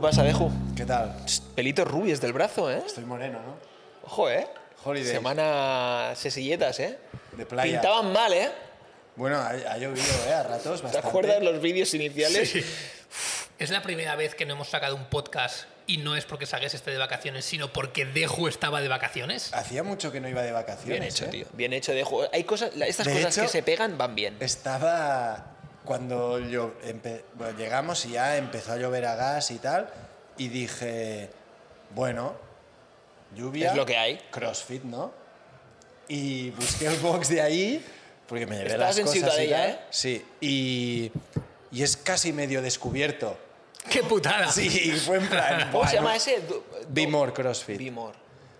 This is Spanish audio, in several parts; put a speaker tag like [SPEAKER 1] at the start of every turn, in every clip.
[SPEAKER 1] pasa, Deju?
[SPEAKER 2] ¿Qué tal?
[SPEAKER 1] Pelitos rubios del brazo, ¿eh?
[SPEAKER 2] Estoy moreno, ¿no?
[SPEAKER 1] Ojo, ¿eh?
[SPEAKER 2] Holidays.
[SPEAKER 1] Semana sesilletas, ¿eh?
[SPEAKER 2] De playa.
[SPEAKER 1] Pintaban mal, ¿eh?
[SPEAKER 2] Bueno, ha, ha llovido, ¿eh? A ratos
[SPEAKER 1] ¿Te
[SPEAKER 2] bastante.
[SPEAKER 1] acuerdas los vídeos iniciales?
[SPEAKER 3] Es la primera vez que no hemos sacado un podcast y no es porque Sagues esté de vacaciones, sino porque Deju estaba de vacaciones.
[SPEAKER 2] Hacía mucho que no iba de vacaciones,
[SPEAKER 1] Bien hecho,
[SPEAKER 2] ¿eh?
[SPEAKER 1] tío. Bien hecho, Deju. Hay cosas, la- estas
[SPEAKER 2] De
[SPEAKER 1] cosas que
[SPEAKER 2] hecho- eh,
[SPEAKER 1] se pegan van bien.
[SPEAKER 2] Estaba... Cuando yo empe- bueno, llegamos y ya empezó a llover a gas y tal, y dije, bueno, lluvia...
[SPEAKER 1] Es lo que hay.
[SPEAKER 2] CrossFit, ¿no? Y busqué el box de ahí, porque me llevé
[SPEAKER 1] Estabas
[SPEAKER 2] las
[SPEAKER 1] en
[SPEAKER 2] cosas y
[SPEAKER 1] Ciutadella,
[SPEAKER 2] tal.
[SPEAKER 1] ¿eh?
[SPEAKER 2] Sí, y, y es casi medio descubierto.
[SPEAKER 3] ¡Qué putada!
[SPEAKER 2] Sí, fue en plan...
[SPEAKER 1] ¿Cómo se
[SPEAKER 2] bueno,
[SPEAKER 1] llama ese? Du-
[SPEAKER 2] Be
[SPEAKER 1] du-
[SPEAKER 2] More CrossFit.
[SPEAKER 1] Bimor.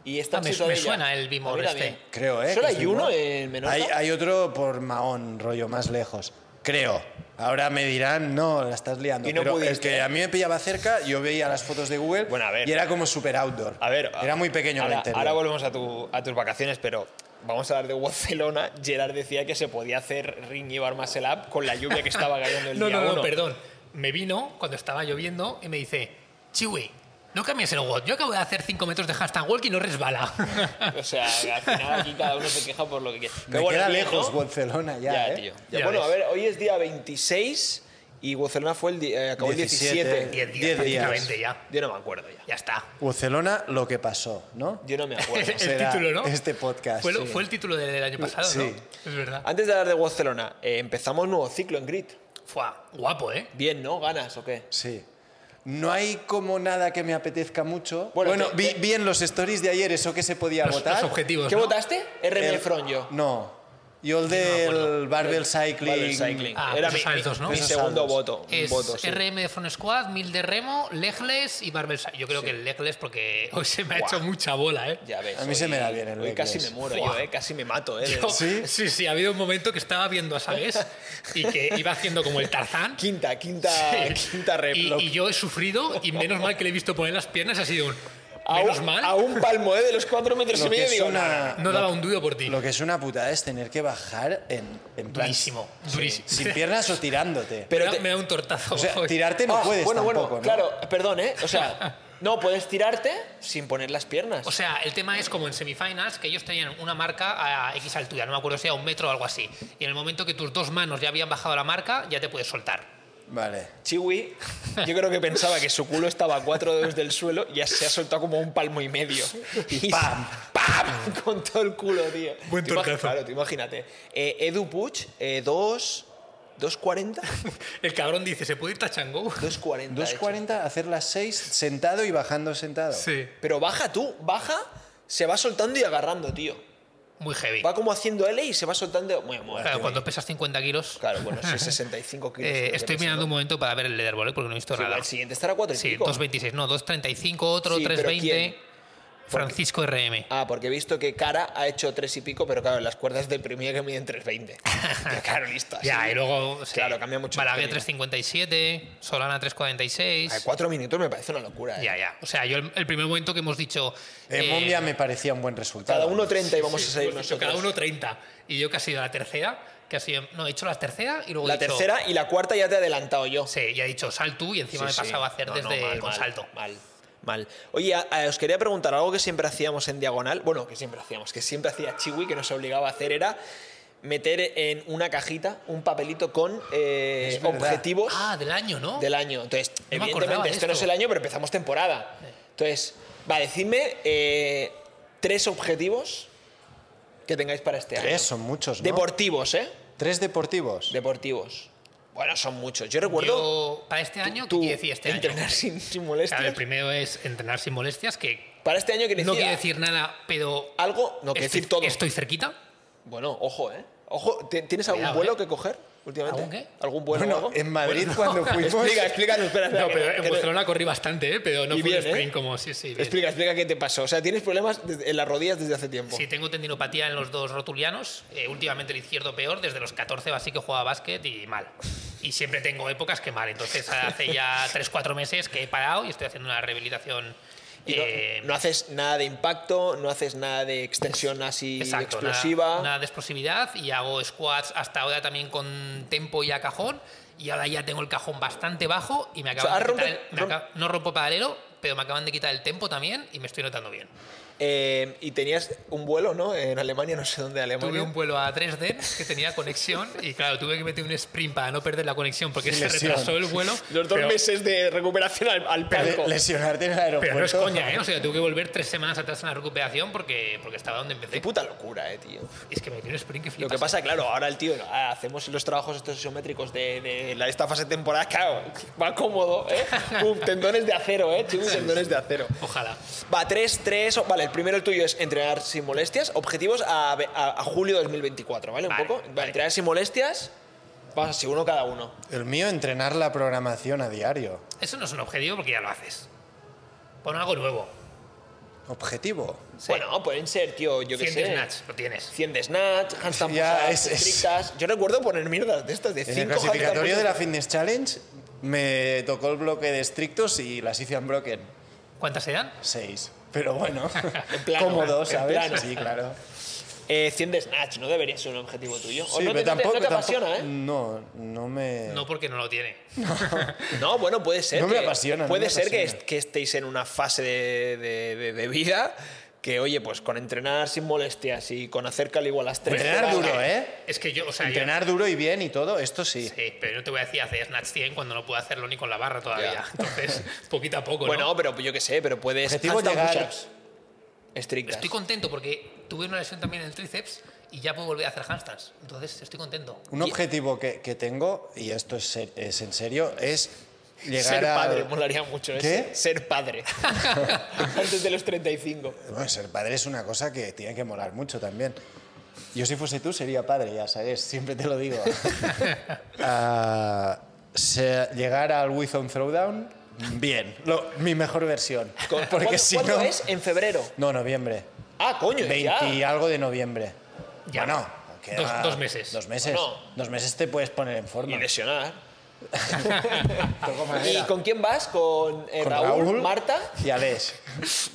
[SPEAKER 1] Y esta
[SPEAKER 3] Ah, me- me suena el Be More este.
[SPEAKER 2] Creo, ¿eh?
[SPEAKER 1] Solo
[SPEAKER 2] que
[SPEAKER 1] hay
[SPEAKER 2] es
[SPEAKER 1] uno
[SPEAKER 2] menor.
[SPEAKER 1] en Menorca.
[SPEAKER 2] Hay, hay otro por Mahón, rollo más lejos. Creo. Ahora me dirán, no, la estás liando.
[SPEAKER 1] Y no
[SPEAKER 2] pero
[SPEAKER 1] pudiste. ¿eh?
[SPEAKER 2] es que a mí me pillaba cerca, yo veía las fotos de Google
[SPEAKER 1] Bueno, a ver.
[SPEAKER 2] y era como super outdoor.
[SPEAKER 1] A ver,
[SPEAKER 2] era muy pequeño el
[SPEAKER 1] ahora,
[SPEAKER 2] interior.
[SPEAKER 1] ahora volvemos a, tu- a tus vacaciones, pero vamos a hablar de Barcelona. Gerard decía que se podía hacer ring y bar muscle up con la lluvia que estaba cayendo el
[SPEAKER 3] No,
[SPEAKER 1] día
[SPEAKER 3] no, no,
[SPEAKER 1] uno.
[SPEAKER 3] perdón. Me vino cuando estaba lloviendo y me dice, Chiwi, no cambies el WOD. Yo acabo de hacer 5 metros de hashtag walk y no resbala.
[SPEAKER 1] O sea, al final aquí cada uno se queja por lo que quiere.
[SPEAKER 2] me
[SPEAKER 1] Pero bueno,
[SPEAKER 2] queda
[SPEAKER 1] bien,
[SPEAKER 2] lejos
[SPEAKER 1] ¿no?
[SPEAKER 2] Barcelona ya,
[SPEAKER 1] Ya,
[SPEAKER 2] ¿eh?
[SPEAKER 1] tío. Ya,
[SPEAKER 3] Ya
[SPEAKER 1] bueno,
[SPEAKER 3] ves.
[SPEAKER 1] a ver, hoy es día 26 y Barcelona fue el di- eh, acabó
[SPEAKER 2] 17.
[SPEAKER 1] el 17.
[SPEAKER 2] Diez
[SPEAKER 3] 10 días,
[SPEAKER 2] días.
[SPEAKER 3] prácticamente ya.
[SPEAKER 1] Yo no me acuerdo ya.
[SPEAKER 3] Ya está.
[SPEAKER 2] Barcelona, lo que pasó, ¿no?
[SPEAKER 1] Yo no me acuerdo.
[SPEAKER 3] el
[SPEAKER 2] será
[SPEAKER 3] título, ¿no?
[SPEAKER 2] este podcast,
[SPEAKER 3] Fue, lo-
[SPEAKER 2] sí.
[SPEAKER 3] fue el título del año pasado,
[SPEAKER 2] Sí.
[SPEAKER 3] ¿no? Es verdad.
[SPEAKER 1] Antes de hablar de Barcelona, eh, empezamos nuevo ciclo en Grid.
[SPEAKER 3] Fua, guapo, ¿eh?
[SPEAKER 1] Bien, ¿no? ¿Ganas o qué?
[SPEAKER 2] Sí. No hay como nada que me apetezca mucho.
[SPEAKER 1] Bueno,
[SPEAKER 2] Bueno,
[SPEAKER 1] te-
[SPEAKER 2] vi,
[SPEAKER 1] te-
[SPEAKER 2] vi en los stories de ayer eso que se podía
[SPEAKER 3] Los,
[SPEAKER 2] votar.
[SPEAKER 3] los objetivos.
[SPEAKER 1] ¿Qué
[SPEAKER 3] ¿no?
[SPEAKER 1] votaste? RM
[SPEAKER 2] El-
[SPEAKER 1] Fronjo.
[SPEAKER 2] No. Yo el
[SPEAKER 3] me acuerdo.
[SPEAKER 2] del barbell cycling.
[SPEAKER 1] Vale, cycling.
[SPEAKER 3] Ah,
[SPEAKER 1] Era
[SPEAKER 3] esos
[SPEAKER 1] mi,
[SPEAKER 3] son los
[SPEAKER 1] mi-
[SPEAKER 3] dos, ¿no?
[SPEAKER 1] mi
[SPEAKER 2] Esos
[SPEAKER 1] segundo
[SPEAKER 2] son los dos.
[SPEAKER 1] voto.
[SPEAKER 3] Es
[SPEAKER 1] voto sí.
[SPEAKER 3] RM de Front Squad, 1000 de remo, Legles y Barbell Sa- Yo creo que el Legles porque hoy se me ha
[SPEAKER 1] Guau.
[SPEAKER 3] hecho mucha bola, ¿eh?
[SPEAKER 1] Ya ves.
[SPEAKER 2] A mí se
[SPEAKER 1] hoy-
[SPEAKER 2] me da bien el
[SPEAKER 1] Hoy casi me
[SPEAKER 2] Legless.
[SPEAKER 1] muero
[SPEAKER 3] Buah.
[SPEAKER 1] yo, eh, casi me mato, eh.
[SPEAKER 3] Yo-
[SPEAKER 2] ¿Sí?
[SPEAKER 3] sí, sí, ha habido un momento que estaba viendo a Sagues y que iba haciendo como el Tarzán.
[SPEAKER 1] Quinta, quinta,
[SPEAKER 3] Sí.
[SPEAKER 1] quinta rep.
[SPEAKER 3] Y,
[SPEAKER 1] Lo-
[SPEAKER 3] y yo he sufrido y menos mal que le he visto poner las piernas, ha sido un.
[SPEAKER 1] a,
[SPEAKER 3] Menos
[SPEAKER 1] un,
[SPEAKER 3] mal,
[SPEAKER 1] a un palmo, eh, de los cuatro metros y
[SPEAKER 2] Lo que
[SPEAKER 1] medio.
[SPEAKER 2] es
[SPEAKER 1] Digo,
[SPEAKER 2] una-
[SPEAKER 1] nada.
[SPEAKER 3] no daba un duro por ti.
[SPEAKER 2] Lo que es una putada es tener que bajar en, en plan-
[SPEAKER 3] Durísimo, durísimo.
[SPEAKER 2] Sin piernas o tirándote.
[SPEAKER 1] pero
[SPEAKER 3] Me da-
[SPEAKER 1] te-
[SPEAKER 3] me da un tortazo.
[SPEAKER 2] o sea,
[SPEAKER 3] hoy.
[SPEAKER 2] tirarte no
[SPEAKER 1] Ah,
[SPEAKER 2] puedes
[SPEAKER 1] bueno,
[SPEAKER 2] tampoco,
[SPEAKER 1] bueno,
[SPEAKER 2] ¿no?
[SPEAKER 1] claro, perdón, eh. O sea, no puedes tirarte sin poner las piernas.
[SPEAKER 3] O sea, el tema es como en semifinals, que ellos tenían una marca a X altura, no me acuerdo si era un metro o algo así. Y en el momento que tus dos manos ya habían bajado la marca, ya te puedes soltar.
[SPEAKER 2] Vale.
[SPEAKER 1] Chiwi, yo creo que pensaba que su culo estaba a cuatro dedos del suelo y ya se ha soltado como un palmo y medio. Y
[SPEAKER 2] ¡Pam!
[SPEAKER 1] ¡Pam! Con todo el culo, tío.
[SPEAKER 3] Buen
[SPEAKER 1] Tú imagi-
[SPEAKER 3] tortazo.
[SPEAKER 1] Claro, tú imagínate. Eh, Edu Puch, eh, dos- 2.40.
[SPEAKER 3] El cabrón dice, ¿se puede ir tachango?
[SPEAKER 1] 2.40. de hecho.
[SPEAKER 2] 2.40, hacer las 6 sentado y bajando sentado.
[SPEAKER 3] Sí.
[SPEAKER 1] Pero baja tú, baja, se va soltando y agarrando, tío.
[SPEAKER 3] Muy heavy.
[SPEAKER 1] Va como haciendo L y se va soltando. Muy amor.
[SPEAKER 3] Claro, cuando pesas 50 kilos.
[SPEAKER 1] Claro, bueno, sí, 65 kilos.
[SPEAKER 3] Eh,
[SPEAKER 1] creo que
[SPEAKER 3] estoy
[SPEAKER 1] pesa,
[SPEAKER 3] mirando
[SPEAKER 1] ¿no?
[SPEAKER 3] un momento para ver el leaderboard ¿eh? porque no he visto
[SPEAKER 1] Sí,
[SPEAKER 3] nada.
[SPEAKER 1] El siguiente estará a 4 y
[SPEAKER 3] Sí,
[SPEAKER 1] pico.
[SPEAKER 3] 2.26, no, 2.35, otro
[SPEAKER 1] Sí, pero
[SPEAKER 3] 3.20.
[SPEAKER 1] ¿quién?
[SPEAKER 3] Francisco RM.
[SPEAKER 1] Ah, porque he visto que Cara ha hecho tres y pico, pero claro, las cuerdas del primer que miden 320. Ya, claro, listo. así.
[SPEAKER 3] ya, y luego. sí.
[SPEAKER 1] Claro, cambia mucho.
[SPEAKER 3] Balaguer
[SPEAKER 1] el contenido.
[SPEAKER 3] 3.57, Solana
[SPEAKER 1] Ay,
[SPEAKER 3] 3.46.
[SPEAKER 1] cuatro minutos me parece una locura. ¿eh?
[SPEAKER 3] Ya, ya. O sea, yo el, el primer momento que hemos dicho.
[SPEAKER 2] En
[SPEAKER 3] eh,
[SPEAKER 2] Mondia me parecía un buen resultado.
[SPEAKER 1] Cada uno 30 y vamos a salir
[SPEAKER 3] hemos dicho
[SPEAKER 1] nosotros.
[SPEAKER 3] cada uno 30. Y yo que ha sido la tercera, que ha sido. No, he hecho la tercera y luego. he
[SPEAKER 1] La
[SPEAKER 3] dicho-
[SPEAKER 1] tercera y la cuarta ya te he adelantado yo.
[SPEAKER 3] Sí, y ha dicho sal tú y encima
[SPEAKER 1] Sí,
[SPEAKER 3] me he
[SPEAKER 1] sí.
[SPEAKER 3] pasado a hacer
[SPEAKER 1] No, no,
[SPEAKER 3] desde
[SPEAKER 1] mal,
[SPEAKER 3] con
[SPEAKER 1] mal,
[SPEAKER 3] salto.
[SPEAKER 1] Mal, mal. Oye, a- a- os quería preguntar algo que siempre hacíamos en diagonal. Bueno, que siempre hacíamos, que siempre hacía Chiwi, que nos obligaba a hacer, era meter en una cajita un papelito con eh,
[SPEAKER 2] Es verdad.
[SPEAKER 1] objetivos
[SPEAKER 3] Ah, del año, ¿no?
[SPEAKER 1] del año. Entonces,
[SPEAKER 3] me acordaba
[SPEAKER 1] evidentemente,
[SPEAKER 3] de
[SPEAKER 1] este no es
[SPEAKER 3] esto.
[SPEAKER 1] el año, pero empezamos temporada. Entonces, va, decidme eh, tres objetivos que tengáis para este año.
[SPEAKER 2] Tres, son muchos, ¿no?
[SPEAKER 1] Deportivos, ¿eh?
[SPEAKER 2] Tres deportivos.
[SPEAKER 1] Deportivos. Bueno, son muchos. Yo recuerdo
[SPEAKER 3] Yo, para este año,
[SPEAKER 1] tú
[SPEAKER 3] ¿qué quiere decir este año?
[SPEAKER 1] entrenar sin, sin molestias.
[SPEAKER 3] Claro, el primero es entrenar sin molestias, que
[SPEAKER 1] Para este año quiere
[SPEAKER 3] no
[SPEAKER 1] decir,
[SPEAKER 3] quiere decir nada, pero.
[SPEAKER 1] algo, Ah, no quiere
[SPEAKER 3] estoy,
[SPEAKER 1] decir todo.
[SPEAKER 3] ¿Estoy cerquita?
[SPEAKER 1] Bueno, ojo, ¿eh? Ojo, ¿ti- ¿tienes algún
[SPEAKER 3] Cuidado,
[SPEAKER 1] vuelo
[SPEAKER 3] eh.
[SPEAKER 1] que coger últimamente?
[SPEAKER 3] ¿Algún qué?
[SPEAKER 1] ¿Algún vuelo o
[SPEAKER 2] bueno,
[SPEAKER 1] algo? Pues,
[SPEAKER 2] en Madrid pues. cuando fuimos...
[SPEAKER 1] Explica, explica, no, espera, espera,
[SPEAKER 3] No,
[SPEAKER 1] que-
[SPEAKER 3] pero
[SPEAKER 1] que
[SPEAKER 3] en
[SPEAKER 1] no-
[SPEAKER 3] Barcelona corrí bastante, ¿eh? pero no
[SPEAKER 1] Y
[SPEAKER 3] fue
[SPEAKER 1] bien,
[SPEAKER 3] un sprint
[SPEAKER 1] ¿eh?
[SPEAKER 3] como. Sí, sí, bien.
[SPEAKER 1] Explica, explica qué te pasó. O sea, tienes problemas desde- en las rodillas desde hace tiempo.
[SPEAKER 3] Sí, tengo tendinopatía en los dos rotulianos. eh, últimamente el izquierdo peor. Desde los 14 así que jugaba básquet y mal. Y siempre tengo épocas que mal. Entonces hace ya 3-4 meses que he parado y estoy haciendo una rehabilitación.
[SPEAKER 1] Y no,
[SPEAKER 3] eh,
[SPEAKER 1] no haces nada de impacto, no haces nada de extensión así
[SPEAKER 3] exacto, nada-
[SPEAKER 1] explosiva.
[SPEAKER 3] Nada, de explosividad y hago squats hasta ahora también con tempo y a cajón. y ahora ya tengo el cajón bastante bajo y me acaban
[SPEAKER 1] has
[SPEAKER 3] de quitar
[SPEAKER 1] rompe-
[SPEAKER 3] el- me
[SPEAKER 1] rompe-
[SPEAKER 3] acaba- no rompo paralelo, pero me acaban de quitar el tempo también y me estoy notando bien.
[SPEAKER 1] Eh, y tenías un vuelo, ¿no? En Alemania, no sé dónde, Alemania.
[SPEAKER 3] Tuve un vuelo a 3D que tenía conexión y claro, tuve que meter un sprint para no perder la conexión porque
[SPEAKER 2] Sí,
[SPEAKER 3] se
[SPEAKER 2] lesión.
[SPEAKER 3] retrasó el vuelo.
[SPEAKER 1] Los dos
[SPEAKER 3] pero-
[SPEAKER 1] meses de recuperación al, al palco.
[SPEAKER 2] Le- lesionarte en el aeropuerto.
[SPEAKER 3] Pero no es coña, ¿eh? O sea, tuve que volver tres semanas atrás en la recuperación porque, porque estaba donde empecé.
[SPEAKER 1] Qué puta locura, eh, tío.
[SPEAKER 3] Es que me metí un sprint que
[SPEAKER 1] Lo
[SPEAKER 3] flipas.
[SPEAKER 1] que pasa, claro, ahora el tío, ah, hacemos los trabajos estos isométricos de, de la- esta fase temporada, claro, va cómodo, ¿eh? Pum, tendones de acero, ¿eh? Chibu, tendones de acero.
[SPEAKER 3] Ojalá.
[SPEAKER 1] Va, tres, tres, o- vale, el primero el tuyo es entrenar sin molestias, objetivos a, ve- a- a julio 2024, ¿vale? Un
[SPEAKER 3] Vale,
[SPEAKER 1] poco. Va,
[SPEAKER 3] vale.
[SPEAKER 1] entrenar sin molestias, vamos así, uno cada uno.
[SPEAKER 2] El mío, entrenar la programación a diario.
[SPEAKER 3] Eso no es un objetivo porque ya lo haces. Pon algo nuevo.
[SPEAKER 2] Objetivo.
[SPEAKER 3] Sí.
[SPEAKER 1] Bueno, pueden ser, tío, yo qué
[SPEAKER 3] 100
[SPEAKER 1] sé.
[SPEAKER 3] de snatch, lo tienes.
[SPEAKER 1] 100 de snatch, handstand
[SPEAKER 2] Ya,
[SPEAKER 1] push-ups,
[SPEAKER 2] es- es-
[SPEAKER 1] estrictas. Yo recuerdo poner mierdas de estas de
[SPEAKER 2] En el
[SPEAKER 1] 5
[SPEAKER 2] clasificatorio de la Fitness Challenge me tocó el bloque de estrictos y las hice unbroken.
[SPEAKER 3] ¿Cuántas se dan?
[SPEAKER 2] Seis. Pero bueno,
[SPEAKER 1] plano, en
[SPEAKER 2] cómodo, ¿sabes?
[SPEAKER 1] plano.
[SPEAKER 2] Sí, claro.
[SPEAKER 1] Eh, 100 de snatch, no debería ser un objetivo tuyo. O
[SPEAKER 2] Sí,
[SPEAKER 1] no,
[SPEAKER 2] pero
[SPEAKER 1] te, no te- no te apasiona, ¿eh?
[SPEAKER 2] No, no me...
[SPEAKER 3] No pues, porque no lo tiene.
[SPEAKER 1] No, bueno, puede ser.
[SPEAKER 2] No me
[SPEAKER 1] que-
[SPEAKER 2] apasiona, no
[SPEAKER 1] Puede
[SPEAKER 2] me
[SPEAKER 1] ser que,
[SPEAKER 2] apasiona.
[SPEAKER 1] est- que estéis en una fase de, de- de- de vida que, oye, pues con entrenar sin molestias y con hacer cal igual a las 3.
[SPEAKER 2] Entrenar duro, ¿eh?
[SPEAKER 3] Es que yo, o sea, yo-
[SPEAKER 2] Entrenar duro y bien y todo, esto sí.
[SPEAKER 3] sí, pero yo no te voy a decir hacer snatch 100 cuando no puedo hacerlo ni con la barra todavía.
[SPEAKER 1] Ya.
[SPEAKER 3] Entonces, poquito a poco,
[SPEAKER 1] Bueno,
[SPEAKER 3] ¿no?
[SPEAKER 1] pero yo qué sé, pero puedes.
[SPEAKER 2] Objetivo
[SPEAKER 1] handstand
[SPEAKER 2] llegar-
[SPEAKER 1] push-ups Estrictas.
[SPEAKER 3] Estoy contento porque tuve una lesión también en el tríceps y ya puedo volver a hacer handstands. Entonces, estoy contento.
[SPEAKER 2] Un objetivo que, que tengo, y esto es, ser- es en serio, es llegar
[SPEAKER 1] Ser
[SPEAKER 2] a...
[SPEAKER 1] padre, molaría mucho ese.
[SPEAKER 2] ¿Qué?
[SPEAKER 1] Ser padre. Antes de los 35.
[SPEAKER 2] Bueno, ser padre es una cosa que tiene que molar mucho también. Yo si fuese tú sería padre, ya sabes, siempre te lo digo. Ah, se- llegar al With on Throwdown, bien, lo- mi mejor versión.
[SPEAKER 1] Con-
[SPEAKER 2] Porque
[SPEAKER 1] ¿Cuándo,
[SPEAKER 2] si
[SPEAKER 1] cuándo
[SPEAKER 2] no...
[SPEAKER 1] es? En febrero.
[SPEAKER 2] No, noviembre.
[SPEAKER 1] Ah, coño,
[SPEAKER 2] 20
[SPEAKER 1] ya.
[SPEAKER 2] y algo de noviembre.
[SPEAKER 3] Ya.
[SPEAKER 2] Bueno, queda-
[SPEAKER 3] Dos- dos meses.
[SPEAKER 2] Dos meses.
[SPEAKER 1] Bueno.
[SPEAKER 2] Dos meses te puedes poner en forma.
[SPEAKER 1] Y lesionar.
[SPEAKER 2] Toco
[SPEAKER 1] ¿Y
[SPEAKER 2] madera.
[SPEAKER 1] con quién vas? ¿Con, eh,
[SPEAKER 2] Con
[SPEAKER 1] Raúl, Marta?
[SPEAKER 2] Y Alex.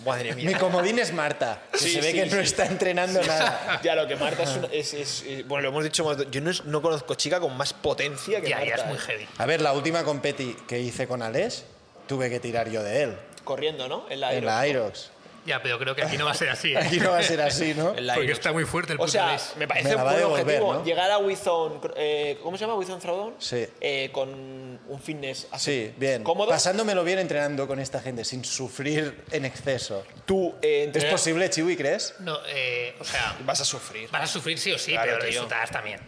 [SPEAKER 1] Madre
[SPEAKER 2] Mi comodín es Marta, que
[SPEAKER 1] Sí,
[SPEAKER 2] se ve
[SPEAKER 1] sí,
[SPEAKER 2] que
[SPEAKER 1] sí.
[SPEAKER 2] no está entrenando nada.
[SPEAKER 1] Ya, lo que Marta es, una- es- es- es- Bueno, lo hemos dicho más. Yo no, es- no conozco chica con más potencia que
[SPEAKER 3] Ya,
[SPEAKER 1] Marta.
[SPEAKER 3] ya es muy
[SPEAKER 1] eh.
[SPEAKER 3] heavy.
[SPEAKER 2] A ver, la última competi que hice con Alex, tuve que tirar yo de él,
[SPEAKER 1] Corriendo, ¿no? En la
[SPEAKER 2] en la Irox.
[SPEAKER 3] Ya, pero creo que aquí no va a ser así. ¿eh?
[SPEAKER 2] Aquí no va a ser así, ¿no?
[SPEAKER 1] En la
[SPEAKER 3] Porque
[SPEAKER 1] Iron.
[SPEAKER 3] está muy fuerte el
[SPEAKER 1] O
[SPEAKER 3] puto
[SPEAKER 1] sea,
[SPEAKER 3] Alex.
[SPEAKER 1] me parece
[SPEAKER 2] Me
[SPEAKER 1] un
[SPEAKER 2] la va
[SPEAKER 1] buen
[SPEAKER 2] a devolver,
[SPEAKER 1] objetivo
[SPEAKER 2] ¿no?
[SPEAKER 1] llegar a Wizon. eh, ¿Cómo se llama? ¿Wizon Fraudon?
[SPEAKER 2] Sí.
[SPEAKER 1] Eh, con un fitness así.
[SPEAKER 2] Sí, bien.
[SPEAKER 1] ¿Cómodo?
[SPEAKER 2] Pasándomelo bien entrenando con esta gente, sin sufrir en exceso.
[SPEAKER 1] Tú eh,
[SPEAKER 2] ¿Es
[SPEAKER 1] entrenas-
[SPEAKER 2] posible, Chiwi, crees?
[SPEAKER 3] No, eh, o sea,
[SPEAKER 1] Vas a sufrir.
[SPEAKER 3] vas a sufrir sí o sí,
[SPEAKER 1] Claro,
[SPEAKER 3] pero lo
[SPEAKER 1] tío.
[SPEAKER 3] disfrutarás también.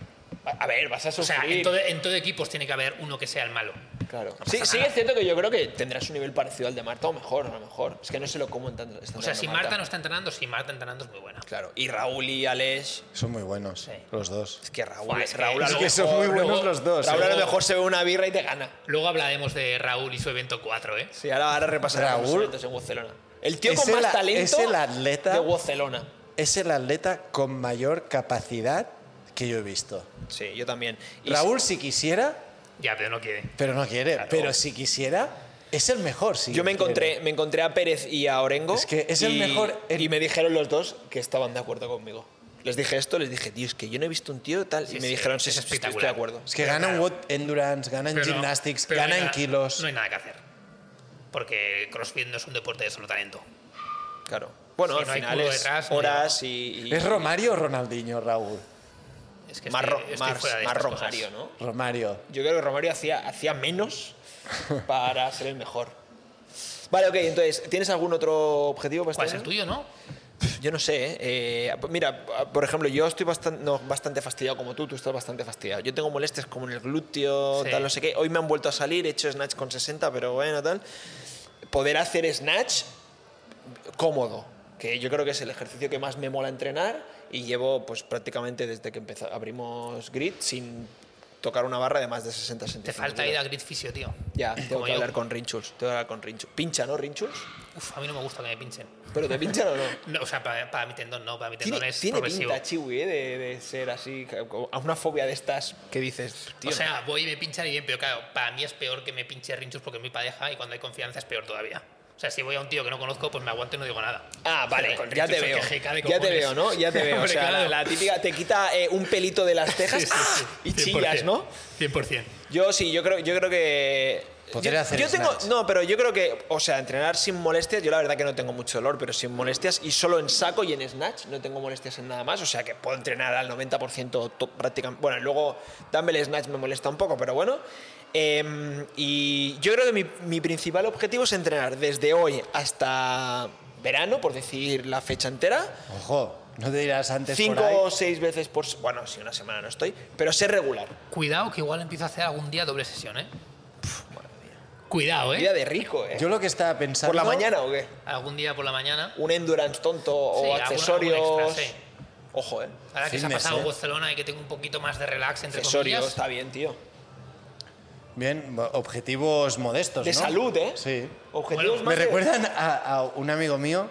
[SPEAKER 1] A ver, vas a
[SPEAKER 3] O
[SPEAKER 1] sufrir.
[SPEAKER 3] sea, en todo, en todo equipos tiene que haber uno que sea el malo.
[SPEAKER 1] Claro. Sí, sí, es cierto que yo creo que tendrás un nivel parecido al de Marta o mejor, a lo mejor. Es que no sé lo cómo están
[SPEAKER 3] O sea, si Marta no está entrenando, si Marta entrenando es muy buena.
[SPEAKER 1] Claro. Y Raúl y Alex.
[SPEAKER 2] Son muy buenos, los dos.
[SPEAKER 1] Es que Raúl,
[SPEAKER 3] Buah, es que-
[SPEAKER 1] Raúl a
[SPEAKER 3] es
[SPEAKER 1] lo
[SPEAKER 2] que son
[SPEAKER 1] mejor
[SPEAKER 2] muy buenos
[SPEAKER 1] luego-
[SPEAKER 2] los dos,
[SPEAKER 1] Raúl a lo
[SPEAKER 3] ¿eh?
[SPEAKER 1] mejor se ve una birra y te gana.
[SPEAKER 3] Luego hablaremos de Raúl y su evento 4, ¿eh?
[SPEAKER 1] Sí, ahora, ahora repasaremos los
[SPEAKER 2] Raúl-
[SPEAKER 1] eventos en Barcelona. El tío
[SPEAKER 2] Es
[SPEAKER 1] con
[SPEAKER 2] el
[SPEAKER 1] más
[SPEAKER 2] a-
[SPEAKER 1] talento
[SPEAKER 2] es el atleta-
[SPEAKER 1] de Barcelona.
[SPEAKER 2] Es el atleta con mayor capacidad que yo he visto.
[SPEAKER 1] Sí, yo también. Y
[SPEAKER 2] Raúl, si quisiera,
[SPEAKER 3] Ya, pero no quiere.
[SPEAKER 2] Pero no quiere. Pero si quisiera, es el mejor. Si
[SPEAKER 1] Yo me encontré,
[SPEAKER 2] quiere.
[SPEAKER 1] me encontré a Pérez y a Orengo.
[SPEAKER 2] Es que es el
[SPEAKER 1] y-
[SPEAKER 2] mejor en-
[SPEAKER 1] Y me dijeron los dos que estaban de acuerdo conmigo. Les dije esto, les dije, tío, es que yo no he visto un tío tal.
[SPEAKER 3] Sí,
[SPEAKER 1] y me
[SPEAKER 3] sí,
[SPEAKER 1] dijeron,
[SPEAKER 3] es
[SPEAKER 1] sí, sí, sí, estoy de
[SPEAKER 3] espectacular.
[SPEAKER 1] acuerdo.
[SPEAKER 2] Es que
[SPEAKER 3] Pero
[SPEAKER 2] gana en
[SPEAKER 3] claro.
[SPEAKER 2] Watt Endurance, gana en
[SPEAKER 3] Pero no-
[SPEAKER 2] Gymnastics,
[SPEAKER 3] pero no
[SPEAKER 2] gana
[SPEAKER 3] hay
[SPEAKER 2] en
[SPEAKER 3] nada-
[SPEAKER 2] kilos.
[SPEAKER 3] No hay nada que hacer. Porque el CrossFit no es un deporte de solo talento.
[SPEAKER 1] Claro. Bueno,
[SPEAKER 3] Si
[SPEAKER 1] al
[SPEAKER 3] no hay
[SPEAKER 1] final
[SPEAKER 3] culo
[SPEAKER 1] es
[SPEAKER 3] detrás, no
[SPEAKER 1] horas y. y-
[SPEAKER 2] ¿Es Romario o Ronaldinho, Raúl?
[SPEAKER 3] Es que
[SPEAKER 1] más
[SPEAKER 3] estoy-
[SPEAKER 1] Ro-
[SPEAKER 3] estoy
[SPEAKER 1] más-
[SPEAKER 3] fuera de
[SPEAKER 1] más
[SPEAKER 3] estas
[SPEAKER 1] Romario,
[SPEAKER 3] cosas.
[SPEAKER 1] ¿no?
[SPEAKER 2] Romario.
[SPEAKER 1] Yo creo que Romario hacía, hacía menos para ser el mejor. Vale, ok, entonces, ¿tienes algún otro objetivo para este
[SPEAKER 3] ¿Cuál Pues es
[SPEAKER 1] año?
[SPEAKER 3] el tuyo, no?
[SPEAKER 1] Yo no sé, ¿eh? Eh, mira, por ejemplo, yo estoy bastante, bastante fastidiado como tú, tú estás bastante fastidiado. Yo tengo molestias como en el glúteo,
[SPEAKER 3] Sí.
[SPEAKER 1] tal, no sé qué. Hoy me han vuelto a salir, he hecho snatch con 60, pero bueno, tal. Poder hacer snatch cómodo, que yo creo que es el ejercicio que más me mola entrenar y llevo pues prácticamente desde que empezó, abrimos grid sin tocar una barra de más de 60
[SPEAKER 3] Te
[SPEAKER 1] centímetros.
[SPEAKER 3] falta ir a grid fisio, tío.
[SPEAKER 1] Pues Ya, tengo
[SPEAKER 3] Como
[SPEAKER 1] que
[SPEAKER 3] yo.
[SPEAKER 1] hablar con Rinchuls, tengo que hablar con Rinchuls. Pincha, ¿no, Rinchuls?
[SPEAKER 3] Uf, a mí no me gusta que me pinchen.
[SPEAKER 1] ¿Pero te pinchan o no?
[SPEAKER 3] No, o sea, para, para mi tendón no, para mi tendón
[SPEAKER 1] Tiene,
[SPEAKER 3] es
[SPEAKER 1] tiene
[SPEAKER 3] progresivo.
[SPEAKER 1] pinta, Chiwi, eh, de, de ser así, como- a una fobia de estas que dices, tío.
[SPEAKER 3] o sea, voy y me pinchan y bien, pero claro, para mí es peor que me pinche Rinchus porque es mi pareja y cuando hay confianza es peor todavía. O sea, si voy a un tío que no conozco, pues me aguanto y no digo nada.
[SPEAKER 1] Ah, vale,
[SPEAKER 3] Pero con
[SPEAKER 1] ya te
[SPEAKER 3] Richardson,
[SPEAKER 1] veo.
[SPEAKER 3] que jeca de
[SPEAKER 1] Ya te
[SPEAKER 3] cojones.
[SPEAKER 1] veo, ¿no? Ya te veo. O
[SPEAKER 3] Hombre,
[SPEAKER 1] sea, la,
[SPEAKER 3] claro.
[SPEAKER 1] la típica te quita eh, un pelito de las
[SPEAKER 3] Sí,
[SPEAKER 1] cejas
[SPEAKER 3] sí,
[SPEAKER 1] ¡ah!
[SPEAKER 3] sí.
[SPEAKER 1] y chillas,
[SPEAKER 3] 100%,
[SPEAKER 1] ¿no?
[SPEAKER 3] 100%.
[SPEAKER 1] Yo sí, yo creo, yo creo que.
[SPEAKER 2] Podría
[SPEAKER 1] yo,
[SPEAKER 2] hacer
[SPEAKER 1] yo tengo,
[SPEAKER 2] snatch.
[SPEAKER 1] no, pero yo creo que, o sea, entrenar sin molestias, yo la verdad que no tengo mucho dolor, pero sin molestias, y solo en saco y en snatch, no tengo molestias en nada más, o sea que puedo entrenar al 90% to- prácticamente. Bueno, luego dumbbell snatch me molesta un poco, pero bueno. Em, y yo creo que mi, mi principal objetivo es entrenar desde hoy hasta verano, por decir la fecha entera,
[SPEAKER 2] Ojo, no te dirás antes por ahí.
[SPEAKER 1] cinco o seis veces por. se- Bueno, si una semana no estoy, pero ser regular.
[SPEAKER 2] ¿Eh?
[SPEAKER 3] Cuidado, que igual empiezo a hacer algún día doble sesión, ¿eh? Puf, madre mía. Cuidado,
[SPEAKER 1] Vida
[SPEAKER 3] ¿eh?
[SPEAKER 1] de rico, ¿eh?
[SPEAKER 2] Yo lo que estaba pensando.
[SPEAKER 1] ¿Por la mañana o qué?
[SPEAKER 3] Algún día por la mañana.
[SPEAKER 1] un endurance tonto o
[SPEAKER 3] Sí, algún-
[SPEAKER 1] accesorios.
[SPEAKER 3] algún extra, sí.
[SPEAKER 1] Ojo, eh.
[SPEAKER 3] Ahora que se ha
[SPEAKER 2] Fitness,
[SPEAKER 3] pasado
[SPEAKER 2] ¿eh?
[SPEAKER 3] Barcelona y que tengo un poquito más de relax, entre
[SPEAKER 1] Accesorios,
[SPEAKER 3] comillas.
[SPEAKER 1] está bien, tío.
[SPEAKER 2] Bien, objetivos modestos.
[SPEAKER 1] De
[SPEAKER 2] Pues ¿no?
[SPEAKER 1] salud, ¿eh?
[SPEAKER 2] Sí.
[SPEAKER 1] Objetivos
[SPEAKER 3] Bueno,
[SPEAKER 2] Me
[SPEAKER 1] más de-
[SPEAKER 2] recuerdan a, a un amigo mío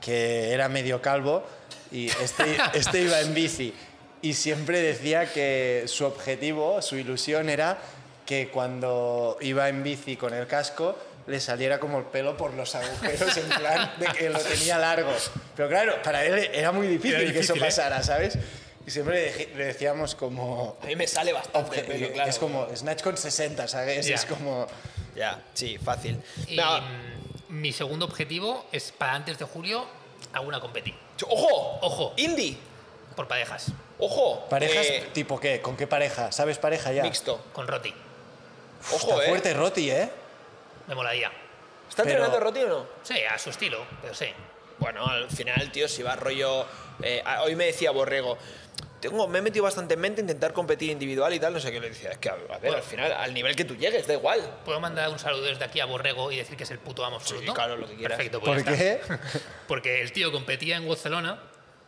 [SPEAKER 2] que era medio calvo y este, este iba en bici y siempre decía que su objetivo, su ilusión era que cuando iba en bici con el casco le saliera como el pelo por los agujeros en plan de que lo tenía largo. Pero claro, para él era muy difícil,
[SPEAKER 3] Era
[SPEAKER 2] que eso
[SPEAKER 3] difícil, ¿eh?
[SPEAKER 2] pasara, ¿sabes? Y siempre le dej- le decíamos como...
[SPEAKER 1] A mí me sale bastante,
[SPEAKER 2] obje-
[SPEAKER 1] pero claro.
[SPEAKER 2] Es como Snatch con 60, ¿sabes?
[SPEAKER 3] Ya.
[SPEAKER 2] Es como...
[SPEAKER 1] Ya, sí, fácil.
[SPEAKER 3] Y
[SPEAKER 1] Nada,
[SPEAKER 3] mm, mi segundo objetivo es para antes de julio alguna competir.
[SPEAKER 1] ¡Ojo!
[SPEAKER 3] Ojo.
[SPEAKER 1] ¡Indie!
[SPEAKER 3] Por parejas.
[SPEAKER 1] ¡Ojo!
[SPEAKER 2] ¿Parejas
[SPEAKER 1] Eh,
[SPEAKER 2] tipo qué? ¿Con qué pareja? ¿Sabes pareja ya?
[SPEAKER 1] mixto.
[SPEAKER 3] Con Roti.
[SPEAKER 1] Ojo,
[SPEAKER 2] Está
[SPEAKER 1] eh.
[SPEAKER 2] fuerte Roti, ¿eh?
[SPEAKER 3] Me molaría.
[SPEAKER 1] ¿Está
[SPEAKER 2] pero-
[SPEAKER 1] entrenando Roti o no?
[SPEAKER 3] Sí, a su estilo, pero sí.
[SPEAKER 1] Bueno, al final, tío, si va rollo. eh, a- hoy me decía Borrego. Tengo, me he metido bastante en mente intentar competir individual y tal, no sé qué le decía. Es que, a ver, al final, al nivel que tú llegues, da igual.
[SPEAKER 3] Puedo mandar un saludo desde aquí a Borrego y decir que es el puto amo
[SPEAKER 1] Sí,
[SPEAKER 3] absoluto.
[SPEAKER 1] claro, lo que quieras.
[SPEAKER 3] Perfecto, pues
[SPEAKER 2] ¿Por
[SPEAKER 3] ya está.
[SPEAKER 2] qué?
[SPEAKER 3] Porque el tío competía en Barcelona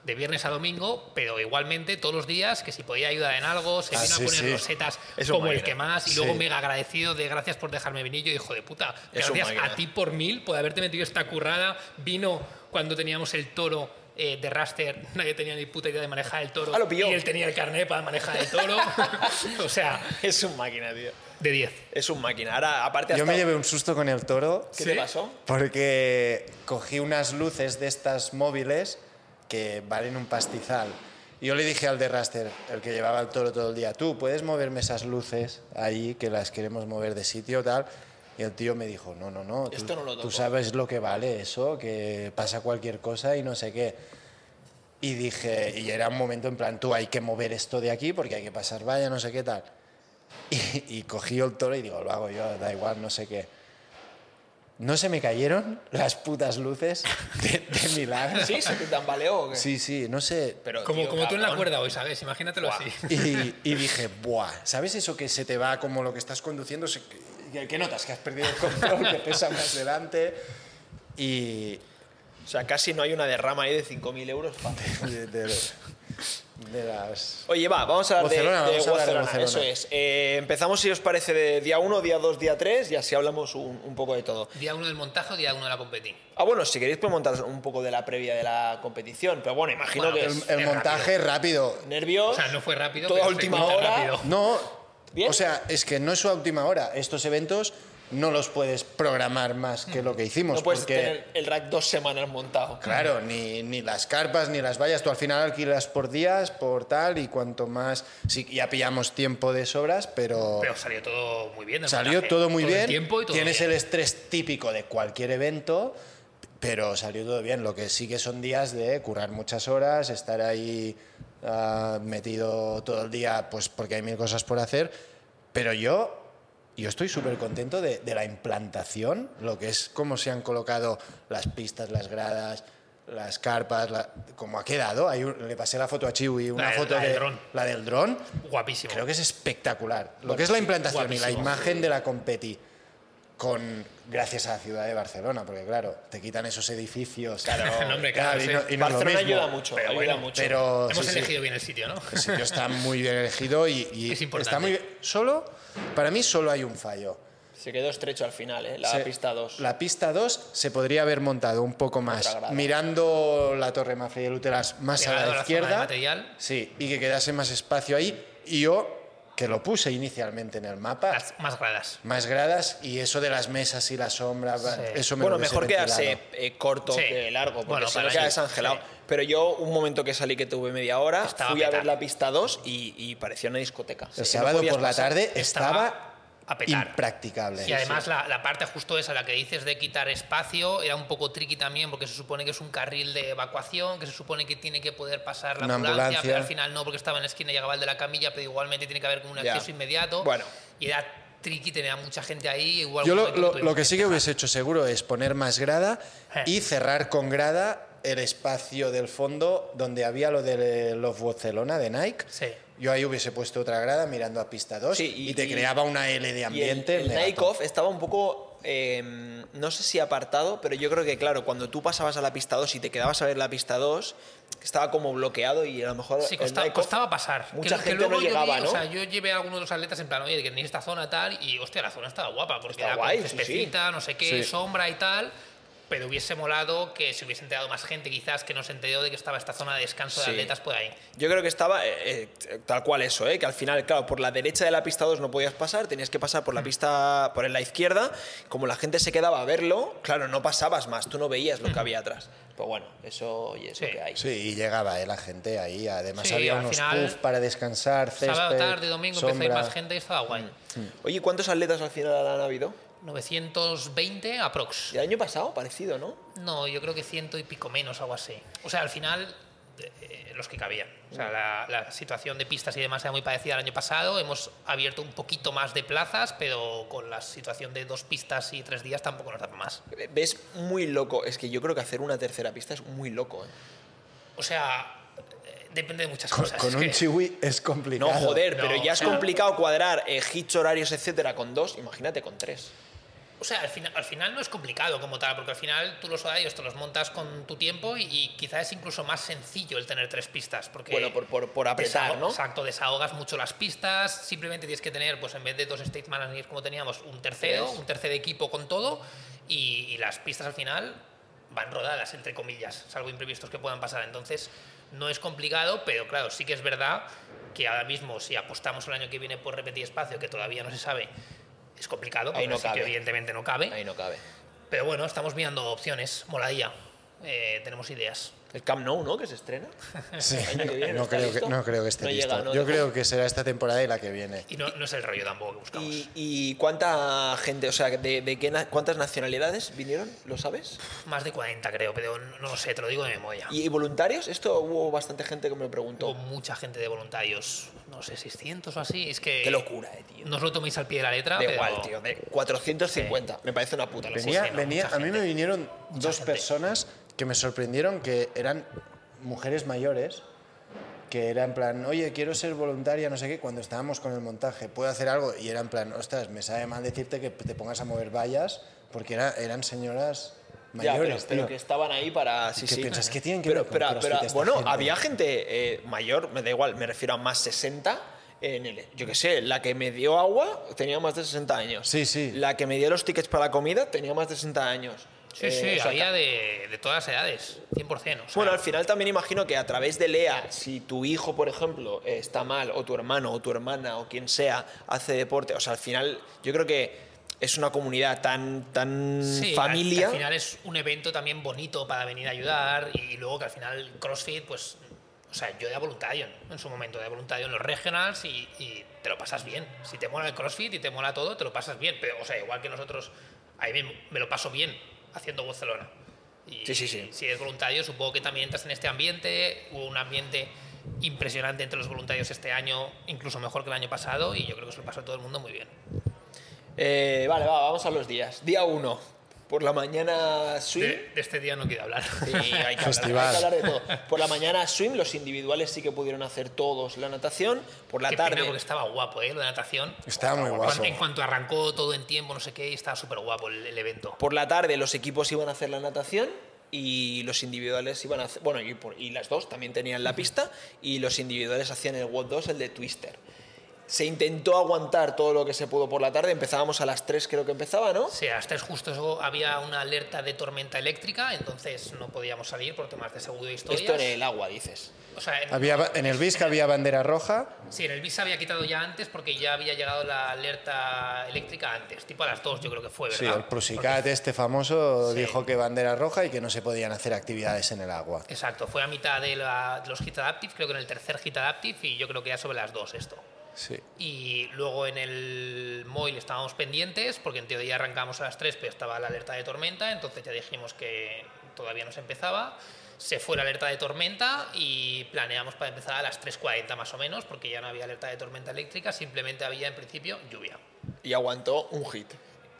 [SPEAKER 3] de viernes a domingo, pero igualmente todos los días, que si podía ayudar en algo, se
[SPEAKER 2] Ah,
[SPEAKER 3] vino
[SPEAKER 2] sí,
[SPEAKER 3] a poner
[SPEAKER 2] sí.
[SPEAKER 3] rosetas
[SPEAKER 1] Es un
[SPEAKER 3] como el
[SPEAKER 1] máquina.
[SPEAKER 3] que más, y
[SPEAKER 2] Sí.
[SPEAKER 3] luego mega agradecido de gracias por dejarme venir. Yo, hijo de puta,
[SPEAKER 1] Es un
[SPEAKER 3] gracias
[SPEAKER 1] máquina.
[SPEAKER 3] a ti por mil, por haberte metido esta currada. Vino cuando teníamos el toro. eh, de raster, nadie tenía ni puta idea de manejar el toro.
[SPEAKER 1] Ah, lo pilló.
[SPEAKER 3] Y él tenía el carnet para manejar el toro. o sea,
[SPEAKER 1] Es un máquina, tío.
[SPEAKER 3] de 10.
[SPEAKER 1] Es un máquina. Ahora, aparte, ha
[SPEAKER 2] Yo me
[SPEAKER 1] estado-
[SPEAKER 2] llevé un susto con el toro
[SPEAKER 1] ¿Qué te pasó?
[SPEAKER 2] porque cogí unas luces de estas móviles que valen un pastizal. Y Yo le dije al de Raster, el que llevaba el toro todo el día, tú puedes moverme esas luces ahí que las queremos mover de sitio tal. Y el tío me dijo, no, no, no, tú,
[SPEAKER 1] Esto no lo toco".
[SPEAKER 2] tú sabes lo que vale eso, que pasa cualquier cosa y no sé qué. Y dije, y era un momento en plan, tú hay que mover esto de aquí porque hay que pasar vaya, no sé qué tal. Y, y cogí el toro y digo, lo hago yo, da igual, no sé qué. No se me cayeron las putas luces de, de milagro.
[SPEAKER 1] Sí, se te tambaleó. ¿o qué?
[SPEAKER 2] Sí, sí, no sé.
[SPEAKER 1] Pero,
[SPEAKER 3] Como,
[SPEAKER 1] tío,
[SPEAKER 3] como tú en la
[SPEAKER 1] cabrón.
[SPEAKER 3] cuerda hoy, ¿sabes? Imagínatelo
[SPEAKER 1] Buah.
[SPEAKER 3] así.
[SPEAKER 2] Y, y dije, buah, ¿sabes eso que se te va como lo que estás conduciendo? se- que, que notas que has perdido el control, que pesa más delante. Y,
[SPEAKER 1] O sea, casi no hay una derrama ahí de 5.000 euros. fácil.
[SPEAKER 2] de, de- de las...
[SPEAKER 1] Oye, va, vamos a hablar de-
[SPEAKER 2] Barcelona,
[SPEAKER 1] de,
[SPEAKER 2] vamos a hablar de
[SPEAKER 1] Barcelona,
[SPEAKER 2] Barcelona.
[SPEAKER 1] Eso es. Eh, empezamos, si os parece, de día 1, día 2, día 3 y así hablamos un, un poco de todo.
[SPEAKER 3] Día uno del montaje o día uno de la competición.
[SPEAKER 1] Ah, bueno, si queréis podemos montar un poco de la previa de la competición, pero bueno, imagino
[SPEAKER 3] Bueno,
[SPEAKER 1] que
[SPEAKER 2] El,
[SPEAKER 1] es
[SPEAKER 2] el
[SPEAKER 3] es
[SPEAKER 2] montaje rápido.
[SPEAKER 1] nervios.
[SPEAKER 3] O sea, no fue rápido.
[SPEAKER 1] Toda
[SPEAKER 3] pero fue
[SPEAKER 1] última
[SPEAKER 3] ultra
[SPEAKER 1] hora.
[SPEAKER 3] rápido.
[SPEAKER 2] No,
[SPEAKER 1] ¿Bien?
[SPEAKER 2] o sea, es que no es su última hora. Estos eventos no los puedes programar más que lo que hicimos.
[SPEAKER 1] Mm. no puedes
[SPEAKER 2] porque...
[SPEAKER 1] tener el rack dos semanas montado.
[SPEAKER 2] Claro, ni, ni las carpas ni las vallas. Tú al final alquilas por días, por tal, y cuanto más. Sí, ya pillamos tiempo de sobras, pero.
[SPEAKER 3] Pero salió todo muy bien. el
[SPEAKER 2] salió
[SPEAKER 3] montaje.
[SPEAKER 2] todo muy
[SPEAKER 3] el
[SPEAKER 2] bien.
[SPEAKER 3] tiempo y pues, todo
[SPEAKER 2] Tienes
[SPEAKER 3] bien.
[SPEAKER 2] el estrés típico de cualquier evento, pero salió todo bien. Lo que sí que son días de currar muchas horas, estar ahí ah, metido todo el día, pues porque hay mil cosas por hacer. Pero yo. Yo estoy súper contento de, de la implantación, lo que es cómo se han colocado las pistas, las gradas, las carpas, la- cómo ha quedado. Ahí le pasé la foto a Chiwi, una
[SPEAKER 3] del-
[SPEAKER 2] foto
[SPEAKER 3] la del
[SPEAKER 2] de-
[SPEAKER 3] dron.
[SPEAKER 2] la del dron.
[SPEAKER 3] Guapísimo.
[SPEAKER 2] Creo que es espectacular. Lo que es la implantación y la
[SPEAKER 3] Guapísimo.
[SPEAKER 2] imagen de la competi con gracias a la ciudad de Barcelona, porque claro, te quitan esos edificios.
[SPEAKER 3] No, hombre, claro,
[SPEAKER 2] y
[SPEAKER 3] sí.
[SPEAKER 2] no, y no es lo
[SPEAKER 1] Barcelona
[SPEAKER 2] mismo.
[SPEAKER 1] ayuda mucho,
[SPEAKER 3] Pero
[SPEAKER 1] ayuda
[SPEAKER 3] bueno,
[SPEAKER 1] mucho.
[SPEAKER 2] Pero
[SPEAKER 3] Hemos
[SPEAKER 2] sí, sí,
[SPEAKER 3] elegido bien el sitio, ¿no?
[SPEAKER 2] el sitio está muy bien elegido y, y
[SPEAKER 3] Es importante.
[SPEAKER 2] está muy bien. Solo, para mí solo hay un fallo.
[SPEAKER 1] Se quedó estrecho al final, ¿eh? La
[SPEAKER 2] Se-
[SPEAKER 1] pista 2.
[SPEAKER 2] La pista 2 se podría haber montado un poco más,
[SPEAKER 1] Otra grada.
[SPEAKER 2] mirando la torre Mafia y Luteras más
[SPEAKER 3] Pegado
[SPEAKER 2] a
[SPEAKER 3] a la
[SPEAKER 2] la
[SPEAKER 3] zona
[SPEAKER 2] izquierda.
[SPEAKER 3] de material.
[SPEAKER 2] Sí, y que quedase más espacio ahí. Y yo que lo puse inicialmente en el mapa.
[SPEAKER 3] Las más gradas.
[SPEAKER 2] Más gradas y eso de las mesas y la sombra, eso me
[SPEAKER 1] bueno,
[SPEAKER 2] lo hubiese
[SPEAKER 1] mejor quedarse
[SPEAKER 2] ventilado.
[SPEAKER 1] eh, corto
[SPEAKER 3] Sí.
[SPEAKER 1] que largo, porque
[SPEAKER 3] Bueno,
[SPEAKER 1] si no
[SPEAKER 3] para
[SPEAKER 1] queda
[SPEAKER 3] ir,
[SPEAKER 1] desangelado.
[SPEAKER 3] sí.
[SPEAKER 1] Pero yo, un momento que salí que tuve media hora,
[SPEAKER 3] Estaba
[SPEAKER 1] fui a ver
[SPEAKER 3] petado.
[SPEAKER 1] la pista 2 y, y parecía una discoteca.
[SPEAKER 2] El
[SPEAKER 1] No
[SPEAKER 2] sábado
[SPEAKER 1] podías
[SPEAKER 2] por la
[SPEAKER 1] pasar.
[SPEAKER 2] tarde estaba,
[SPEAKER 3] a petar.
[SPEAKER 2] impracticable.
[SPEAKER 3] Y además la, la parte justo esa, la que dices de quitar espacio, era un poco tricky también porque se supone que es un carril de evacuación, que se supone que tiene que poder pasar la
[SPEAKER 2] Una
[SPEAKER 3] ambulancia,
[SPEAKER 2] ambulancia.
[SPEAKER 3] pero al final no porque estaba en la esquina y llegaba el de la camilla, pero igualmente tiene que haber como un
[SPEAKER 1] Ya.
[SPEAKER 3] acceso inmediato.
[SPEAKER 1] Bueno.
[SPEAKER 3] Y era tricky, tenía mucha gente ahí. Igual
[SPEAKER 2] Yo
[SPEAKER 3] como
[SPEAKER 2] lo,
[SPEAKER 3] tú
[SPEAKER 2] lo-
[SPEAKER 3] tuvimos
[SPEAKER 2] lo que sí que hubiese hecho seguro es poner más grada
[SPEAKER 3] Eh.
[SPEAKER 2] y cerrar con grada el espacio del fondo donde había lo de los Barcelona de Nike.
[SPEAKER 3] Sí.
[SPEAKER 2] Yo ahí hubiese puesto otra grada mirando a pista 2
[SPEAKER 1] Sí, y-
[SPEAKER 2] y, te
[SPEAKER 1] y-
[SPEAKER 2] creaba una L de
[SPEAKER 1] Y el-
[SPEAKER 2] ambiente.
[SPEAKER 1] el,
[SPEAKER 2] mega
[SPEAKER 1] Nike
[SPEAKER 2] top.
[SPEAKER 1] Off estaba un poco, eh, no sé si apartado, pero yo creo que, claro, cuando tú pasabas a la pista 2 y te quedabas a ver la pista 2, estaba como bloqueado y a lo mejor.
[SPEAKER 3] Sí,
[SPEAKER 1] el
[SPEAKER 3] costa-
[SPEAKER 1] Nike Off-
[SPEAKER 3] costaba pasar. Que-
[SPEAKER 1] Mucha
[SPEAKER 3] que
[SPEAKER 1] gente
[SPEAKER 3] luego
[SPEAKER 1] no
[SPEAKER 3] yo vi-
[SPEAKER 1] llegaba, ¿no?
[SPEAKER 3] O sea, yo llevé a algunos de los atletas en plan, oye, que tenéis esta zona tal, y hostia, la zona estaba guapa, porque
[SPEAKER 1] Estaba
[SPEAKER 3] era con
[SPEAKER 1] guay, sí,
[SPEAKER 3] cespecita, no sé qué,
[SPEAKER 2] Sí.
[SPEAKER 3] sombra y tal. Pero hubiese molado que se hubiese enterado más gente, quizás, que no se enteró de que estaba esta zona de descanso
[SPEAKER 1] Sí.
[SPEAKER 3] de atletas por ahí.
[SPEAKER 1] Yo creo que estaba eh, eh, tal cual eso, ¿eh? que al final, claro, por la derecha de la pista 2 no podías pasar, tenías que pasar
[SPEAKER 3] Mm.
[SPEAKER 1] por la pista, por la izquierda. Como la gente se quedaba a verlo, claro, no pasabas más, tú no veías lo que había atrás. Pues bueno, eso oye, es
[SPEAKER 3] Mm. Sí.
[SPEAKER 1] lo que hay.
[SPEAKER 2] Sí, y llegaba eh, la gente ahí. Además
[SPEAKER 3] Sí,
[SPEAKER 2] había
[SPEAKER 3] al
[SPEAKER 2] unos
[SPEAKER 3] final,
[SPEAKER 2] puffs para descansar, césped,
[SPEAKER 3] Sábado, tarde, domingo, empezó a ir
[SPEAKER 2] sombra.
[SPEAKER 3] más gente y estaba
[SPEAKER 1] Mm.
[SPEAKER 3] guay.
[SPEAKER 1] Oye, ¿cuántos atletas al final han habido?
[SPEAKER 3] 920 aprox.
[SPEAKER 1] El año pasado, parecido, ¿no?
[SPEAKER 3] No, yo creo que ciento y pico menos, algo así. O sea, al final, eh, los que cabían. O sea, la, la situación de pistas y demás era muy parecida al año pasado. Hemos abierto un poquito más de plazas, pero con la situación de dos pistas y tres días tampoco nos da para más.
[SPEAKER 1] Ves muy loco, es que yo creo que hacer una tercera pista es muy loco. ¿eh?
[SPEAKER 3] O sea, eh, depende de muchas
[SPEAKER 2] Con,
[SPEAKER 3] cosas.
[SPEAKER 2] con
[SPEAKER 3] Es
[SPEAKER 2] un
[SPEAKER 3] que-
[SPEAKER 2] chiwi es
[SPEAKER 1] No,
[SPEAKER 2] complicado.
[SPEAKER 1] joder,
[SPEAKER 3] No,
[SPEAKER 1] pero ya es
[SPEAKER 3] claro.
[SPEAKER 1] complicado cuadrar eh, hits, horarios, etcétera, con dos, imagínate con tres.
[SPEAKER 3] O sea, al final, al final no es complicado como tal, porque al final tú los horarios te los montas con tu tiempo y, y quizá es incluso más sencillo el tener tres pistas. Porque
[SPEAKER 1] Bueno, por- por- por apretar,
[SPEAKER 3] desaho-
[SPEAKER 1] ¿no?
[SPEAKER 3] Exacto, desahogas mucho las pistas, simplemente tienes que tener, pues en vez de dos state managers como teníamos, un tercero,
[SPEAKER 1] Tres.
[SPEAKER 3] un tercer equipo con todo y, y las pistas al final van rodadas, entre comillas, salvo imprevistos que puedan pasar. Entonces, no es complicado, pero claro, sí que es verdad que ahora mismo si apostamos el año que viene por repetir espacio, que todavía no se sabe, es complicado,
[SPEAKER 1] Ahí
[SPEAKER 3] porque
[SPEAKER 1] no
[SPEAKER 3] sí que
[SPEAKER 1] cabe.
[SPEAKER 3] evidentemente no cabe.
[SPEAKER 1] Ahí no cabe.
[SPEAKER 3] Pero bueno, estamos mirando opciones, moladilla. Eh, tenemos ideas.
[SPEAKER 1] El Camp Nou, ¿no? Que se estrena.
[SPEAKER 2] Sí,
[SPEAKER 1] año que viene,
[SPEAKER 2] no,
[SPEAKER 1] ¿está
[SPEAKER 2] creo que,
[SPEAKER 1] listo?
[SPEAKER 2] no creo que esté
[SPEAKER 1] No
[SPEAKER 2] listo.
[SPEAKER 1] llega, ¿no?
[SPEAKER 2] Yo
[SPEAKER 1] Tampoco.
[SPEAKER 2] creo que será esta temporada y la que viene.
[SPEAKER 3] Y no, no es el rollo tampoco que buscamos.
[SPEAKER 1] ¿Y, y cuánta gente, o sea, de, de qué na- cuántas nacionalidades vinieron? ¿Lo sabes?
[SPEAKER 3] Más de 40 creo, pero no, no lo sé, te lo digo de memoria.
[SPEAKER 1] ¿Y, y voluntarios? Esto hubo bastante gente que me lo
[SPEAKER 3] Hubo
[SPEAKER 1] preguntó.
[SPEAKER 3] mucha gente de voluntarios, no sé, 600 o así. Es que...
[SPEAKER 1] Qué locura, eh, tío.
[SPEAKER 3] No os lo toméis al pie de la
[SPEAKER 2] Ah,
[SPEAKER 3] letra.
[SPEAKER 1] Da
[SPEAKER 3] pero-
[SPEAKER 1] igual, tío. De 450. Me parece una puta locura.
[SPEAKER 2] Venía,
[SPEAKER 3] Pues sí, no,
[SPEAKER 2] venía,
[SPEAKER 3] mucha
[SPEAKER 2] a mí
[SPEAKER 3] gente.
[SPEAKER 2] me vinieron dos
[SPEAKER 3] gente.
[SPEAKER 2] personas que me sorprendieron que eran mujeres mayores que era en plan, oye, quiero ser voluntaria, no sé qué, cuando estábamos con el montaje, ¿puedo hacer algo? Y era en plan, ostras, me sabe mal decirte que te pongas a mover vallas, porque era- eran señoras
[SPEAKER 1] Ya, pero,
[SPEAKER 2] mayores,
[SPEAKER 1] pero
[SPEAKER 2] tío.
[SPEAKER 1] que estaban ahí para. Sí,
[SPEAKER 2] ¿Qué
[SPEAKER 1] sí.
[SPEAKER 2] piensas que tienen que
[SPEAKER 1] pero,
[SPEAKER 2] ver con
[SPEAKER 1] pero,
[SPEAKER 2] CrossFit
[SPEAKER 1] pero,
[SPEAKER 2] esta
[SPEAKER 1] Bueno,
[SPEAKER 2] gente?
[SPEAKER 1] había gente eh, mayor, me da igual, me refiero a más 60. En el, yo qué sé, la que me dio agua tenía más de 60 años.
[SPEAKER 2] Sí, sí.
[SPEAKER 1] La que me dio los tickets para la comida tenía más de 60 años.
[SPEAKER 3] Sí,
[SPEAKER 1] Eh,
[SPEAKER 3] sí,
[SPEAKER 1] o sea,
[SPEAKER 3] había de, de todas las edades, 100%. o sea,
[SPEAKER 1] Bueno, al final también imagino que a través de Lea, si tu hijo, por ejemplo, eh, está mal, o tu hermano, o tu hermana, o quien sea, hace deporte, o sea, al final yo creo que es una comunidad tan, tan
[SPEAKER 3] Sí,
[SPEAKER 1] familia.
[SPEAKER 3] Al, al final es un evento también bonito para venir a ayudar y luego que al final CrossFit, pues, o sea, yo era voluntario en su momento, de voluntario en los regionals y, y te lo pasas bien. Si te mola el CrossFit y te mola todo, te lo pasas bien. Pero, o sea, igual que nosotros, a mí me, me lo paso bien haciendo Barcelona. Y
[SPEAKER 1] Sí, sí, sí.
[SPEAKER 3] Si eres voluntario, supongo que también entras en este ambiente. Hubo un ambiente impresionante entre los voluntarios este año, incluso mejor que el año pasado, y yo creo que se lo pasó a todo el mundo muy bien.
[SPEAKER 1] Eh, vale, va, vamos a los días. Día 1, por la mañana swim.
[SPEAKER 3] De, de este día no quiero hablar.
[SPEAKER 1] Sí, hay que hablar- hay que
[SPEAKER 2] Festival.
[SPEAKER 1] hablar de todo. Por la mañana swim, los individuales sí que pudieron hacer todos la natación. Por la
[SPEAKER 3] Qué pena,
[SPEAKER 1] tarde.
[SPEAKER 3] porque estaba guapo, ¿eh? Lo de natación.
[SPEAKER 2] Estaba muy
[SPEAKER 3] Cuan-
[SPEAKER 2] guapo.
[SPEAKER 3] En cuanto arrancó todo en tiempo, no sé qué, y estaba súper guapo el, el evento.
[SPEAKER 1] Por la tarde los equipos iban a hacer la natación y los individuales iban a hacer, bueno, y, por- y las dos también tenían la pista y los individuales hacían el WOD 2, el de Twister. Se intentó aguantar todo lo que se pudo por la tarde, empezábamos a las 3 creo que empezaba, ¿no?
[SPEAKER 3] O sea, hasta es justo eso, había una alerta de tormenta eléctrica, entonces no podíamos salir por temas de seguro y historias.
[SPEAKER 1] Esto en el agua, dices.
[SPEAKER 3] O sea, en-
[SPEAKER 2] Había, ba- en el BISC había bandera roja.
[SPEAKER 3] Sí, en el BIS se había quitado ya antes porque ya había llegado la alerta eléctrica antes, tipo a las 2 yo creo que fue, ¿verdad?
[SPEAKER 2] Sí, el Prusicat este famoso dijo que bandera roja y que no se podían hacer actividades en el agua.
[SPEAKER 3] Exacto, fue a mitad de, la- de los hit adaptive, creo que en el tercer hit adaptive y yo creo que ya sobre las 2 esto.
[SPEAKER 2] Sí.
[SPEAKER 3] Y luego en el Moil estábamos pendientes porque en teoría arrancamos a las 3 pero estaba la alerta de tormenta, entonces ya dijimos que todavía no se empezaba. Se fue la alerta de tormenta y planeamos para empezar a las 3.40 más o menos porque ya no había alerta de tormenta eléctrica, simplemente había en principio lluvia.
[SPEAKER 1] Y aguantó un hit.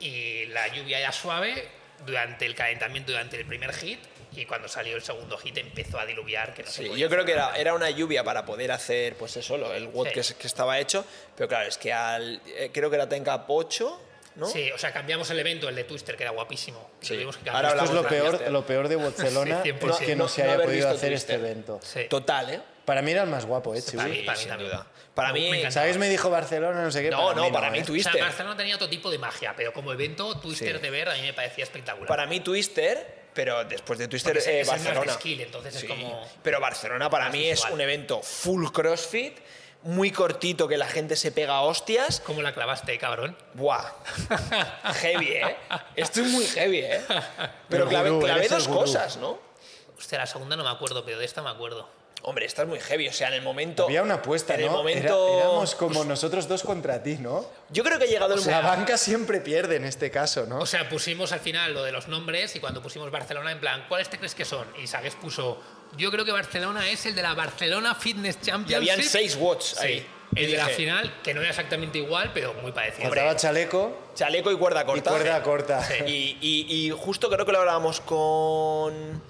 [SPEAKER 3] y la lluvia ya suave durante el calentamiento, durante el primer hit, y cuando salió el segundo hit empezó a diluviar, que no se
[SPEAKER 1] Sí,
[SPEAKER 3] podía
[SPEAKER 1] yo creo
[SPEAKER 3] hacer
[SPEAKER 1] que era,
[SPEAKER 3] nada.
[SPEAKER 1] era una lluvia para poder hacer, pues eso, lo- el WOD
[SPEAKER 3] Sí.
[SPEAKER 1] que, se- que estaba hecho. Pero claro, es que al, eh, creo que era Tenka Pocho, ¿no?
[SPEAKER 3] Sí, o sea, cambiamos el evento, el de Twister, que era guapísimo. y
[SPEAKER 1] Sí.
[SPEAKER 3] tuvimos que
[SPEAKER 1] Ahora
[SPEAKER 2] Esto
[SPEAKER 3] cambiar.
[SPEAKER 2] es
[SPEAKER 1] hablamos
[SPEAKER 2] lo
[SPEAKER 1] de
[SPEAKER 2] peor,
[SPEAKER 1] Manchester.
[SPEAKER 2] lo peor de Barcelona
[SPEAKER 3] Sí,
[SPEAKER 2] es que no,
[SPEAKER 3] 100%.
[SPEAKER 2] se
[SPEAKER 1] No
[SPEAKER 2] haya
[SPEAKER 1] haber
[SPEAKER 2] podido
[SPEAKER 1] visto
[SPEAKER 2] hacer
[SPEAKER 1] Twister.
[SPEAKER 2] este evento.
[SPEAKER 3] Sí.
[SPEAKER 1] Total, ¿eh?
[SPEAKER 2] Para mí era el más guapo, eh,
[SPEAKER 3] Para
[SPEAKER 2] Chiwi.
[SPEAKER 3] mí, para mí
[SPEAKER 1] sin
[SPEAKER 3] también.
[SPEAKER 1] duda. Para
[SPEAKER 3] Uh, Me-
[SPEAKER 1] mí-
[SPEAKER 3] me encantaba.
[SPEAKER 2] ¿Sabéis? Me dijo Barcelona, no sé qué.
[SPEAKER 1] No, no,
[SPEAKER 2] mí
[SPEAKER 1] para mí
[SPEAKER 2] ¿eh?
[SPEAKER 1] Twister.
[SPEAKER 3] O sea, Barcelona tenía otro tipo de magia, pero como evento, Twister
[SPEAKER 1] Sí.
[SPEAKER 3] de ver a mí me parecía espectacular.
[SPEAKER 1] Para mí Twister, pero después de Twister
[SPEAKER 3] Porque ese-
[SPEAKER 1] eh,
[SPEAKER 3] ese es más de
[SPEAKER 1] Barcelona.
[SPEAKER 3] skill, entonces es como-
[SPEAKER 1] Pero Barcelona para
[SPEAKER 3] más
[SPEAKER 1] mí
[SPEAKER 3] visual.
[SPEAKER 1] es un evento full CrossFit, muy cortito que la gente se pega a hostias.
[SPEAKER 3] ¿Cómo la clavaste, cabrón?
[SPEAKER 1] Buah, heavy, ¿eh? Esto es muy heavy, ¿eh? Pero
[SPEAKER 2] El
[SPEAKER 1] clave,
[SPEAKER 2] gurú,
[SPEAKER 1] clavé
[SPEAKER 2] eres el
[SPEAKER 1] dos
[SPEAKER 2] gurú.
[SPEAKER 1] cosas, ¿no?
[SPEAKER 3] Hostia, la segunda no me acuerdo, pero de esta me acuerdo.
[SPEAKER 1] Hombre, esta es muy heavy. O sea, en el momento.
[SPEAKER 2] Había una apuesta,
[SPEAKER 1] en el
[SPEAKER 2] ¿no?
[SPEAKER 1] momento.
[SPEAKER 2] Era- éramos como nosotros dos contra ti, ¿no?
[SPEAKER 1] Yo creo que ha llegado el
[SPEAKER 2] La
[SPEAKER 1] momento.
[SPEAKER 2] banca siempre pierde en este caso, ¿no?
[SPEAKER 3] O sea, pusimos al final lo de los nombres y cuando pusimos Barcelona, en plan, ¿cuáles te crees que son? Y Sagues puso, yo creo que Barcelona es el de la Barcelona Fitness Championship.
[SPEAKER 1] Y habían seis watts
[SPEAKER 3] Sí,
[SPEAKER 1] ahí.
[SPEAKER 3] El
[SPEAKER 1] Y
[SPEAKER 3] de la
[SPEAKER 1] dije,
[SPEAKER 3] final, que no era exactamente igual, pero muy parecido.
[SPEAKER 2] Faltaba chaleco
[SPEAKER 1] Chaleco y cuerda
[SPEAKER 2] y
[SPEAKER 1] corta.
[SPEAKER 2] cuerda corta.
[SPEAKER 1] Y, y- y justo creo que lo hablábamos con.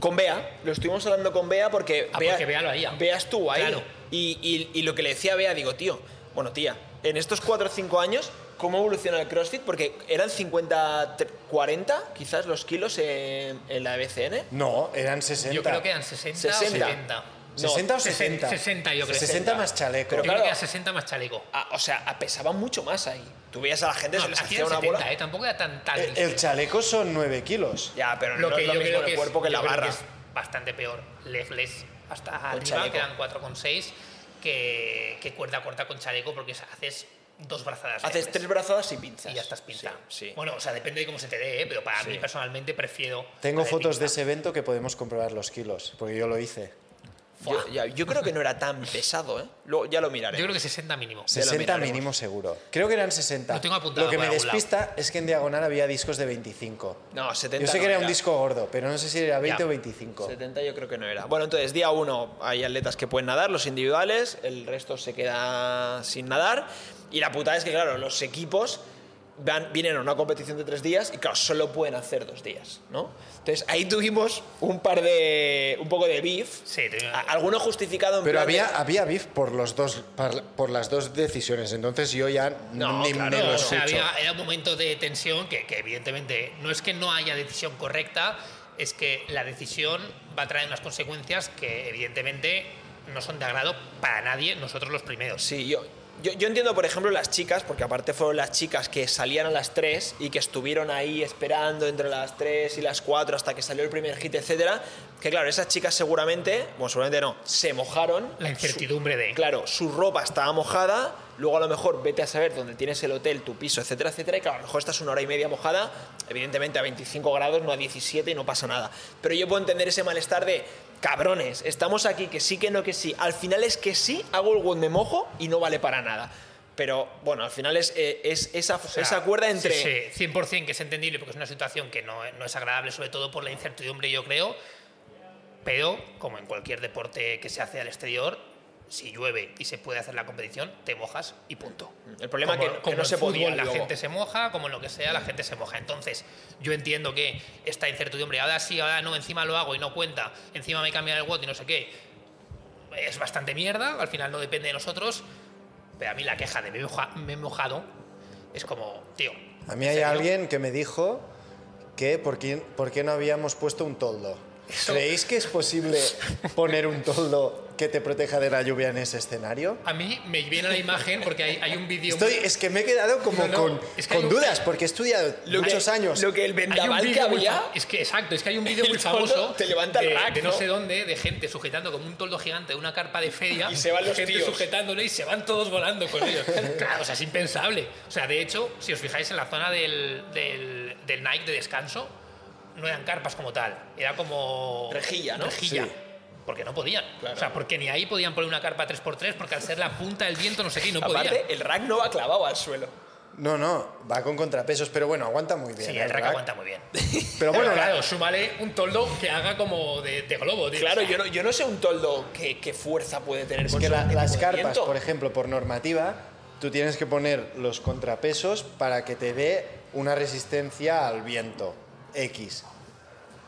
[SPEAKER 1] Con Bea. Lo estuvimos hablando con Bea porque.
[SPEAKER 3] Ah, porque Bea lo haría.
[SPEAKER 1] Bea estuvo ahí.
[SPEAKER 3] Claro.
[SPEAKER 1] Y, y- y lo que le decía a Bea, digo, tío, bueno, tía, en estos 4 o 5 años, ¿cómo evoluciona el CrossFit? Porque eran 50, tre- 40 quizás los kilos en, en la BCN.
[SPEAKER 2] No, eran 60.
[SPEAKER 3] Yo creo que eran 60,
[SPEAKER 1] 60.
[SPEAKER 3] o 70.
[SPEAKER 1] No,
[SPEAKER 2] 60 o 60.
[SPEAKER 3] 60, yo creo.
[SPEAKER 2] 60 más chaleco.
[SPEAKER 3] Yo
[SPEAKER 1] Pero
[SPEAKER 3] creo
[SPEAKER 1] claro.
[SPEAKER 3] que era 60 más chaleco.
[SPEAKER 1] Ah, o sea, ah, pesaba mucho más ahí. Tú veías a la gente, se
[SPEAKER 3] No,
[SPEAKER 1] les
[SPEAKER 3] hacían
[SPEAKER 1] hacía una
[SPEAKER 3] 70,
[SPEAKER 1] bola.
[SPEAKER 3] ¿eh? Tampoco era tan tan
[SPEAKER 2] El, el chaleco son 9 kilos.
[SPEAKER 1] Ya, pero
[SPEAKER 3] Lo
[SPEAKER 1] no
[SPEAKER 3] que
[SPEAKER 1] es lo
[SPEAKER 3] yo
[SPEAKER 1] mismo
[SPEAKER 3] creo
[SPEAKER 1] en
[SPEAKER 3] que
[SPEAKER 1] el
[SPEAKER 3] es-
[SPEAKER 1] cuerpo que en
[SPEAKER 3] yo
[SPEAKER 1] la
[SPEAKER 3] creo
[SPEAKER 1] barra.
[SPEAKER 3] es bastante peor. Legless hasta arriba,
[SPEAKER 1] chaleco.
[SPEAKER 3] que eran 4,6, que, que cuerda corta con chaleco, porque es- haces dos brazadas.
[SPEAKER 1] Haces
[SPEAKER 3] libres
[SPEAKER 1] tres brazadas y pinzas.
[SPEAKER 3] y ya estás pinta.
[SPEAKER 1] Sí, sí.
[SPEAKER 3] Bueno, o sea, depende de cómo se te dé, ¿eh? pero para
[SPEAKER 1] Sí.
[SPEAKER 3] mí personalmente prefiero.
[SPEAKER 2] Tengo
[SPEAKER 3] la de
[SPEAKER 2] fotos de
[SPEAKER 3] pinza.
[SPEAKER 2] ese evento que podemos comprobar los kilos, porque yo lo hice.
[SPEAKER 1] yo, ya- yo creo que no era tan pesado, ¿eh? Luego ya lo miraré.
[SPEAKER 3] Yo creo que 60 mínimo.
[SPEAKER 1] Ya lo
[SPEAKER 2] 60
[SPEAKER 1] miraremos.
[SPEAKER 2] mínimo seguro. Creo que eran 60.
[SPEAKER 3] Lo tengo apuntado
[SPEAKER 2] que
[SPEAKER 3] por
[SPEAKER 2] me
[SPEAKER 3] algún lado.
[SPEAKER 2] despista es que en diagonal había discos de 25.
[SPEAKER 1] No, 70.
[SPEAKER 2] yo sé
[SPEAKER 1] no
[SPEAKER 2] que era, un disco gordo, pero no sé si era 20
[SPEAKER 3] Ya.
[SPEAKER 2] o 25.
[SPEAKER 1] 70 yo creo que no era. Bueno, entonces, día 1 hay atletas que pueden nadar, los individuales, el resto se queda sin nadar. Y la putada es que, claro, los equipos van, vienen a una competición de tres días y, claro, solo pueden hacer dos días, ¿no? Entonces, ahí tuvimos un par de. un poco de beef.
[SPEAKER 3] Sí, te-
[SPEAKER 1] A- Alguno justificado en
[SPEAKER 2] Pero
[SPEAKER 1] plan de-
[SPEAKER 2] había, había beef por, los dos, par- por las dos decisiones, entonces yo ya
[SPEAKER 1] Ah, No,
[SPEAKER 2] ni,
[SPEAKER 1] claro,
[SPEAKER 2] ni lo
[SPEAKER 3] o
[SPEAKER 2] escucho.
[SPEAKER 3] sea, había- era un momento de tensión que, que evidentemente no es que no haya decisión correcta, es que la decisión va a traer unas consecuencias que evidentemente no son de agrado para nadie, nosotros los primeros.
[SPEAKER 1] Sí, yo, yo, yo entiendo, por ejemplo, las chicas, porque aparte fueron las chicas que salían a las 3 y que estuvieron ahí esperando entre las 3 y las 4 hasta que salió el primer hit, etcétera. Que claro, esas chicas seguramente, bueno, seguramente no, se mojaron.
[SPEAKER 3] La incertidumbre de...
[SPEAKER 1] Eh, Claro, su ropa estaba mojada, luego a lo mejor vete a saber dónde tienes el hotel, tu piso, etcétera, etcétera, y claro, a lo mejor estás una hora y media mojada, evidentemente a 25 grados, no a 17 y no pasa nada. Pero yo puedo entender ese malestar de, cabrones, estamos aquí, que sí, que no, que sí. Al final es que sí, hago el buen me mojo y no vale para nada. Pero bueno, al final es, eh, es esa,
[SPEAKER 3] O sea,
[SPEAKER 1] esa cuerda entre...
[SPEAKER 3] Sí, sí, 100% que es entendible porque es una situación que no, no es agradable, sobre todo por la incertidumbre, yo creo. Pero, como en cualquier deporte que se hace al exterior, si llueve y se puede hacer la competición, te mojas y punto.
[SPEAKER 1] El problema es
[SPEAKER 3] como,
[SPEAKER 1] que- que
[SPEAKER 3] como
[SPEAKER 1] no
[SPEAKER 3] en
[SPEAKER 1] se podía
[SPEAKER 3] fútbol La
[SPEAKER 1] luego.
[SPEAKER 3] gente se moja, como en lo que sea, la gente se moja. Entonces, yo entiendo que esta incertidumbre, ahora sí, ahora no, encima lo hago y no cuenta, encima me cambian el WOT y no sé qué, es bastante mierda, al final no depende de nosotros, pero a mí la queja de me, he moja- me he mojado es como, tío.
[SPEAKER 2] A mí
[SPEAKER 3] ¿en
[SPEAKER 2] hay
[SPEAKER 3] serio?
[SPEAKER 2] alguien que me dijo que por qué, por qué no habíamos puesto un toldo. ¿Creéis que es posible poner un toldo que te proteja de la lluvia en ese escenario?
[SPEAKER 3] A mí me viene la imagen porque hay, hay un vídeo.
[SPEAKER 2] Estoy, es que me he quedado como
[SPEAKER 3] No, no,
[SPEAKER 2] con,
[SPEAKER 3] es que
[SPEAKER 2] con
[SPEAKER 3] hay un-
[SPEAKER 2] dudas, porque he estudiado
[SPEAKER 1] Lo que-
[SPEAKER 2] muchos años.
[SPEAKER 1] Lo que el
[SPEAKER 3] Hay un
[SPEAKER 1] vendaval que
[SPEAKER 3] vídeo muy
[SPEAKER 1] había.
[SPEAKER 3] fa- Es que exacto, es que hay un vídeo
[SPEAKER 1] El
[SPEAKER 3] muy
[SPEAKER 1] toldo
[SPEAKER 3] famoso.
[SPEAKER 1] te levanta el
[SPEAKER 3] de,
[SPEAKER 1] rack,
[SPEAKER 3] de no,
[SPEAKER 1] ¿no?
[SPEAKER 3] sé dónde, de gente sujetando como un toldo gigante de una carpa de feria.
[SPEAKER 1] Y se van los
[SPEAKER 3] gente
[SPEAKER 1] tíos.
[SPEAKER 3] sujetándole y se van todos volando con ellos. claro, o sea, es impensable. O sea, de hecho, si os fijáis en la zona del, del, del Nike de descanso, no eran carpas como tal, era como.
[SPEAKER 1] Rejilla, ¿no?
[SPEAKER 3] Rejilla.
[SPEAKER 2] Sí.
[SPEAKER 3] Porque no podían.
[SPEAKER 1] Claro.
[SPEAKER 3] O sea, porque ni ahí podían poner una carpa 3x3, porque al ser la punta del viento, no sé qué, y no podían.
[SPEAKER 1] Aparte, el rack no va clavado al suelo.
[SPEAKER 2] No, no, va con contrapesos, pero bueno, aguanta muy bien.
[SPEAKER 3] Sí,
[SPEAKER 2] ¿eh,
[SPEAKER 3] el rack
[SPEAKER 2] Rack?
[SPEAKER 3] aguanta muy bien.
[SPEAKER 2] Pero bueno, la-
[SPEAKER 3] claro, súmale un toldo que haga como de, de globo, tío.
[SPEAKER 1] Claro,
[SPEAKER 3] O sea,
[SPEAKER 1] yo no, yo no sé un toldo qué, qué fuerza puede tener.
[SPEAKER 2] Es que la- las carpas, por ejemplo, por normativa, tú tienes que poner los contrapesos para que te dé una resistencia al viento X.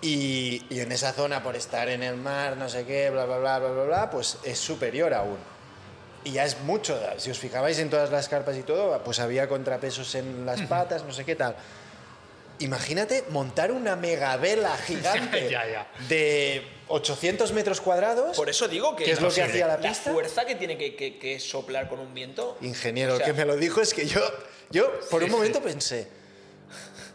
[SPEAKER 2] Y, y en esa zona, por estar en el mar, no sé qué, bla, bla, bla, bla, bla, bla, pues es superior aún. Y ya es mucho, si os fijabais en todas las carpas y todo, pues había contrapesos en las patas, no sé qué tal. Imagínate montar una megavela gigante
[SPEAKER 3] Ya, ya.
[SPEAKER 2] de 800 metros cuadrados.
[SPEAKER 1] Por eso digo que.
[SPEAKER 2] ¿Qué es lo que
[SPEAKER 1] no sé,
[SPEAKER 2] hacía la pista?
[SPEAKER 1] fuerza que tiene que, que- que soplar con un viento.
[SPEAKER 2] Ingeniero,
[SPEAKER 1] O sea,
[SPEAKER 2] el que me lo dijo es que yo, yo por
[SPEAKER 3] Sí,
[SPEAKER 2] un
[SPEAKER 3] sí.
[SPEAKER 2] momento pensé,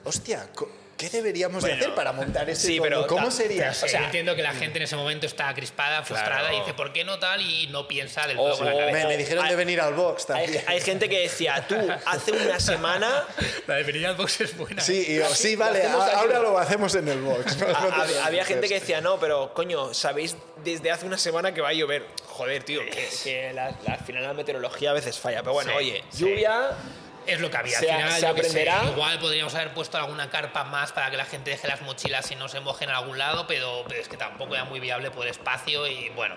[SPEAKER 2] hostia, co- ¿qué deberíamos de
[SPEAKER 1] Bueno,
[SPEAKER 2] hacer para montar ese
[SPEAKER 1] sí,
[SPEAKER 2] toldo?
[SPEAKER 1] pero
[SPEAKER 2] ¿Cómo
[SPEAKER 1] ta-
[SPEAKER 2] sería?
[SPEAKER 1] pero
[SPEAKER 3] O sea,
[SPEAKER 1] O sea, mm.
[SPEAKER 3] yo entiendo que la gente en ese momento está crispada, frustrada
[SPEAKER 1] Claro.
[SPEAKER 3] y dice, ¿por qué no tal? Y no piensa del
[SPEAKER 1] O-
[SPEAKER 3] todo con la
[SPEAKER 1] o-
[SPEAKER 3] cabeza.
[SPEAKER 2] me, me dijeron de
[SPEAKER 1] hay-
[SPEAKER 2] venir al box
[SPEAKER 1] Hay,
[SPEAKER 2] también.
[SPEAKER 1] hay gente que decía, tú, hace una semana
[SPEAKER 3] La debilidad box es buena.
[SPEAKER 2] sí, y yo, sí,
[SPEAKER 1] lo
[SPEAKER 2] vale,
[SPEAKER 1] hacemos
[SPEAKER 2] a-
[SPEAKER 1] aquí.
[SPEAKER 2] ahora lo hacemos en el box. No, no te
[SPEAKER 1] ha- hab- Ah, había
[SPEAKER 2] preocupes.
[SPEAKER 1] gente que decía, no, pero coño, sabéis desde hace una semana que va a llover. Joder, tío, que, que la, la- al final la meteorología a veces falla. Pero bueno,
[SPEAKER 3] Sí,
[SPEAKER 1] oye,
[SPEAKER 3] sí.
[SPEAKER 1] lluvia,
[SPEAKER 3] Es lo que había.
[SPEAKER 1] Se-
[SPEAKER 3] Al final,
[SPEAKER 1] se
[SPEAKER 3] yo qué sé,
[SPEAKER 1] aprenderá.
[SPEAKER 3] igual podríamos haber puesto alguna carpa más para que la gente deje las mochilas y no se mojen en algún lado, pero, pero es que tampoco era muy viable por espacio y bueno.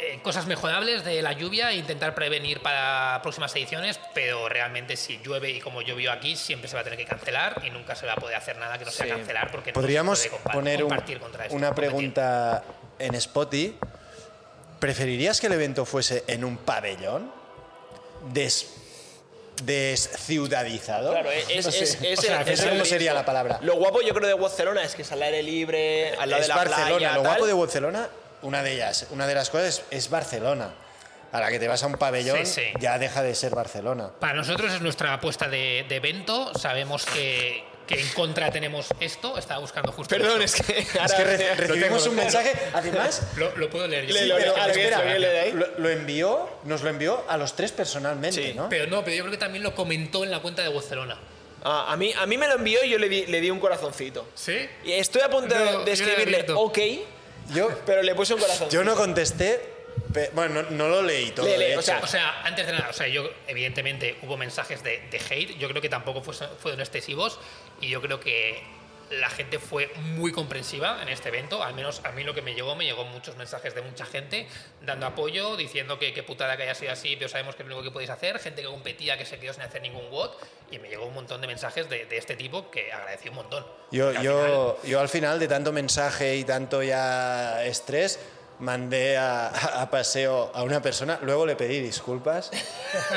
[SPEAKER 3] Eh, cosas mejorables de la lluvia, intentar prevenir para próximas ediciones, pero realmente si llueve y como llovió aquí, siempre se va a tener que cancelar y nunca se va a poder hacer nada que no sea
[SPEAKER 1] Sí.
[SPEAKER 3] cancelar porque no
[SPEAKER 2] Podríamos
[SPEAKER 3] se puede compa-
[SPEAKER 2] poner un-
[SPEAKER 3] compartir contra esto,
[SPEAKER 2] una
[SPEAKER 3] competir.
[SPEAKER 2] pregunta en Spotty. ¿Preferirías que el evento fuese en un pabellón des- desciudadizado?
[SPEAKER 1] claro, es, es,
[SPEAKER 2] No sé.
[SPEAKER 1] es- es
[SPEAKER 2] O sea,
[SPEAKER 1] el- es
[SPEAKER 2] ¿cómo
[SPEAKER 1] el-
[SPEAKER 2] sería la palabra?
[SPEAKER 1] Lo guapo yo creo de Barcelona es que es al aire libre, al lado de
[SPEAKER 2] es
[SPEAKER 1] la
[SPEAKER 2] Barcelona.
[SPEAKER 1] playa, tal.
[SPEAKER 2] lo guapo de Barcelona, una de ellas, una de las cosas es, es Barcelona. Ahora que te vas a un pabellón,
[SPEAKER 3] Sí, sí.
[SPEAKER 2] ya deja de ser Barcelona.
[SPEAKER 3] Para nosotros es nuestra apuesta de, de evento. Sabemos que, que en contra tenemos esto. Estaba buscando justo.
[SPEAKER 1] Perdón,
[SPEAKER 3] esto.
[SPEAKER 1] es que,
[SPEAKER 2] Es
[SPEAKER 1] ahora-
[SPEAKER 2] que re- recibimos
[SPEAKER 3] tengo.
[SPEAKER 2] un mensaje, además.
[SPEAKER 3] Lo, lo puedo leer yo.
[SPEAKER 1] Le-
[SPEAKER 2] Sí,
[SPEAKER 1] lo-
[SPEAKER 2] pero,
[SPEAKER 1] lo-
[SPEAKER 2] espera,
[SPEAKER 1] lo- lo- lo-
[SPEAKER 2] lo, lo envió, nos lo envió a los tres personalmente,
[SPEAKER 1] Sí.
[SPEAKER 2] ¿no?
[SPEAKER 3] Pero no, pero yo creo que también lo comentó en la cuenta de Barcelona.
[SPEAKER 1] Ah, a, mí, a mí me lo envió y yo le di, le di un corazoncito.
[SPEAKER 3] ¿Sí?
[SPEAKER 1] Y estoy a punto
[SPEAKER 3] No, yo
[SPEAKER 1] de
[SPEAKER 3] le
[SPEAKER 1] escribirle
[SPEAKER 3] grito.
[SPEAKER 1] ok,
[SPEAKER 2] Yo,
[SPEAKER 1] pero le puse un corazoncito.
[SPEAKER 2] yo no contesté, pe- bueno, no, no lo leí todo.
[SPEAKER 1] Lele,
[SPEAKER 2] de
[SPEAKER 1] o
[SPEAKER 2] hecho.
[SPEAKER 1] sea,
[SPEAKER 3] O sea, antes de nada, o sea, yo evidentemente hubo mensajes de, de hate, yo creo que tampoco fue- fueron excesivos y yo creo que la gente fue muy comprensiva en este evento, al menos a mí lo que me llegó, me llegó muchos mensajes de mucha gente dando apoyo, diciendo que qué putada que haya sido así, pero sabemos que es lo único que podéis hacer, gente que competía, que se quedó sin hacer ningún WOT y me llegó un montón de mensajes de, de este tipo que agradecí un montón.
[SPEAKER 2] Yo,
[SPEAKER 3] Porque al final-
[SPEAKER 2] yo, yo al final de tanto mensaje y tanto ya estrés, mandé a, a paseo a una persona, luego le pedí disculpas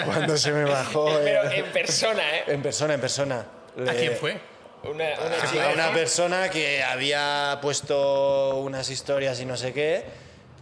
[SPEAKER 2] cuando se me bajó en,
[SPEAKER 1] Pero en persona, ¿eh?
[SPEAKER 2] en persona, en persona.
[SPEAKER 3] ¿A
[SPEAKER 2] Le-
[SPEAKER 3] quién fue?
[SPEAKER 1] Una, una chica.
[SPEAKER 2] A Ah, una persona que había puesto unas historias y no sé qué,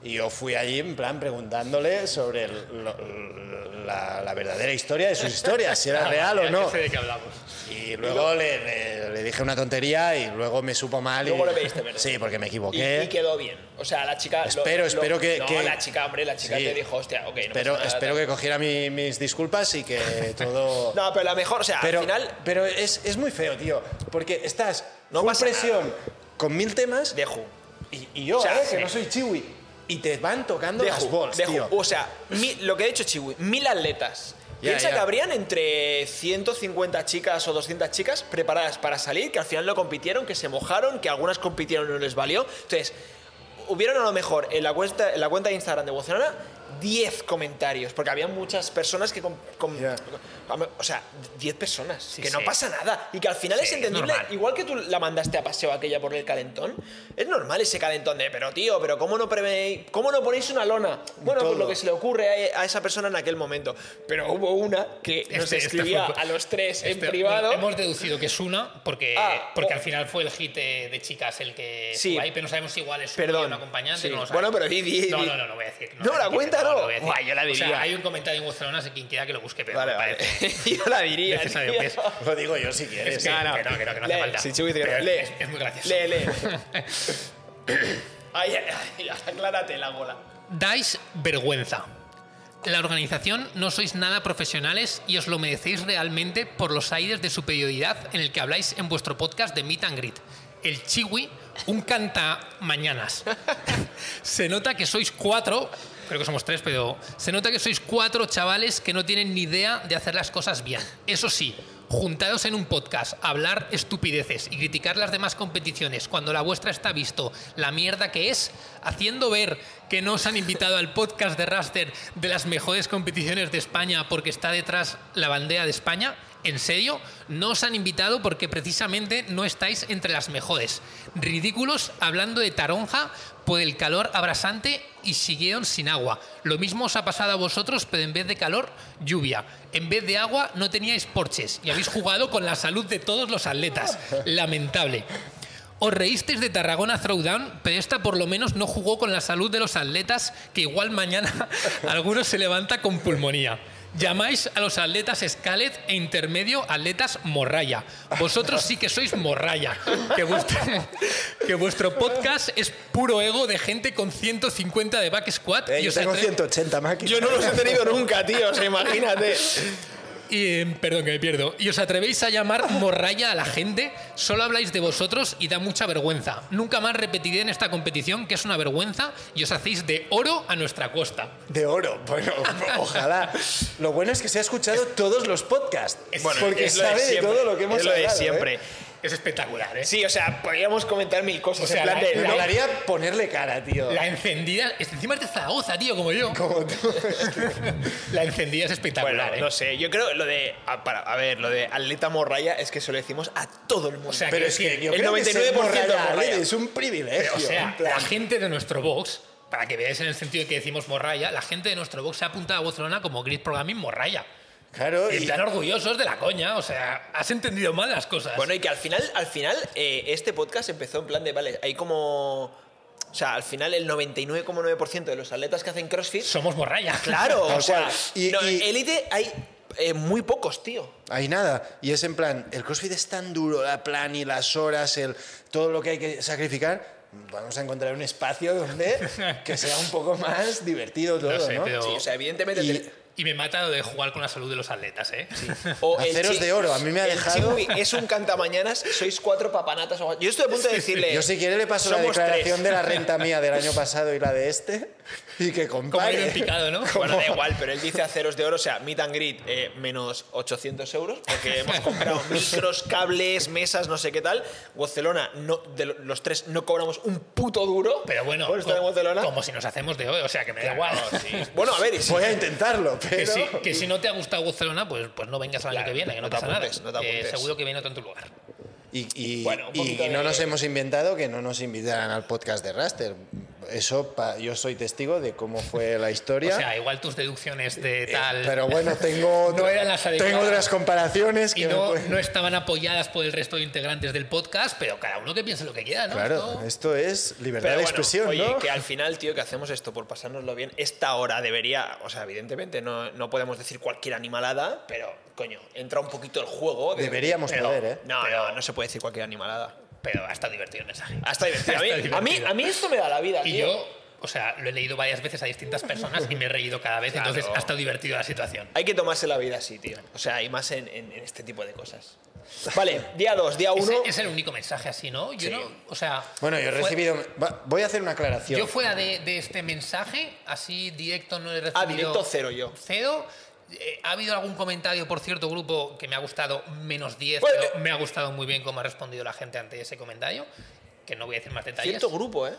[SPEAKER 2] y yo fui allí en plan preguntándole sobre el- lo- la, la verdadera historia de sus historias, si
[SPEAKER 1] Ah,
[SPEAKER 2] era real o
[SPEAKER 3] Ya
[SPEAKER 2] no.
[SPEAKER 3] sé de qué hablamos.
[SPEAKER 2] Y luego le, le- le dije una tontería y luego me supo mal. y-
[SPEAKER 1] Luego le pediste perdón.
[SPEAKER 2] Sí, porque me
[SPEAKER 1] Y,
[SPEAKER 2] equivoqué.
[SPEAKER 1] y quedó bien. O sea, la chica. lo-
[SPEAKER 2] Espero,
[SPEAKER 1] lo-
[SPEAKER 2] espero que-
[SPEAKER 1] No,
[SPEAKER 2] que-
[SPEAKER 1] la chica, hombre, la chica
[SPEAKER 2] Sí.
[SPEAKER 1] te dijo, hostia, ok, no
[SPEAKER 2] Pero
[SPEAKER 1] pasa nada,
[SPEAKER 2] espero
[SPEAKER 1] tal.
[SPEAKER 2] que cogiera mi- mis disculpas y que todo...
[SPEAKER 1] No, pero la mejor, o sea,
[SPEAKER 2] pero
[SPEAKER 1] al final,
[SPEAKER 2] pero es, es muy feo, tío, porque estás
[SPEAKER 1] No
[SPEAKER 2] con
[SPEAKER 1] pasa
[SPEAKER 2] presión, con mil temas,
[SPEAKER 1] dejo.
[SPEAKER 2] y, y yo,
[SPEAKER 1] O sea,
[SPEAKER 2] eh, que
[SPEAKER 1] sí.
[SPEAKER 2] no soy chiwi, y te van tocando las
[SPEAKER 1] Dejo,
[SPEAKER 2] bols,
[SPEAKER 1] dejo.
[SPEAKER 2] tío.
[SPEAKER 1] O sea, mi- lo que ha dicho Chiwi, mil atletas.
[SPEAKER 2] Ya,
[SPEAKER 1] Piensa
[SPEAKER 2] ya.
[SPEAKER 1] que habrían entre 150 chicas o 200 chicas preparadas para salir, que al final no compitieron, que se mojaron, que algunas compitieron y no les valió. Entonces, hubieron a lo mejor en la cuenta, en la cuenta de Instagram de Barcelona 10 comentarios, porque había muchas personas que... com- com-
[SPEAKER 2] Ya.
[SPEAKER 1] O sea, 10 personas, que no
[SPEAKER 3] sí.
[SPEAKER 1] pasa nada. Y que al final
[SPEAKER 3] Sí,
[SPEAKER 1] es
[SPEAKER 3] es
[SPEAKER 1] entendible,
[SPEAKER 3] normal.
[SPEAKER 1] igual que tú la mandaste a paseo aquella por el calentón, es normal ese calentón de, pero tío, pero ¿cómo no prevéis, cómo no ponéis una lona? Bueno,
[SPEAKER 2] Todo.
[SPEAKER 1] pues lo que se le ocurre a, a esa persona en aquel momento. Pero hubo una que nos
[SPEAKER 3] Este- este
[SPEAKER 1] escribía
[SPEAKER 3] fue-
[SPEAKER 1] a los tres en
[SPEAKER 3] Este-
[SPEAKER 1] privado.
[SPEAKER 3] Hemos deducido que es una, porque,
[SPEAKER 1] Ah,
[SPEAKER 3] porque
[SPEAKER 1] oh.
[SPEAKER 3] al final fue el hit eh, de chicas el que
[SPEAKER 1] Sí.
[SPEAKER 3] estuvo ahí, pero no sabemos si igual es un
[SPEAKER 1] Perdón.
[SPEAKER 3] un acompañante.
[SPEAKER 1] Sí.
[SPEAKER 3] No lo
[SPEAKER 1] Bueno,
[SPEAKER 3] sabemos.
[SPEAKER 1] pero di- di-
[SPEAKER 3] no,
[SPEAKER 1] di-
[SPEAKER 3] no, no, no voy a decir.
[SPEAKER 1] No,
[SPEAKER 3] voy a
[SPEAKER 1] la
[SPEAKER 3] decir
[SPEAKER 1] cuenta
[SPEAKER 3] que
[SPEAKER 1] no.
[SPEAKER 3] lo voy a decir.
[SPEAKER 1] Guay, yo la
[SPEAKER 3] O
[SPEAKER 1] diría.
[SPEAKER 3] sea, hay un comentario en Barcelona, sé quien quiera que lo busque, pero
[SPEAKER 1] Vale,
[SPEAKER 3] me
[SPEAKER 1] vale. Este
[SPEAKER 3] parece
[SPEAKER 1] yo la diría.
[SPEAKER 3] necesario
[SPEAKER 1] tío.
[SPEAKER 3] que es.
[SPEAKER 2] Lo digo yo si quieres. eh,
[SPEAKER 3] Sí,
[SPEAKER 1] No, no.
[SPEAKER 3] Que no, que no, que no hace
[SPEAKER 1] Lee,
[SPEAKER 3] falta.
[SPEAKER 1] si Chubby dice que
[SPEAKER 3] Pero
[SPEAKER 1] no. Lee.
[SPEAKER 3] Es, es muy gracioso.
[SPEAKER 1] Lee, lee. Ay, ay, ay, aclárate la bola.
[SPEAKER 3] Dais vergüenza. La organización no sois nada profesionales y os lo merecéis realmente por los aires de superioridad en el que habláis en vuestro podcast de Meet and Greet. El Chiwi, un canta mañanas. Se nota que sois cuatro, creo que somos tres, pero se nota que sois cuatro chavales que no tienen ni idea de hacer las cosas bien. Eso sí, juntados en un podcast, hablar estupideces y criticar las demás competiciones cuando la vuestra está visto la mierda que es, haciendo ver que no os han invitado al podcast de Raster de las mejores competiciones de España porque está detrás la bandera de España. ¿En serio? No os han invitado porque precisamente no estáis entre las mejores. Ridículos hablando de taronja por el calor abrasante y siguieron sin agua. Lo mismo os ha pasado a vosotros, pero en vez de calor, lluvia. En vez de agua, no teníais porches y habéis jugado con la salud de todos los atletas. Lamentable. Os reísteis de Tarragona Throwdown, pero esta por lo menos no jugó con la salud de los atletas, que igual mañana alguno se levanta con pulmonía. Llamáis a los atletas Scalet e intermedio atletas Morraya. Vosotros sí que sois Morraya. Que vuestro, que vuestro podcast es puro ego de gente con 150 de back squat.
[SPEAKER 2] Eh, yo
[SPEAKER 3] os
[SPEAKER 2] tengo
[SPEAKER 3] atre-
[SPEAKER 2] 180 máquinas.
[SPEAKER 1] Yo no los he tenido nunca, tío, o sea, imagínate.
[SPEAKER 3] Y, eh, perdón que me pierdo. ¿Y os atrevéis a llamar morralla a la gente? Solo habláis de vosotros y da mucha vergüenza. Nunca más repetiré en esta competición que es una vergüenza y os hacéis de oro a nuestra costa.
[SPEAKER 2] De oro, bueno, ojalá. Lo bueno es que se ha escuchado todos los podcasts. porque
[SPEAKER 1] es lo de
[SPEAKER 2] sabe de,
[SPEAKER 1] siempre,
[SPEAKER 2] todo lo que hemos
[SPEAKER 1] es lo de
[SPEAKER 2] hablado, ¿eh?
[SPEAKER 1] siempre.
[SPEAKER 3] Es espectacular, ¿eh?
[SPEAKER 1] Sí, o sea, podríamos comentar mil cosas.
[SPEAKER 3] O
[SPEAKER 1] en
[SPEAKER 3] sea,
[SPEAKER 1] plan
[SPEAKER 3] la-
[SPEAKER 1] de,
[SPEAKER 2] Me
[SPEAKER 1] ¿no?
[SPEAKER 2] molaría ponerle cara, tío.
[SPEAKER 3] La encendida... es- Encima es de Zaragoza, tío, como yo.
[SPEAKER 2] Como tú.
[SPEAKER 3] La encendida es
[SPEAKER 1] Bueno,
[SPEAKER 3] espectacular, ¿eh?
[SPEAKER 1] no sé, yo creo lo de. A, para- a ver, lo de atleta morraya es que se lo decimos a todo el mundo.
[SPEAKER 3] O sea,
[SPEAKER 2] Pero
[SPEAKER 3] quiero
[SPEAKER 2] es que
[SPEAKER 3] decir,
[SPEAKER 2] yo
[SPEAKER 1] el
[SPEAKER 2] creo que
[SPEAKER 1] 99%
[SPEAKER 2] ser morralla,
[SPEAKER 1] morralla.
[SPEAKER 2] Alex, es un privilegio.
[SPEAKER 3] O sea,
[SPEAKER 2] en plan,
[SPEAKER 3] la gente de nuestro box, para que veáis en el sentido que decimos morralla, la gente de nuestro box se ha apuntado a Barcelona como Grid Programming morralla.
[SPEAKER 2] claro,
[SPEAKER 3] Y
[SPEAKER 2] y,
[SPEAKER 3] están orgullosos de la coña, o sea, has entendido mal las cosas.
[SPEAKER 1] Bueno, y que al final, al final eh, este podcast empezó en plan de, vale, hay como... O sea, al final el 99,9% de los atletas que hacen CrossFit...
[SPEAKER 3] somos morralla.
[SPEAKER 1] Claro, o
[SPEAKER 2] Tal
[SPEAKER 1] sea,
[SPEAKER 2] cual. Y-
[SPEAKER 1] no,
[SPEAKER 2] y-
[SPEAKER 1] élite hay eh, muy pocos, tío.
[SPEAKER 2] hay nada. Y es en plan, el CrossFit es tan duro, la plan y las horas, el, todo lo que hay que sacrificar. Vamos a encontrar un espacio donde que sea un poco más divertido todo,
[SPEAKER 3] No sé,
[SPEAKER 2] ¿no?
[SPEAKER 3] pero-
[SPEAKER 1] Sí, o sea, evidentemente...
[SPEAKER 2] Y-
[SPEAKER 1] te-
[SPEAKER 3] Y me mata lo de jugar con la salud de los atletas, ¿eh?
[SPEAKER 1] o el
[SPEAKER 2] Haceros
[SPEAKER 1] chi-
[SPEAKER 2] de oro, a mí me ha
[SPEAKER 1] el
[SPEAKER 2] dejado.
[SPEAKER 1] chiwi es un cantamañanas, sois cuatro papanatas. o- Yo estoy a punto de
[SPEAKER 3] Eh,
[SPEAKER 1] decirle...
[SPEAKER 2] Yo si quiere le paso la
[SPEAKER 1] somos
[SPEAKER 2] declaración
[SPEAKER 1] tres.
[SPEAKER 2] de la renta mía del año pasado y la de este y que
[SPEAKER 3] Como ha ido
[SPEAKER 2] compare.
[SPEAKER 3] en picado, ¿no?
[SPEAKER 1] Bueno, da igual, pero él dice aceros de oro, o sea, meet and greet eh, menos 800 euros, porque hemos comprado micros, cables, mesas, no sé qué tal. Barcelona, no, de lo- los tres no cobramos un puto duro.
[SPEAKER 3] Pero bueno,
[SPEAKER 1] por estar en
[SPEAKER 3] co-
[SPEAKER 1] Barcelona.
[SPEAKER 3] como si nos hacemos de hoy, o sea, que me da igual.
[SPEAKER 1] Bueno, a ver, y si-
[SPEAKER 2] Voy a intentarlo, pero
[SPEAKER 3] Que si, que si no te ha gustado Barcelona, pues, pues no vengas al año
[SPEAKER 1] Claro,
[SPEAKER 3] que viene, que no,
[SPEAKER 1] no te
[SPEAKER 3] pasa
[SPEAKER 1] apuntes,
[SPEAKER 3] nada.
[SPEAKER 1] no te
[SPEAKER 3] Eh,
[SPEAKER 1] apuntes.
[SPEAKER 3] seguro que viene otro en tu lugar.
[SPEAKER 2] Y, y-
[SPEAKER 1] Bueno, un
[SPEAKER 2] y
[SPEAKER 1] poquito
[SPEAKER 2] no
[SPEAKER 1] de-
[SPEAKER 2] nos hemos inventado que no nos invitaran al podcast de Raster. Eso pa- yo soy testigo de cómo fue la
[SPEAKER 3] O
[SPEAKER 2] historia. Eh,
[SPEAKER 3] sea, igual tus deducciones de tal...
[SPEAKER 2] pero bueno, tengo,
[SPEAKER 3] No eran las
[SPEAKER 2] tengo
[SPEAKER 3] adecuadas.
[SPEAKER 2] otras comparaciones
[SPEAKER 3] y
[SPEAKER 2] que
[SPEAKER 3] no,
[SPEAKER 2] me pueden-
[SPEAKER 3] no estaban apoyadas por el resto de integrantes del podcast, pero cada uno que piense lo que quiera, ¿no?
[SPEAKER 2] Claro, esto
[SPEAKER 3] Esto-
[SPEAKER 2] es libertad
[SPEAKER 1] Pero
[SPEAKER 2] de
[SPEAKER 1] bueno,
[SPEAKER 2] expresión,
[SPEAKER 1] oye,
[SPEAKER 2] ¿no?
[SPEAKER 1] que al final, tío, que hacemos esto por pasárnoslo bien, esta hora debería, o sea, evidentemente no, no podemos decir cualquier animalada, pero coño, entra un poquito el juego. de-
[SPEAKER 2] Deberíamos
[SPEAKER 1] pero-
[SPEAKER 2] poder, ¿eh?
[SPEAKER 1] No,
[SPEAKER 3] Pero-
[SPEAKER 1] no, no se puede decir cualquier animalada.
[SPEAKER 3] Pero ha estado divertido el mensaje.
[SPEAKER 1] Hasta divertido. A mí,
[SPEAKER 3] Ha estado
[SPEAKER 1] a mí,
[SPEAKER 3] divertido.
[SPEAKER 1] a mí esto me da la vida,
[SPEAKER 3] Y
[SPEAKER 1] tío.
[SPEAKER 3] yo, o sea, lo he leído varias veces a distintas personas y me he reído cada vez,
[SPEAKER 1] Claro.
[SPEAKER 3] entonces ha estado divertido la situación.
[SPEAKER 1] Hay que tomarse la vida así, tío. O sea, y más en, en- en este tipo de cosas. Vale, día 2, día 1.
[SPEAKER 3] Ese es el único mensaje así, ¿no? Yo
[SPEAKER 1] Sí.
[SPEAKER 3] no, o sea...
[SPEAKER 2] Bueno, yo he
[SPEAKER 3] fue-
[SPEAKER 2] recibido... va, voy a hacer una aclaración.
[SPEAKER 3] Yo fuera de, de este mensaje, así directo no he recibido...
[SPEAKER 1] Ah, directo cero yo.
[SPEAKER 3] Cero. Eh, ha habido algún comentario por cierto grupo que me ha gustado menos 10,
[SPEAKER 1] Bueno, eh,
[SPEAKER 3] pero me ha gustado muy bien cómo ha respondido la gente ante ese comentario, que no voy a decir más detalles.
[SPEAKER 1] Cierto grupo, ¿eh?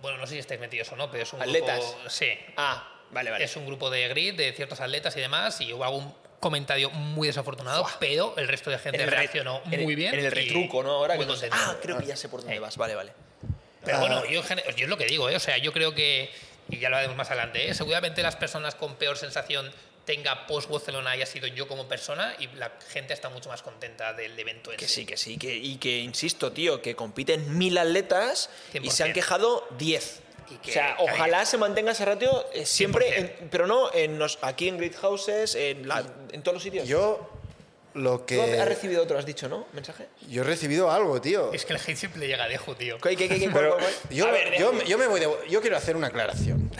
[SPEAKER 3] Bueno, no sé si estáis metidos o no, pero es un
[SPEAKER 1] Atletas.
[SPEAKER 3] grupo... Sí.
[SPEAKER 1] Ah, Vale, vale.
[SPEAKER 3] Es un grupo de grid de ciertos atletas y demás. Y hubo algún comentario muy desafortunado, pero el resto de gente
[SPEAKER 1] re-
[SPEAKER 3] reaccionó
[SPEAKER 1] en el-
[SPEAKER 3] muy bien.
[SPEAKER 1] En el
[SPEAKER 3] y
[SPEAKER 1] retruco, ¿no? Ahora
[SPEAKER 3] muy
[SPEAKER 1] que-
[SPEAKER 3] contento.
[SPEAKER 1] Ah, creo que ya sé por dónde
[SPEAKER 3] Eh.
[SPEAKER 1] vas. Vale, vale.
[SPEAKER 3] Pero
[SPEAKER 2] Ah.
[SPEAKER 3] bueno, yo, en gen- yo es lo que digo, ¿eh? O sea, yo creo que, y ya lo haremos más adelante, ¿eh? seguramente las personas con peor sensación tenga post-Barcelona haya sido yo como persona y la gente está mucho más contenta del evento en
[SPEAKER 1] Que
[SPEAKER 3] sí.
[SPEAKER 1] sí, que sí, que, y que insisto, tío, que compiten mil atletas y se han
[SPEAKER 3] 100%.
[SPEAKER 1] quejado 10.
[SPEAKER 3] Y que-
[SPEAKER 1] o sea,
[SPEAKER 3] que hay-
[SPEAKER 1] ojalá se mantenga ese ratio eh, siempre,
[SPEAKER 3] 100%.
[SPEAKER 1] en- pero no en los, aquí en Grid Houses, en, la- en todos los sitios.
[SPEAKER 2] Yo lo
[SPEAKER 1] Tú has
[SPEAKER 2] que...
[SPEAKER 1] recibido otro, has dicho, ¿no? ¿Mensaje?
[SPEAKER 2] Yo he recibido algo, tío.
[SPEAKER 3] Es que el hate siempre llega dejo, tío.
[SPEAKER 1] ¿Qué, qué, qué, qué,
[SPEAKER 2] Pero
[SPEAKER 1] cuál, cuál, cuál?
[SPEAKER 2] yo,
[SPEAKER 1] A ver, eh,
[SPEAKER 2] yo, yo me voy de, yo quiero hacer una aclaración.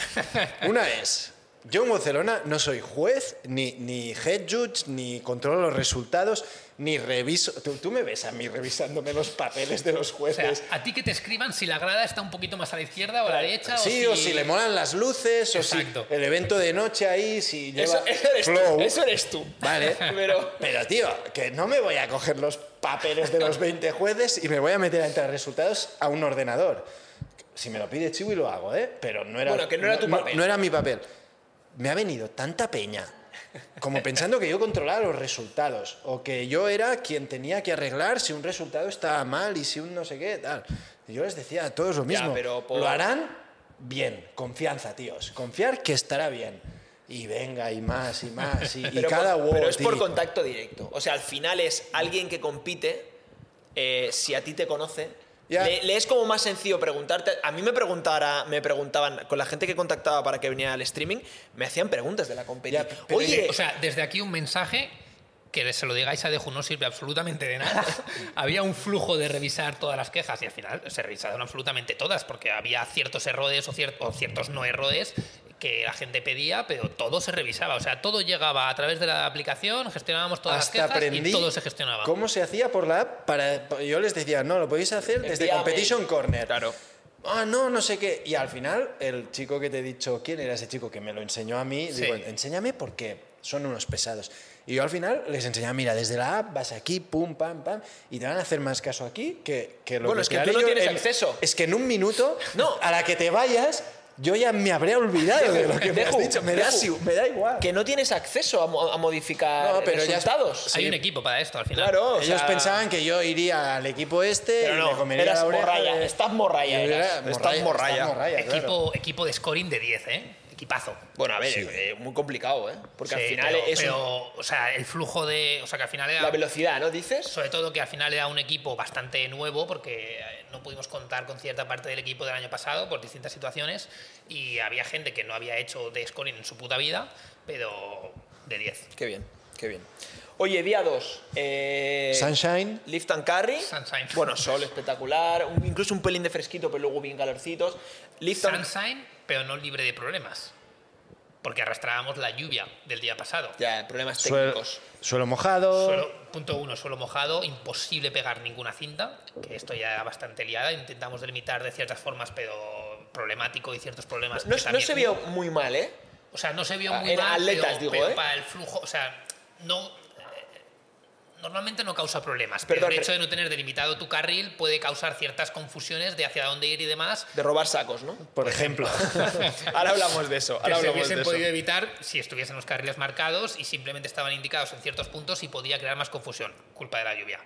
[SPEAKER 2] Una es, yo en Barcelona no soy juez, ni, ni head judge, ni controlo los resultados, ni reviso... Tú, tú me ves a mí revisándome los papeles de los
[SPEAKER 3] O sea,
[SPEAKER 2] jueces.
[SPEAKER 3] a ti que te escriban si la grada está un poquito más a la izquierda o a la derecha.
[SPEAKER 2] sí,
[SPEAKER 3] o
[SPEAKER 2] o si le molan las luces,
[SPEAKER 3] Exacto.
[SPEAKER 2] o si el evento de noche ahí, si lleva
[SPEAKER 1] eso, eso eres
[SPEAKER 2] flow.
[SPEAKER 1] tú, eso eres tú.
[SPEAKER 2] Vale.
[SPEAKER 1] Pero
[SPEAKER 2] Pero tío, que no me voy a coger los papeles de los 20 jueces y me voy a meter entre resultados a un ordenador. Si me lo pide Chiwi lo hago, ¿eh? Pero no era
[SPEAKER 1] Bueno, que no era tu papel.
[SPEAKER 2] No, era mi papel. Me ha venido tanta peña como pensando que yo controlaba los resultados o que yo era quien tenía que arreglar si un resultado estaba mal y si un no sé qué, tal. Y Yo les decía a todos lo mismo.
[SPEAKER 1] pero por-
[SPEAKER 2] Lo harán bien, confianza, tíos. Confiar que estará bien. Y venga, y más, y más, y, y
[SPEAKER 1] pero
[SPEAKER 2] cada
[SPEAKER 1] por-
[SPEAKER 2] wow,
[SPEAKER 1] pero es por
[SPEAKER 2] tío.
[SPEAKER 1] contacto directo. O sea, al final es alguien que compite, eh, si a ti te conoce,
[SPEAKER 2] Ya.
[SPEAKER 1] le, le es como más sencillo preguntarte. A mí me, preguntara, me preguntaban, con la gente que contactaba para que viniera al streaming, me hacían preguntas de la competición.
[SPEAKER 2] Ya, pero-
[SPEAKER 1] Oye,
[SPEAKER 3] O sea, desde aquí un mensaje que se lo digáis a Deju no sirve absolutamente de nada. había un flujo de revisar todas las quejas y al final se revisaron absolutamente todas porque había ciertos errores o, cier- o ciertos no errores que la gente pedía, pero todo se revisaba. O sea, todo llegaba a través de la aplicación, gestionábamos todas
[SPEAKER 2] Hasta
[SPEAKER 3] las quejas
[SPEAKER 2] aprendí
[SPEAKER 3] y todo se gestionaba.
[SPEAKER 2] cómo se hacía por la app. Para, yo les decía, no, lo podéis hacer desde
[SPEAKER 1] Envía
[SPEAKER 2] Competition
[SPEAKER 1] mail.
[SPEAKER 2] Corner.
[SPEAKER 1] Claro.
[SPEAKER 2] Ah, no, no sé qué. Y al final, el chico que te he dicho, ¿quién era ese chico que me lo enseñó a mí?
[SPEAKER 3] Sí.
[SPEAKER 2] Digo, enséñame porque son unos pesados. Y yo al final les enseñaba, mira, desde la app vas aquí, pum, pam, pam, y te van a hacer más caso aquí que, que lo
[SPEAKER 1] Bueno,
[SPEAKER 2] que
[SPEAKER 1] es que
[SPEAKER 2] te
[SPEAKER 1] tú
[SPEAKER 2] haré
[SPEAKER 1] no
[SPEAKER 2] yo
[SPEAKER 1] tienes
[SPEAKER 2] en-
[SPEAKER 1] acceso.
[SPEAKER 2] Es que en un minuto,
[SPEAKER 1] No.
[SPEAKER 2] a la que te vayas, yo ya me habré olvidado de lo que me has
[SPEAKER 1] Deju,
[SPEAKER 2] dicho. Me da,
[SPEAKER 1] Deju,
[SPEAKER 2] si- me da igual.
[SPEAKER 1] que no tienes acceso a, mo- a modificar
[SPEAKER 2] No, pero ya-
[SPEAKER 1] resultados.
[SPEAKER 3] Hay
[SPEAKER 2] Sí.
[SPEAKER 3] un equipo para esto al final.
[SPEAKER 1] Claro, o
[SPEAKER 2] Ellos
[SPEAKER 1] sea,
[SPEAKER 2] pensaban que yo iría al equipo este
[SPEAKER 1] Pero
[SPEAKER 2] y
[SPEAKER 1] no,
[SPEAKER 2] me comería
[SPEAKER 1] eras
[SPEAKER 2] la oreja.
[SPEAKER 1] morralla, estás morralla,
[SPEAKER 2] Yo era
[SPEAKER 1] eras, estás morralla.
[SPEAKER 2] claro.
[SPEAKER 3] Equipo, equipo de scoring de 10, ¿eh? Equipazo.
[SPEAKER 1] Bueno, a ver,
[SPEAKER 2] Sí.
[SPEAKER 1] eh, muy complicado, ¿eh? Porque al
[SPEAKER 3] Sí,
[SPEAKER 1] final
[SPEAKER 3] pero,
[SPEAKER 1] es un-
[SPEAKER 3] pero, o sea, el flujo de. O sea, que al final era.
[SPEAKER 1] la velocidad, ¿no? Dices.
[SPEAKER 3] Sobre todo que al final era un equipo bastante nuevo porque eh, no pudimos contar con cierta parte del equipo del año pasado por distintas situaciones y había gente que no había hecho de scoring en su puta vida, pero de 10.
[SPEAKER 1] Qué bien, qué bien. Oye, día 2. eh,
[SPEAKER 2] Sunshine.
[SPEAKER 1] Lift and carry.
[SPEAKER 3] Sunshine.
[SPEAKER 1] Bueno, sol espectacular. un- incluso un pelín de fresquito, pero luego bien calorcitos. Lift and.
[SPEAKER 3] Sunshine, pero no libre de problemas. Porque arrastrábamos la lluvia del día pasado.
[SPEAKER 1] Ya, problemas
[SPEAKER 2] Suelo,
[SPEAKER 1] técnicos.
[SPEAKER 2] suelo mojado.
[SPEAKER 3] Suelo- punto uno, suelo mojado, imposible pegar ninguna cinta, que esto ya era bastante liada, intentamos delimitar de ciertas formas, pero problemático y ciertos problemas.
[SPEAKER 1] No,
[SPEAKER 3] que
[SPEAKER 1] no
[SPEAKER 3] también
[SPEAKER 1] se
[SPEAKER 3] hubo.
[SPEAKER 1] vio muy mal, ¿eh?
[SPEAKER 3] O sea, no se vio
[SPEAKER 1] Ah,
[SPEAKER 3] muy
[SPEAKER 1] eran
[SPEAKER 3] mal,
[SPEAKER 1] atletas,
[SPEAKER 3] pero,
[SPEAKER 1] digo,
[SPEAKER 3] pero
[SPEAKER 1] ¿eh?
[SPEAKER 3] para el flujo, o sea, no eh, normalmente no causa problemas,
[SPEAKER 1] Perdón,
[SPEAKER 3] pero el hecho
[SPEAKER 1] re-
[SPEAKER 3] de no tener delimitado tu carril puede causar ciertas confusiones de hacia dónde ir y demás.
[SPEAKER 1] De robar sacos, ¿no?
[SPEAKER 2] Por ejemplo.
[SPEAKER 1] Ahora hablamos de eso.
[SPEAKER 3] Que
[SPEAKER 1] Ahora
[SPEAKER 3] se
[SPEAKER 1] hablamos de
[SPEAKER 3] hubiesen
[SPEAKER 1] eso.
[SPEAKER 3] podido evitar si estuviesen los carriles marcados y simplemente estaban indicados en ciertos puntos y podía crear más confusión, culpa de la lluvia.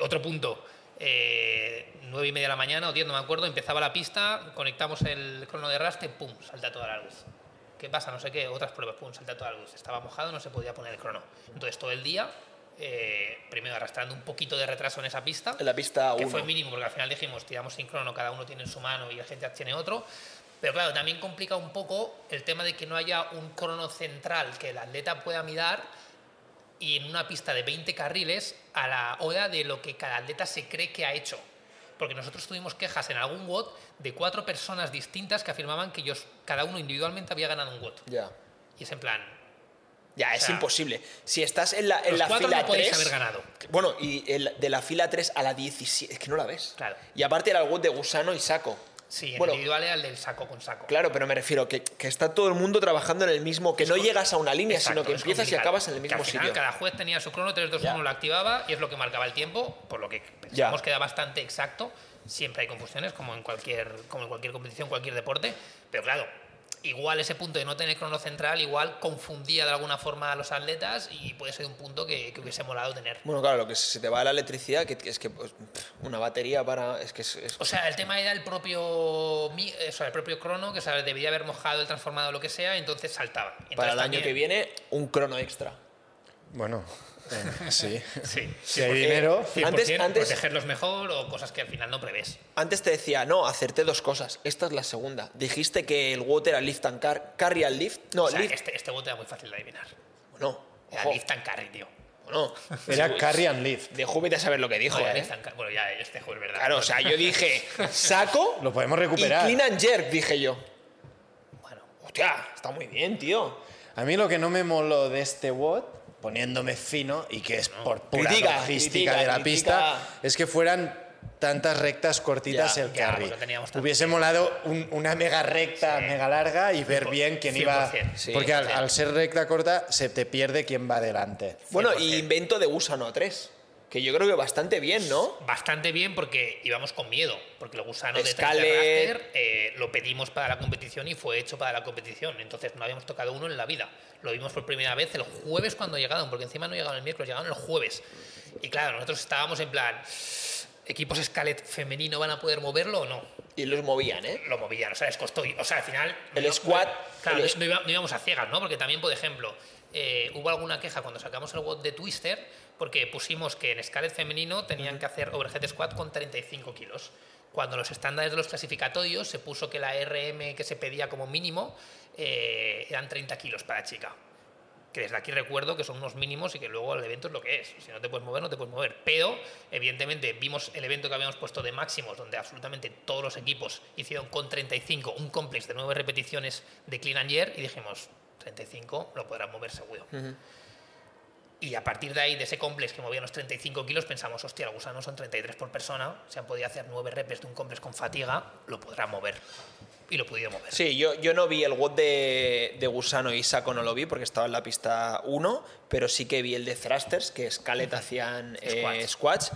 [SPEAKER 3] Otro punto, eh, 9 y media de la mañana o 10, no me acuerdo, empezaba la pista, conectamos el crono de raste, pum, salta toda la luz. ¿Qué pasa? No sé qué, otras pruebas, pum, salta toda la luz. Estaba mojado, no se podía poner el crono. Entonces todo el día, eh, primero arrastrando un poquito de retraso en esa pista,
[SPEAKER 1] En la pista
[SPEAKER 3] que
[SPEAKER 1] 1.
[SPEAKER 3] fue mínimo, porque al final dijimos, tiramos sin crono, cada uno tiene en su mano y la gente tiene otro. Pero claro, también complica un poco el tema de que no haya un crono central que el atleta pueda mirar y en una pista de 20 carriles a la hora de lo que cada atleta se cree que ha hecho. Porque nosotros tuvimos quejas en algún WOT de cuatro personas distintas que afirmaban que ellos, cada uno individualmente había ganado un WOT.
[SPEAKER 1] Ya.
[SPEAKER 3] Y es en plan,
[SPEAKER 1] Ya, es
[SPEAKER 3] sea,
[SPEAKER 1] imposible. Si estás en la, en
[SPEAKER 3] los
[SPEAKER 1] la
[SPEAKER 3] cuatro
[SPEAKER 1] fila
[SPEAKER 3] no podéis
[SPEAKER 1] 3.
[SPEAKER 3] haber ganado.
[SPEAKER 1] Bueno, y el- de la fila 3 a la 17. Es que no la ves.
[SPEAKER 3] Claro.
[SPEAKER 1] Y aparte era el WOT de gusano y saco.
[SPEAKER 3] sí, en
[SPEAKER 1] Bueno,
[SPEAKER 3] individual era el del saco con saco.
[SPEAKER 1] Claro, pero me refiero que, que está todo el mundo trabajando en el mismo, que no llegas a una línea,
[SPEAKER 3] Exacto,
[SPEAKER 1] sino que
[SPEAKER 3] es
[SPEAKER 1] empiezas y
[SPEAKER 3] complicado.
[SPEAKER 1] acabas en el
[SPEAKER 3] Que
[SPEAKER 1] mismo
[SPEAKER 3] al final
[SPEAKER 1] sitio.
[SPEAKER 3] Cada juez tenía su crono, 3, 2,
[SPEAKER 1] Ya.
[SPEAKER 3] 1 lo activaba y es lo que marcaba el tiempo, por lo que pensamos que era bastante exacto. Siempre hay confusiones, como en cualquier, como en cualquier competición, cualquier deporte, pero claro, igual ese punto de no tener crono central, igual confundía de alguna forma a los atletas y puede ser un punto que, que hubiese molado tener.
[SPEAKER 1] Bueno, claro, lo que se te va la electricidad, que, que es que pues, pff, una batería para. Es que es, es-
[SPEAKER 3] O sea, el tema era el propio, mi- eh, o sea, el propio crono, que o sea, debía haber mojado el transformado o lo que sea, y entonces saltaba. Y
[SPEAKER 1] para
[SPEAKER 3] entonces
[SPEAKER 1] el año
[SPEAKER 3] también-
[SPEAKER 1] que viene, un crono extra.
[SPEAKER 2] Bueno, eh, sí.
[SPEAKER 3] Sí.
[SPEAKER 2] Si hay dinero,
[SPEAKER 1] Antes-
[SPEAKER 3] Antes,
[SPEAKER 1] antes-
[SPEAKER 3] protegerlos mejor o cosas que al final no prevés.
[SPEAKER 1] Antes te decía, no, acerté dos cosas. Esta es la segunda. Dijiste que el water era lift and car carry al lift. No,
[SPEAKER 3] O sea,
[SPEAKER 1] lift.
[SPEAKER 3] este, este bote era muy fácil de adivinar.
[SPEAKER 1] Bueno,
[SPEAKER 3] Era
[SPEAKER 1] ojo,
[SPEAKER 3] lift and carry, tío.
[SPEAKER 1] bueno.
[SPEAKER 2] era carry and lift.
[SPEAKER 1] De Júpiter saber lo que dijo,
[SPEAKER 3] No, era
[SPEAKER 1] ¿eh?
[SPEAKER 3] lift and carry. Bueno, ya, este juego es verdad.
[SPEAKER 1] Claro, o sea, yo dije, saco
[SPEAKER 2] Lo podemos
[SPEAKER 1] y
[SPEAKER 2] recuperar.
[SPEAKER 1] clean and jerk, dije yo.
[SPEAKER 3] Bueno,
[SPEAKER 1] Hostia, está muy bien, tío.
[SPEAKER 2] A mí lo que no me moló de este WOD, poniéndome fino y que es por pura
[SPEAKER 1] Critica,
[SPEAKER 2] logística
[SPEAKER 1] critica,
[SPEAKER 2] de la
[SPEAKER 1] critica.
[SPEAKER 2] pista, es que fueran tantas rectas cortitas
[SPEAKER 1] Ya,
[SPEAKER 2] el
[SPEAKER 3] ya,
[SPEAKER 2] carry.
[SPEAKER 3] porque no teníamos tanto
[SPEAKER 2] Hubiese molado un- una mega recta, mega larga y ver
[SPEAKER 3] Cien-
[SPEAKER 2] bien quién iba.
[SPEAKER 3] 100%, sí,
[SPEAKER 2] porque al,
[SPEAKER 3] 100%.
[SPEAKER 2] al ser recta corta se te pierde quién va delante.
[SPEAKER 1] Bueno,
[SPEAKER 3] 100%.
[SPEAKER 1] y invento de gusano 3, que yo creo que bastante bien, ¿no?
[SPEAKER 3] bastante bien porque íbamos con miedo, porque el gusano de
[SPEAKER 1] Scaler.
[SPEAKER 3] Tyler Rafter, eh, lo pedimos para la competición y fue hecho para la competición. Entonces no habíamos tocado uno en la vida. Lo vimos por primera vez el jueves cuando llegaron, porque encima no llegaron el miércoles, llegaron el jueves. Y claro, nosotros estábamos en plan, ¿equipos Scalet femenino van a poder moverlo o no?
[SPEAKER 1] Y los movían, ¿eh?
[SPEAKER 3] Lo movían, o sea, les costó. ir. O sea, al final...
[SPEAKER 1] El
[SPEAKER 3] no-
[SPEAKER 1] squat-
[SPEAKER 3] Claro,
[SPEAKER 1] el-
[SPEAKER 3] no- no, iba- no íbamos a ciegas, ¿no? Porque también, por ejemplo, eh, hubo alguna queja cuando sacamos el WOD de Twister porque pusimos que en Scarlet femenino tenían que hacer overhead squat con 35 kilos. Cuando los estándares de los clasificatorios se puso que la RM que se pedía como mínimo eh, eran 30 kilos para chica. Que desde aquí recuerdo que son unos mínimos y que luego el evento es lo que es. Si no te puedes mover, no te puedes mover. Pero, evidentemente, vimos el evento que habíamos puesto de máximos, donde absolutamente todos los equipos hicieron con 35 un complex de nueve repeticiones de clean and jerk y dijimos, 35 lo podrán mover seguro. Y a partir de ahí, de ese complex que movía los 35 kilos, pensamos, hostia, el gusano son 33 por persona, se han podido hacer nueve reps de un complex con fatiga, lo podrá mover. Y lo pudieron mover.
[SPEAKER 1] Sí, yo, yo no vi el WOD de, de Gusano y Saco, no lo vi porque estaba en la pista 1, pero sí que vi el de Thrusters, que Scalet hacían eh,
[SPEAKER 3] Squats.
[SPEAKER 1] squats.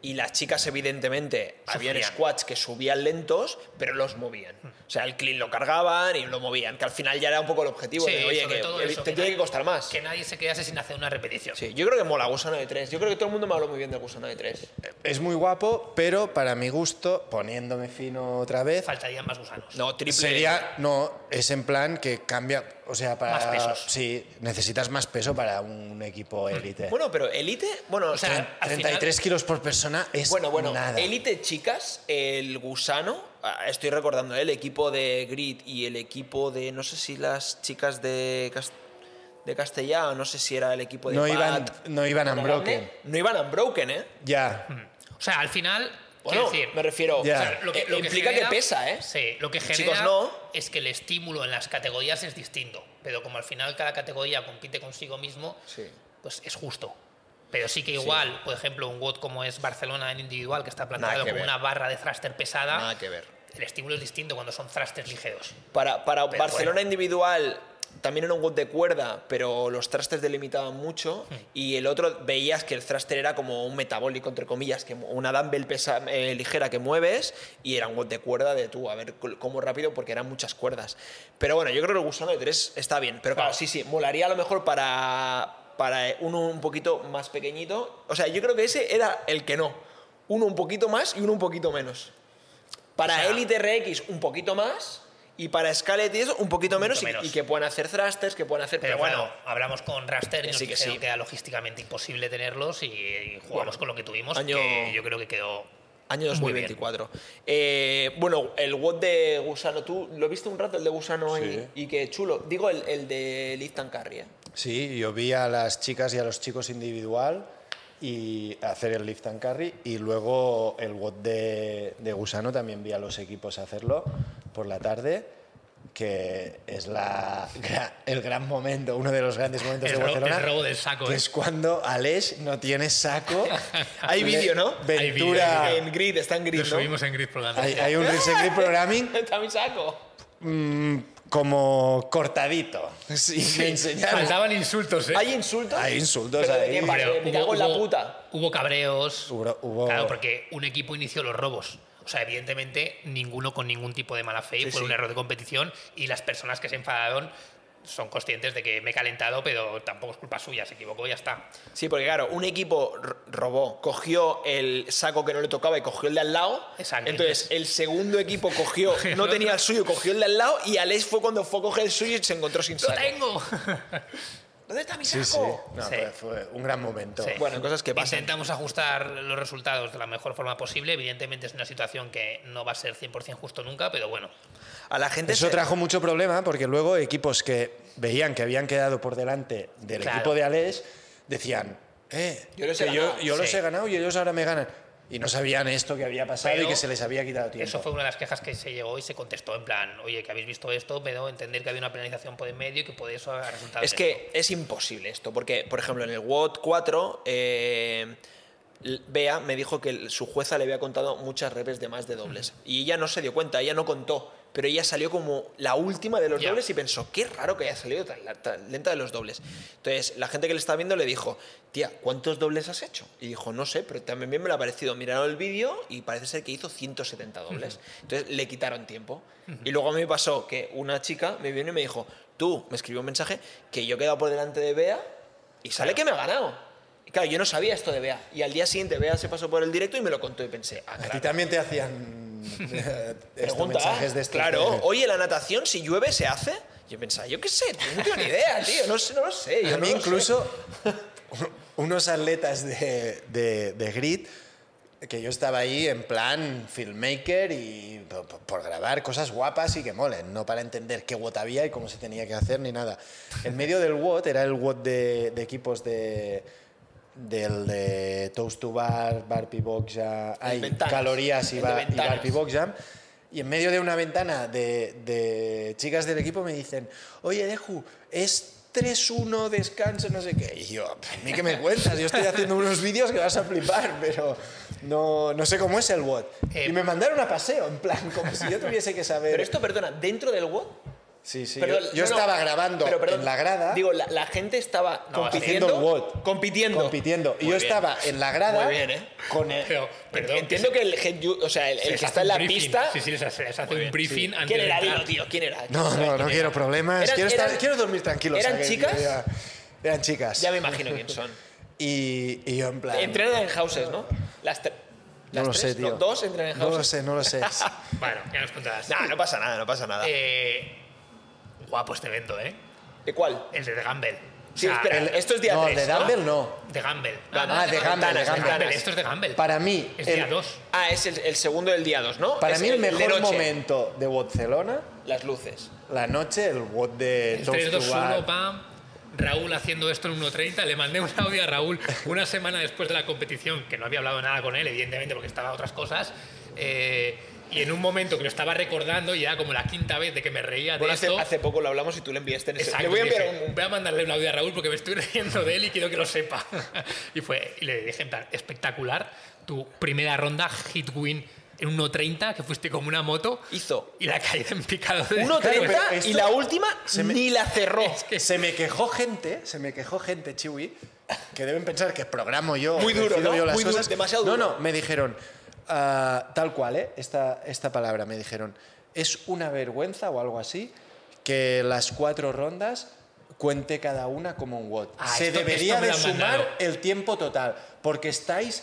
[SPEAKER 1] Y las chicas, evidentemente, habían
[SPEAKER 3] Sufrían.
[SPEAKER 1] squats que subían lentos, pero los movían. O sea, el clean lo cargaban y lo movían, que al final ya era un poco el objetivo
[SPEAKER 3] Sí,
[SPEAKER 1] de, oye,
[SPEAKER 3] sobre
[SPEAKER 1] que
[SPEAKER 3] todo
[SPEAKER 1] evi-
[SPEAKER 3] eso,
[SPEAKER 1] te
[SPEAKER 3] que
[SPEAKER 1] tiene
[SPEAKER 3] nadie-
[SPEAKER 1] que costar más.
[SPEAKER 3] Que nadie se quedase sin hacer una repetición.
[SPEAKER 1] Sí, yo creo que mola Gusano de 3. Yo creo que todo el mundo me habló muy bien del Gusano de 3.
[SPEAKER 2] Es muy guapo, pero para mi gusto, poniéndome fino otra vez,
[SPEAKER 3] Faltarían más gusanos.
[SPEAKER 1] No, triple.
[SPEAKER 2] Sería, no, es en plan que cambia, o sea, para...
[SPEAKER 3] Más pesos.
[SPEAKER 2] Sí, necesitas más peso para un equipo élite.
[SPEAKER 1] E. Bueno, pero Elite, bueno,
[SPEAKER 3] O sea,
[SPEAKER 1] tre-
[SPEAKER 3] al
[SPEAKER 2] 33 kilos por persona es
[SPEAKER 1] Bueno, bueno,
[SPEAKER 2] nada.
[SPEAKER 1] Elite Chicas, el gusano, ah, estoy recordando, ¿eh? el equipo de Grid y el equipo de, no sé si las chicas de, Cas- de Castellá, o no sé si era el equipo de...
[SPEAKER 2] No
[SPEAKER 1] Pat,
[SPEAKER 2] iban- no iban
[SPEAKER 1] Aragone.
[SPEAKER 2] unbroken.
[SPEAKER 1] No iban unbroken, ¿eh?
[SPEAKER 2] Ya,
[SPEAKER 3] O sea, al final.
[SPEAKER 1] Bueno,
[SPEAKER 3] quiero decir,
[SPEAKER 1] me refiero...
[SPEAKER 2] Ya.
[SPEAKER 1] o sea, lo que, lo implica
[SPEAKER 3] genera-
[SPEAKER 1] que pesa, ¿eh?
[SPEAKER 3] Sí, lo que
[SPEAKER 1] Chicos,
[SPEAKER 3] genera
[SPEAKER 1] no.
[SPEAKER 3] es que el estímulo en las categorías es distinto. Pero como al final cada categoría compite consigo mismo,
[SPEAKER 1] Sí.
[SPEAKER 3] pues es justo. Pero sí que igual, por ejemplo, un WOD como es Barcelona en individual, que está planteado
[SPEAKER 1] que
[SPEAKER 3] como
[SPEAKER 1] ver.
[SPEAKER 3] una barra de thruster pesada,
[SPEAKER 1] Nada que ver.
[SPEAKER 3] el estímulo es distinto cuando son thrusters ligeros.
[SPEAKER 1] Para, para
[SPEAKER 3] Pero
[SPEAKER 1] Barcelona
[SPEAKER 3] bueno.
[SPEAKER 1] individual también era un WOD de cuerda, pero los thrusters delimitaban mucho
[SPEAKER 3] Hmm.
[SPEAKER 1] y el otro veías que el thruster era como un metabólico, entre comillas, que mo- una dumbbell pesa, eh, ligera que mueves y era un WOD de cuerda de tú, a ver cl- cómo rápido, porque eran muchas cuerdas. Pero bueno, yo creo que el gusano de tres está bien, pero claro,
[SPEAKER 3] Claro.
[SPEAKER 1] sí, sí, molaría a lo mejor para, para eh, uno un poquito más pequeñito. O sea, yo creo que ese era el que no. Uno un poquito más y uno un poquito menos. Para
[SPEAKER 3] O sea-
[SPEAKER 1] Elite RX un poquito más y para Scalet y eso un poquito menos, y-
[SPEAKER 3] menos.
[SPEAKER 1] Y, que puedan hacer thrusters, que puedan hacer...
[SPEAKER 3] Pero
[SPEAKER 1] claro,
[SPEAKER 3] bueno, hablamos con Raster
[SPEAKER 1] Que
[SPEAKER 3] y nos
[SPEAKER 1] sí, que
[SPEAKER 3] dijeron
[SPEAKER 1] sí.
[SPEAKER 3] que era logísticamente imposible tenerlos y, y jugamos con lo que tuvimos,
[SPEAKER 1] año-
[SPEAKER 3] que yo creo que quedó
[SPEAKER 1] Año
[SPEAKER 3] muy bien.
[SPEAKER 1] 2024. Eh, bueno, el WOD de Gusano, tú lo viste un rato el de Gusano y-
[SPEAKER 2] Sí.
[SPEAKER 1] y, que chulo. Digo el, el de Lift and Carry, ¿eh?
[SPEAKER 2] sí, yo vi a las chicas y a los chicos individual y hacer el lift and carry y luego el WOD de, de Gusano también vi a los equipos hacerlo por la tarde que es la, gra- el gran momento, uno de los grandes momentos
[SPEAKER 3] El
[SPEAKER 2] de
[SPEAKER 3] ro- el
[SPEAKER 2] Barcelona.
[SPEAKER 3] robo del saco,
[SPEAKER 2] que
[SPEAKER 3] ¿eh?
[SPEAKER 2] es cuando Aleix no tiene saco.
[SPEAKER 1] Hay
[SPEAKER 2] Le-
[SPEAKER 1] vídeo, ¿no?
[SPEAKER 3] Hay vídeo,
[SPEAKER 2] Ventura.
[SPEAKER 3] hay
[SPEAKER 1] En Grid, está en Grid,
[SPEAKER 3] Lo
[SPEAKER 1] ¿no?
[SPEAKER 3] subimos en Grid Programming.
[SPEAKER 2] Hay, hay un Recent Grip Programming
[SPEAKER 1] Está mi saco.
[SPEAKER 2] mm, como cortadito. Sí, me enseñaron.
[SPEAKER 3] Faltaban insultos, ¿eh?
[SPEAKER 1] ¿Hay insultos?
[SPEAKER 2] Hay insultos
[SPEAKER 1] ¿Pero de
[SPEAKER 2] ahí.
[SPEAKER 1] qué parte?
[SPEAKER 3] Pero
[SPEAKER 1] Me cago en la
[SPEAKER 3] hubo-
[SPEAKER 1] puta.
[SPEAKER 3] Hubo cabreos.
[SPEAKER 2] Hubo- hubo-
[SPEAKER 3] Claro, porque un equipo inició los robos. O O sea, evidentemente, ninguno con ningún tipo de mala fe.
[SPEAKER 1] Sí,
[SPEAKER 3] fue
[SPEAKER 1] sí.
[SPEAKER 3] un error de competición y las personas que se enfadaron son conscientes de que me he calentado, pero tampoco es culpa suya, se equivocó y ya está.
[SPEAKER 1] Sí, porque claro, un equipo r- robó, cogió el saco que no le tocaba y cogió el de al lado.
[SPEAKER 3] Exacto.
[SPEAKER 1] Entonces, el segundo equipo cogió, no tenía el suyo, cogió el de al lado y Alex fue cuando fue a coger el suyo y se encontró sin
[SPEAKER 3] ¡Lo
[SPEAKER 1] saco.
[SPEAKER 3] tengo!
[SPEAKER 1] ¿Dónde está mi
[SPEAKER 2] Sí,
[SPEAKER 1] saco?
[SPEAKER 2] sí. No,
[SPEAKER 3] Sí.
[SPEAKER 2] pero Fue un gran momento.
[SPEAKER 3] Sí.
[SPEAKER 1] Bueno, cosas que pasan.
[SPEAKER 3] Intentamos ajustar los resultados de la mejor forma posible. Evidentemente es una situación que no va a ser 100% justo nunca, pero bueno.
[SPEAKER 1] A la gente
[SPEAKER 2] Eso
[SPEAKER 1] se-
[SPEAKER 2] trajo mucho problema porque luego equipos que veían que habían quedado por delante del
[SPEAKER 3] Claro.
[SPEAKER 2] equipo de Alex decían, eh,
[SPEAKER 1] Yo los
[SPEAKER 2] que
[SPEAKER 1] he
[SPEAKER 2] yo,
[SPEAKER 1] ganado".
[SPEAKER 2] yo los
[SPEAKER 3] Sí.
[SPEAKER 2] he ganado y ellos ahora me ganan. Y no sabían esto que había pasado
[SPEAKER 3] Pero
[SPEAKER 2] y que se les había quitado tiempo.
[SPEAKER 3] Eso fue una de las quejas que se llegó y se contestó en plan, oye, que habéis visto esto, pero entender que había una penalización por en medio y que por eso ha resultado...
[SPEAKER 1] Es
[SPEAKER 3] en esto".
[SPEAKER 1] que es imposible esto, porque, por ejemplo, en el WOT 4, eh, l- Bea me dijo que el- su jueza le había contado muchas repes de más de dobles. Y ella no se dio cuenta, ella no contó. Pero ella salió como la última de los
[SPEAKER 3] Ya.
[SPEAKER 1] dobles y pensó, qué raro que haya salido tan, la- tan lenta de los dobles. Entonces, la gente que le estaba viendo le dijo, tía, ¿cuántos dobles has hecho? Y dijo, no sé, pero también bien me lo ha parecido. Miraron el vídeo y parece ser que hizo 170 dobles. Entonces, le quitaron tiempo. Y luego a mí me pasó que una chica me vino y me dijo, tú, me escribió un mensaje que yo he quedado por delante de Bea y sale que me ha ganado. Y claro, yo no sabía esto de Bea. Y al día siguiente Bea se pasó por el directo y me lo contó y pensé, ah,
[SPEAKER 2] A ti
[SPEAKER 1] claro.
[SPEAKER 2] también te hacían eh, estos
[SPEAKER 1] Pregunta,
[SPEAKER 2] mensajes de este estos
[SPEAKER 1] claro,
[SPEAKER 2] de-
[SPEAKER 1] oye, la natación, si llueve, ¿se hace? Yo pensaba, yo qué sé, no tengo ni idea, tío, no, sé, no lo sé. yo
[SPEAKER 2] A
[SPEAKER 1] no
[SPEAKER 2] mí
[SPEAKER 1] lo sé.
[SPEAKER 2] incluso unos atletas de, de, de grid que yo estaba ahí en plan filmmaker y po- po- por, grabar cosas guapas y que molen, no para entender qué WOT había y cómo se tenía que hacer ni nada. En medio del WOT era el WOT de, de equipos de del de Toast to Bar, Barpi Box Jam, hay
[SPEAKER 1] ventanas,
[SPEAKER 2] calorías y,
[SPEAKER 1] el de
[SPEAKER 2] bar, y
[SPEAKER 1] ventanas.
[SPEAKER 2] Barpi Box Jam. Y en medio de una ventana de, de chicas del equipo me dicen, oye, Deju, es 3-1, descanso, no sé qué. Y yo, a mí que me cuentas, yo estoy haciendo unos vídeos que vas a flipar, pero no, no sé cómo es el WOT.
[SPEAKER 3] Eh,
[SPEAKER 2] y me mandaron a paseo, en plan, como si yo tuviese que saber.
[SPEAKER 1] Pero esto, perdona, dentro del WOT.
[SPEAKER 2] sí, sí.
[SPEAKER 1] Perdón,
[SPEAKER 2] yo yo
[SPEAKER 1] no, no,
[SPEAKER 2] estaba grabando
[SPEAKER 1] pero, perdón,
[SPEAKER 2] en la grada.
[SPEAKER 1] Digo, la, la gente estaba
[SPEAKER 3] No,
[SPEAKER 1] compitiendo.
[SPEAKER 2] haciendo el WOT.
[SPEAKER 1] Compitiendo.
[SPEAKER 2] compitiendo. Y
[SPEAKER 1] Muy
[SPEAKER 2] yo
[SPEAKER 1] bien.
[SPEAKER 2] estaba en la grada
[SPEAKER 1] Muy bien, ¿eh?
[SPEAKER 2] con el,
[SPEAKER 3] Pero, perdón,
[SPEAKER 1] Entiendo que el, head ju- o sea, el, el
[SPEAKER 3] se les
[SPEAKER 1] que está
[SPEAKER 3] hace un
[SPEAKER 1] en la
[SPEAKER 3] briefing.
[SPEAKER 1] pista.
[SPEAKER 3] Sí, sí, les hace, les hace un briefing antes
[SPEAKER 1] ¿Quién
[SPEAKER 3] de
[SPEAKER 1] era? Dilo,
[SPEAKER 3] entrar.
[SPEAKER 1] tío, ¿quién era?
[SPEAKER 2] No,
[SPEAKER 1] ¿Quién
[SPEAKER 2] no,
[SPEAKER 1] era?
[SPEAKER 2] no quiero problemas.
[SPEAKER 1] Eran-
[SPEAKER 2] quiero, estar-
[SPEAKER 1] eran-
[SPEAKER 2] quiero dormir tranquilo.
[SPEAKER 1] ¿eran
[SPEAKER 2] Saguer,
[SPEAKER 1] chicas?
[SPEAKER 2] yo ya- eran chicas.
[SPEAKER 1] Ya me imagino quién son.
[SPEAKER 2] Y, y yo en plan...
[SPEAKER 1] Entrenan en houses, ¿no? Las, tre-
[SPEAKER 2] no
[SPEAKER 1] las
[SPEAKER 2] lo
[SPEAKER 1] tres,
[SPEAKER 2] sé, tío.
[SPEAKER 1] no, dos entrenan en
[SPEAKER 2] No lo
[SPEAKER 1] houses.
[SPEAKER 2] sé, no lo sé.
[SPEAKER 3] Bueno, ya nos contarás.
[SPEAKER 1] Nah, no pasa nada, no pasa nada.
[SPEAKER 3] Eh, guapo este evento, ¿eh?
[SPEAKER 1] ¿De cuál?
[SPEAKER 3] El de The Gamble.
[SPEAKER 1] Sí, espera,
[SPEAKER 3] el-
[SPEAKER 1] esto es día
[SPEAKER 2] Ah, no,
[SPEAKER 1] 3.
[SPEAKER 2] de Dumble no.
[SPEAKER 3] The Gamble.
[SPEAKER 1] Ah,
[SPEAKER 3] no,
[SPEAKER 2] ah,
[SPEAKER 3] no,
[SPEAKER 2] The Gamble,
[SPEAKER 3] no, ventanas,
[SPEAKER 2] The
[SPEAKER 3] The
[SPEAKER 2] Gamble.
[SPEAKER 3] Gamble, Esto es The Gamble.
[SPEAKER 2] Para mí,
[SPEAKER 3] Es día
[SPEAKER 2] el,
[SPEAKER 3] 2.
[SPEAKER 1] Ah, es el, el segundo del día 2, ¿no?
[SPEAKER 2] para
[SPEAKER 1] Es
[SPEAKER 2] mí el
[SPEAKER 1] de
[SPEAKER 2] mejor
[SPEAKER 1] noche.
[SPEAKER 2] momento de Barcelona,
[SPEAKER 1] Las luces.
[SPEAKER 2] la noche, el WOT de
[SPEAKER 3] El
[SPEAKER 2] Toast
[SPEAKER 3] 3,
[SPEAKER 2] to
[SPEAKER 3] 2,
[SPEAKER 2] Bar.
[SPEAKER 3] 1, pam. Raúl haciendo esto en 1.30. Le mandé un audio a Raúl una semana después de la competición, que no había hablado nada con él, evidentemente, porque estaba a otras cosas. eh, y en un momento que lo estaba recordando, y ya como la quinta vez de que me reía de
[SPEAKER 1] Bueno, hace,
[SPEAKER 3] esto.
[SPEAKER 1] hace poco lo hablamos y tú le enviaste en ese.
[SPEAKER 3] Exacto,
[SPEAKER 1] Le voy a
[SPEAKER 3] y dije,
[SPEAKER 1] enviar un,
[SPEAKER 3] voy a mandarle un audio a Raúl porque me estoy riendo de él y quiero que lo sepa. y, fue, y le dije, en plan, espectacular, tu primera ronda hit win en 1.30, que fuiste como una moto.
[SPEAKER 1] Hizo.
[SPEAKER 3] Y la caída en picado. de-
[SPEAKER 1] 1.30
[SPEAKER 2] Claro, pero esto-
[SPEAKER 1] y la última
[SPEAKER 2] se me-
[SPEAKER 1] ni la cerró.
[SPEAKER 2] Se me quejó gente, se me quejó gente, Chiwi, que deben pensar que programo yo,
[SPEAKER 1] Muy duro,
[SPEAKER 2] decido
[SPEAKER 1] ¿no?
[SPEAKER 2] yo las
[SPEAKER 1] Muy duro,
[SPEAKER 2] cosas.
[SPEAKER 1] demasiado
[SPEAKER 2] No,
[SPEAKER 1] duro.
[SPEAKER 2] no, me dijeron, ah, tal cual, ¿eh? esta, esta palabra, me dijeron, es una vergüenza o algo así que las cuatro rondas cuente cada una como un WOT.
[SPEAKER 3] Ah,
[SPEAKER 2] se
[SPEAKER 3] esto-
[SPEAKER 2] debería
[SPEAKER 3] esto me
[SPEAKER 2] de
[SPEAKER 3] lo han
[SPEAKER 2] sumar
[SPEAKER 3] mandado.
[SPEAKER 2] el tiempo total, porque estáis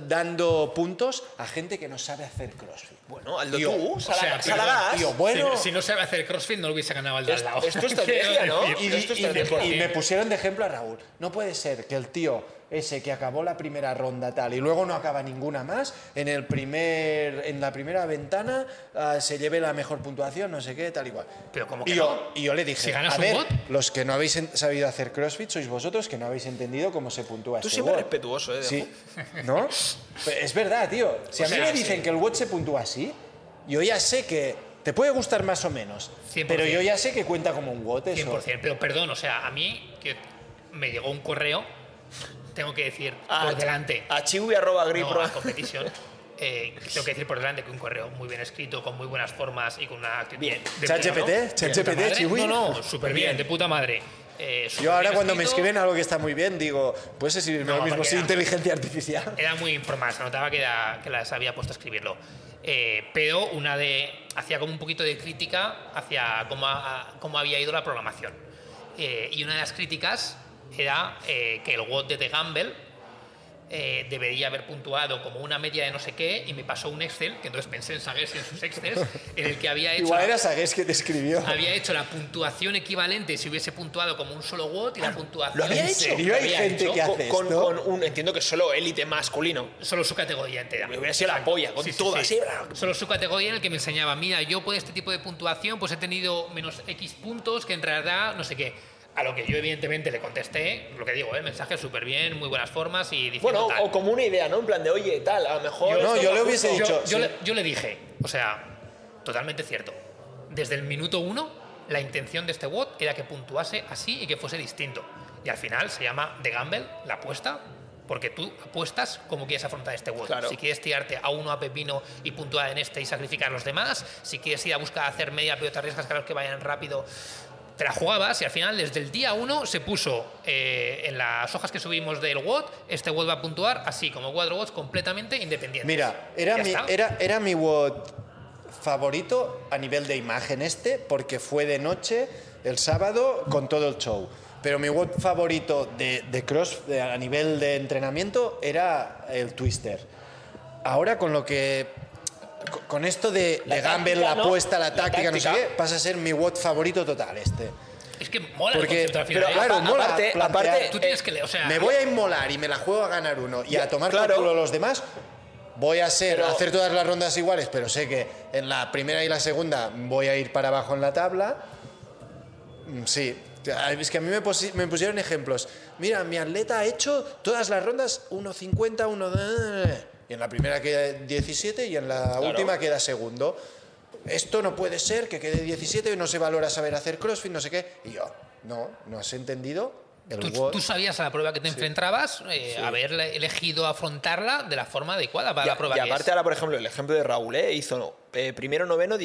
[SPEAKER 2] dando puntos a gente que no sabe hacer CrossFit.
[SPEAKER 1] Bueno, Aldo,
[SPEAKER 2] Tío,
[SPEAKER 1] tú,
[SPEAKER 2] o
[SPEAKER 1] Sala-
[SPEAKER 3] sea,
[SPEAKER 1] Salagas.
[SPEAKER 2] tío, bueno.
[SPEAKER 3] Si, si no se va a hacer crossfit, no lo hubiese ganado al de al
[SPEAKER 1] Es-
[SPEAKER 3] lado.
[SPEAKER 1] es tu estrategia, ¿no?
[SPEAKER 3] Quiero
[SPEAKER 2] Y,
[SPEAKER 1] Esto
[SPEAKER 2] y-
[SPEAKER 1] está
[SPEAKER 2] y me-
[SPEAKER 1] de por
[SPEAKER 2] y
[SPEAKER 1] sí.
[SPEAKER 2] me pusieron de ejemplo a Raúl. No puede ser que el tío ese que acabó la primera ronda tal y luego no acaba ninguna más, en, el primer, en la primera ventana ah, se lleve la mejor puntuación, no sé qué, tal y cual.
[SPEAKER 3] Pero ¿cómo
[SPEAKER 2] y,
[SPEAKER 3] que
[SPEAKER 2] yo, y yo le dije,
[SPEAKER 3] Si ganas
[SPEAKER 2] a
[SPEAKER 3] un
[SPEAKER 2] ver,
[SPEAKER 3] bot".
[SPEAKER 2] los que no habéis en- sabido hacer CrossFit sois vosotros que no habéis entendido cómo se puntúa
[SPEAKER 1] Tú
[SPEAKER 2] este
[SPEAKER 1] siempre
[SPEAKER 2] bot".
[SPEAKER 1] respetuoso, ¿eh?
[SPEAKER 2] Sí, ¿no? Pero es verdad, tío. Si a
[SPEAKER 3] O
[SPEAKER 2] mí
[SPEAKER 3] sea,
[SPEAKER 2] me dicen
[SPEAKER 3] sí.
[SPEAKER 2] que el WOT se puntúa así, yo ya sé que te puede gustar más o menos,
[SPEAKER 3] 100%.
[SPEAKER 2] pero yo ya sé que cuenta como un WOT eso.
[SPEAKER 3] 100%. Pero perdón, o sea, a mí que me llegó un correo, tengo que decir,
[SPEAKER 2] Ah,
[SPEAKER 1] A-
[SPEAKER 3] por delante.
[SPEAKER 1] A chiwi arroba grip,
[SPEAKER 3] no,
[SPEAKER 1] pro-
[SPEAKER 3] a competición. eh, tengo que decir por delante que un correo muy bien escrito, con muy buenas formas y con una actitud.
[SPEAKER 1] Bien.
[SPEAKER 3] de
[SPEAKER 2] ChatGPT,
[SPEAKER 3] puta, ¿no?
[SPEAKER 2] ChatGPT,
[SPEAKER 3] ¿De puta madre?
[SPEAKER 2] chihui.
[SPEAKER 3] No, no, súper bien, de puta madre. Eh,
[SPEAKER 2] Yo
[SPEAKER 3] superbién
[SPEAKER 2] ahora cuando me
[SPEAKER 3] escrito,
[SPEAKER 2] escriben algo que está muy bien, digo, puedes escribirme
[SPEAKER 3] No,
[SPEAKER 2] lo mismo
[SPEAKER 3] porque
[SPEAKER 2] sin
[SPEAKER 3] era-
[SPEAKER 2] inteligencia artificial.
[SPEAKER 3] Era muy informal, se notaba que, era- que las había puesto a escribirlo. Eh, pero una de. hacía como un poquito de crítica hacia cómo, ha- cómo había ido la programación. Eh, y una de las críticas era eh, que el WOD de The Gamble eh, debería haber puntuado como una media de no sé qué y me pasó un Excel, que entonces pensé en Sagres y en sus Excels, en el que había hecho.
[SPEAKER 2] Igual
[SPEAKER 3] la-
[SPEAKER 2] era Sagues que te escribió.
[SPEAKER 3] había hecho la puntuación equivalente si hubiese puntuado como un solo WOT y
[SPEAKER 2] Ah,
[SPEAKER 3] la puntuación.
[SPEAKER 1] ¿Lo había
[SPEAKER 2] ¿En
[SPEAKER 1] hecho?
[SPEAKER 2] serio
[SPEAKER 1] ¿Lo
[SPEAKER 2] hay
[SPEAKER 1] había
[SPEAKER 2] gente
[SPEAKER 1] hecho?
[SPEAKER 2] que
[SPEAKER 1] Con-
[SPEAKER 2] hace
[SPEAKER 1] con,
[SPEAKER 2] esto?
[SPEAKER 1] con un, entiendo que solo élite masculino.
[SPEAKER 3] Solo su categoría entera.
[SPEAKER 1] Me hubiera sido la polla, con
[SPEAKER 3] Sí, sí,
[SPEAKER 1] todo
[SPEAKER 3] sí.
[SPEAKER 1] así. bla,
[SPEAKER 3] Solo su categoría en el que me enseñaba, mira, yo por este tipo de puntuación pues he tenido menos X puntos que en realidad no sé qué. A lo que yo evidentemente le contesté, lo que digo, ¿eh? mensaje súper bien, muy buenas formas y diciendo
[SPEAKER 1] Bueno,
[SPEAKER 3] tal.
[SPEAKER 1] o como una idea, ¿no? En plan de, oye, tal, a lo mejor.
[SPEAKER 2] Yo- no,
[SPEAKER 1] esto
[SPEAKER 2] yo
[SPEAKER 1] va
[SPEAKER 2] le hubiese
[SPEAKER 1] justo.
[SPEAKER 2] dicho-
[SPEAKER 3] yo, yo
[SPEAKER 2] sí.
[SPEAKER 3] le, yo le dije, o sea, totalmente cierto. Desde el minuto uno, la intención de este WOT era que puntuase así y que fuese distinto. Y al final se llama The Gamble, la apuesta, porque tú apuestas como quieres afrontar este WOT.
[SPEAKER 1] Claro.
[SPEAKER 3] Si quieres tirarte a uno a Pepino y puntuar en este y sacrificar a los demás, si quieres ir a buscar hacer media pero te arriesgas a los que vayan rápido. Te la jugabas y al final desde el día uno se puso eh, en las hojas que subimos del WOT, este WOT va a puntuar así, como cuatro WOTs completamente independientes.
[SPEAKER 2] Mira, era
[SPEAKER 3] Ya
[SPEAKER 2] mi,
[SPEAKER 3] está.
[SPEAKER 2] era, era mi WOT favorito a nivel de imagen este, porque fue de noche el sábado con todo el show. Pero mi WOT favorito de, de cross de- a nivel de entrenamiento era el twister. Ahora con lo que. co- Con esto de,
[SPEAKER 1] La
[SPEAKER 2] de Gamble,
[SPEAKER 1] táctica,
[SPEAKER 2] la
[SPEAKER 1] ¿no?
[SPEAKER 2] apuesta, la
[SPEAKER 1] La
[SPEAKER 2] táctica, no sé
[SPEAKER 1] táctica.
[SPEAKER 2] qué, pasa a ser mi WOT favorito total este.
[SPEAKER 3] Es que mola el
[SPEAKER 2] Porque-
[SPEAKER 3] concepto al final.
[SPEAKER 1] Pero
[SPEAKER 3] ¿eh?
[SPEAKER 2] claro,
[SPEAKER 1] apa-
[SPEAKER 2] mola
[SPEAKER 1] aparte,
[SPEAKER 2] plantear-
[SPEAKER 1] aparte,
[SPEAKER 3] Tú tienes que leer, o sea,
[SPEAKER 2] Me voy a inmolar y me la juego a ganar uno y a tomar
[SPEAKER 1] claro.
[SPEAKER 2] por culo a los demás. Voy a ser,
[SPEAKER 1] Pero-
[SPEAKER 2] hacer todas las rondas iguales, pero sé que en la primera y la segunda voy a ir para abajo en la tabla. Mm, Sí, es que a mí me, posi- me pusieron ejemplos. Mira, mi atleta ha hecho todas las rondas 1.50, 1... Y en la primera queda 17 y en la última queda segundo. Esto no puede ser, que quede 17 y no se valora saber hacer crossfit, no sé qué. Y yo, no, no has entendido el
[SPEAKER 3] tú,
[SPEAKER 2] WOD.
[SPEAKER 3] tú sabías a la prueba que te enfrentabas eh, haber elegido afrontarla de la forma adecuada para
[SPEAKER 1] Y,
[SPEAKER 3] la prueba
[SPEAKER 1] y
[SPEAKER 3] que
[SPEAKER 1] aparte
[SPEAKER 3] es.
[SPEAKER 1] ahora, por ejemplo, el ejemplo de Raúl, ¿eh? hizo no, eh, primero noveno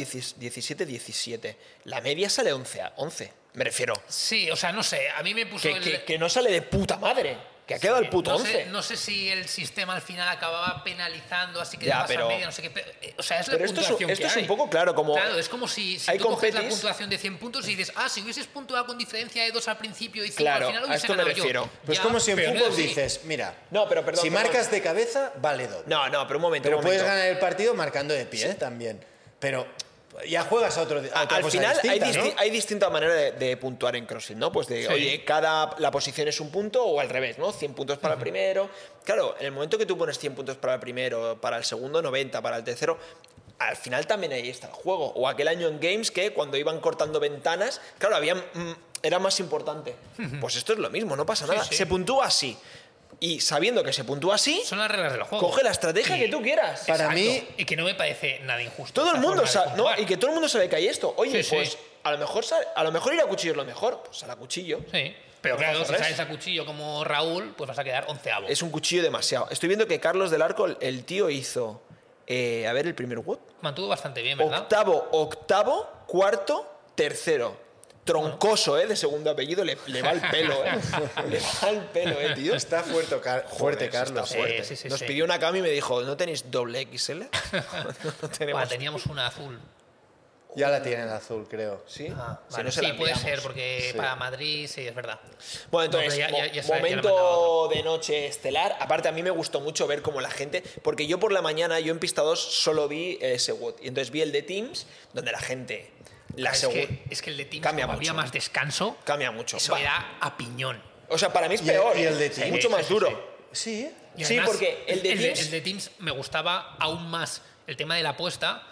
[SPEAKER 1] 17-17. La media sale 11, a- 11 me refiero.
[SPEAKER 3] Sí, o sea, no sé, a mí me puso
[SPEAKER 1] Que,
[SPEAKER 3] Pues el...
[SPEAKER 1] que- que no sale de puta madre, que ha quedado el puto
[SPEAKER 3] no
[SPEAKER 1] 11.
[SPEAKER 3] Sé, no sé si el sistema al final acababa penalizando, así que
[SPEAKER 1] Ya,
[SPEAKER 3] dabas a
[SPEAKER 1] pero-
[SPEAKER 3] media, no sé qué. pero, eh, o sea, es la
[SPEAKER 1] Pero esto es un-
[SPEAKER 3] puntuación
[SPEAKER 1] esto
[SPEAKER 3] que
[SPEAKER 1] es un
[SPEAKER 3] hay.
[SPEAKER 1] poco claro, como-
[SPEAKER 3] Claro, es como si, si
[SPEAKER 1] hay
[SPEAKER 3] tú coges la
[SPEAKER 1] competis-
[SPEAKER 3] puntuación de 100 puntos y dices, ah, si hubieses puntuado con diferencia de 2 al principio y 5
[SPEAKER 1] Claro,
[SPEAKER 3] al final
[SPEAKER 1] a
[SPEAKER 3] hubiese
[SPEAKER 1] esto me
[SPEAKER 3] ganado yo.
[SPEAKER 1] refiero.
[SPEAKER 2] Pues
[SPEAKER 3] Ya,
[SPEAKER 2] como si en
[SPEAKER 3] pero no
[SPEAKER 2] fútbol
[SPEAKER 3] es así.
[SPEAKER 2] dices, mira,
[SPEAKER 1] No, pero perdón,
[SPEAKER 2] si
[SPEAKER 1] perdón.
[SPEAKER 2] marcas de cabeza, vale doble.
[SPEAKER 1] No, no, pero un momento.
[SPEAKER 2] pero
[SPEAKER 1] un
[SPEAKER 2] puedes
[SPEAKER 1] momento.
[SPEAKER 2] ganar el partido marcando de pie también. Pero ya juegas a otro a
[SPEAKER 1] A-
[SPEAKER 2] otra
[SPEAKER 1] Al
[SPEAKER 2] Ah, cosa
[SPEAKER 1] final hay,
[SPEAKER 2] distinta, ¿no?
[SPEAKER 1] disti- hay distinta manera de, de puntuar en CrossFit, ¿no? Pues de,
[SPEAKER 3] Sí.
[SPEAKER 1] oye, cada la posición es un punto o al revés, ¿no? 100 puntos para el primero. Claro, en el momento que tú pones 100 puntos para el primero, para el segundo 90, para el tercero, al final también ahí está el juego. O aquel año en Games que cuando iban cortando ventanas, claro, había, mm, era más importante. Pues esto es lo mismo, no pasa nada.
[SPEAKER 3] sí.
[SPEAKER 1] Se puntúa así. Y sabiendo que se puntúa así,
[SPEAKER 3] Son las reglas del juego.
[SPEAKER 1] coge la estrategia
[SPEAKER 3] Y-
[SPEAKER 1] que tú quieras.
[SPEAKER 2] Para
[SPEAKER 3] Exacto,
[SPEAKER 2] mí-
[SPEAKER 3] Y que no me parece nada injusto.
[SPEAKER 1] Todo el
[SPEAKER 3] esta
[SPEAKER 1] mundo
[SPEAKER 3] forma de
[SPEAKER 1] sabe, ¿no?
[SPEAKER 3] puntuar.
[SPEAKER 1] Y que todo el mundo sabe que hay esto. Oye,
[SPEAKER 3] Sí, sí.
[SPEAKER 1] pues a lo mejor sal- a lo mejor ir a cuchillo es lo mejor, pues sal a cuchillo.
[SPEAKER 3] Sí. Pero
[SPEAKER 1] No
[SPEAKER 3] claro,
[SPEAKER 1] pasa
[SPEAKER 3] si
[SPEAKER 1] res.
[SPEAKER 3] sales a cuchillo como Raúl, pues vas a quedar onceavo.
[SPEAKER 1] Es un cuchillo demasiado. Estoy viendo que Carlos del Arco, el- el tío hizo eh, a ver el primer what?
[SPEAKER 3] Mantuvo bastante bien, ¿verdad?
[SPEAKER 1] Octavo, octavo, cuarto, tercero. Troncoso, ¿eh? De segundo apellido, le, le va el pelo, ¿eh? le va el pelo, ¿eh, tío?
[SPEAKER 2] Está fuerte, Car- fuerte
[SPEAKER 1] Joder, eso está
[SPEAKER 2] Carlos.
[SPEAKER 3] Sí,
[SPEAKER 1] fuerte.
[SPEAKER 3] sí, sí,
[SPEAKER 1] Nos
[SPEAKER 3] sí.
[SPEAKER 1] pidió una cami y me dijo, ¿no tenéis doble XL? no tenemos.
[SPEAKER 3] Bueno, teníamos una azul.
[SPEAKER 2] Ya la tiene en azul, creo.
[SPEAKER 1] ¿Sí?
[SPEAKER 3] Ah,
[SPEAKER 1] Si
[SPEAKER 3] vale,
[SPEAKER 1] no se
[SPEAKER 3] sí,
[SPEAKER 1] la
[SPEAKER 3] puede
[SPEAKER 1] enviamos.
[SPEAKER 3] ser, porque
[SPEAKER 2] Sí.
[SPEAKER 3] para Madrid sí, es verdad.
[SPEAKER 1] Bueno, entonces,
[SPEAKER 3] No, pero ya-
[SPEAKER 1] mo-
[SPEAKER 3] ya- ya sabes, ya le mandaba
[SPEAKER 1] momento de noche estelar. Aparte, a mí me gustó mucho ver cómo la gente. Porque yo por la mañana, yo en Pista 2 solo vi eh, ese WOT. Y entonces vi el de Teams, donde la gente. La
[SPEAKER 3] es,
[SPEAKER 1] segunda
[SPEAKER 3] que, es que el de Teams
[SPEAKER 1] Cambia
[SPEAKER 3] como había
[SPEAKER 1] mucho.
[SPEAKER 3] más descanso,
[SPEAKER 1] Cambia mucho.
[SPEAKER 3] eso
[SPEAKER 1] Va.
[SPEAKER 3] era a piñón.
[SPEAKER 1] O sea, para mí es
[SPEAKER 2] Y el-
[SPEAKER 1] peor.
[SPEAKER 2] y el de Teams.
[SPEAKER 1] Mucho más
[SPEAKER 3] Sí, sí,
[SPEAKER 1] duro.
[SPEAKER 2] Sí.
[SPEAKER 3] Y
[SPEAKER 1] Sí,
[SPEAKER 3] además,
[SPEAKER 1] porque el de Teams.
[SPEAKER 3] el de Teams me gustaba aún más el tema de la apuesta,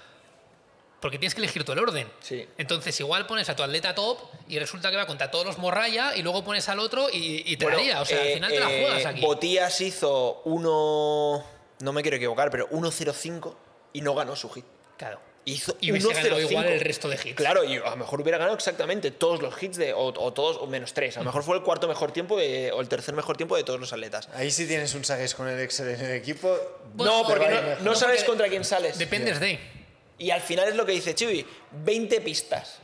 [SPEAKER 3] porque tienes que elegir tú el orden.
[SPEAKER 1] Sí.
[SPEAKER 3] Entonces, igual pones a tu atleta top y resulta que va contra todos los morraya y luego pones al otro y, y te la
[SPEAKER 1] Bueno,
[SPEAKER 3] lía. O sea,
[SPEAKER 1] eh,
[SPEAKER 3] al final te la
[SPEAKER 1] eh,
[SPEAKER 3] juegas aquí.
[SPEAKER 1] Botías hizo 1. No me quiero equivocar, pero 1.05 y no ganó su hit.
[SPEAKER 3] Claro.
[SPEAKER 1] Hizo
[SPEAKER 3] Y hubiese ganado
[SPEAKER 1] 1.05.
[SPEAKER 3] igual el resto de hits.
[SPEAKER 1] Claro, y a lo mejor hubiera ganado exactamente todos los hits de, o, o todos o menos tres. A lo mejor fue el cuarto mejor tiempo de- o el tercer mejor tiempo de todos los atletas.
[SPEAKER 2] Ahí sí tienes un Sagues con el Excel en el equipo.
[SPEAKER 3] Bueno,
[SPEAKER 1] Pues no, porque
[SPEAKER 2] te va
[SPEAKER 1] no,
[SPEAKER 2] a ir mejor.
[SPEAKER 1] no
[SPEAKER 3] Pues No,
[SPEAKER 1] sabes
[SPEAKER 3] porque
[SPEAKER 1] contra quién sales.
[SPEAKER 3] Dependes de.
[SPEAKER 1] Y al final es lo que dice Chibi, 20 pistas.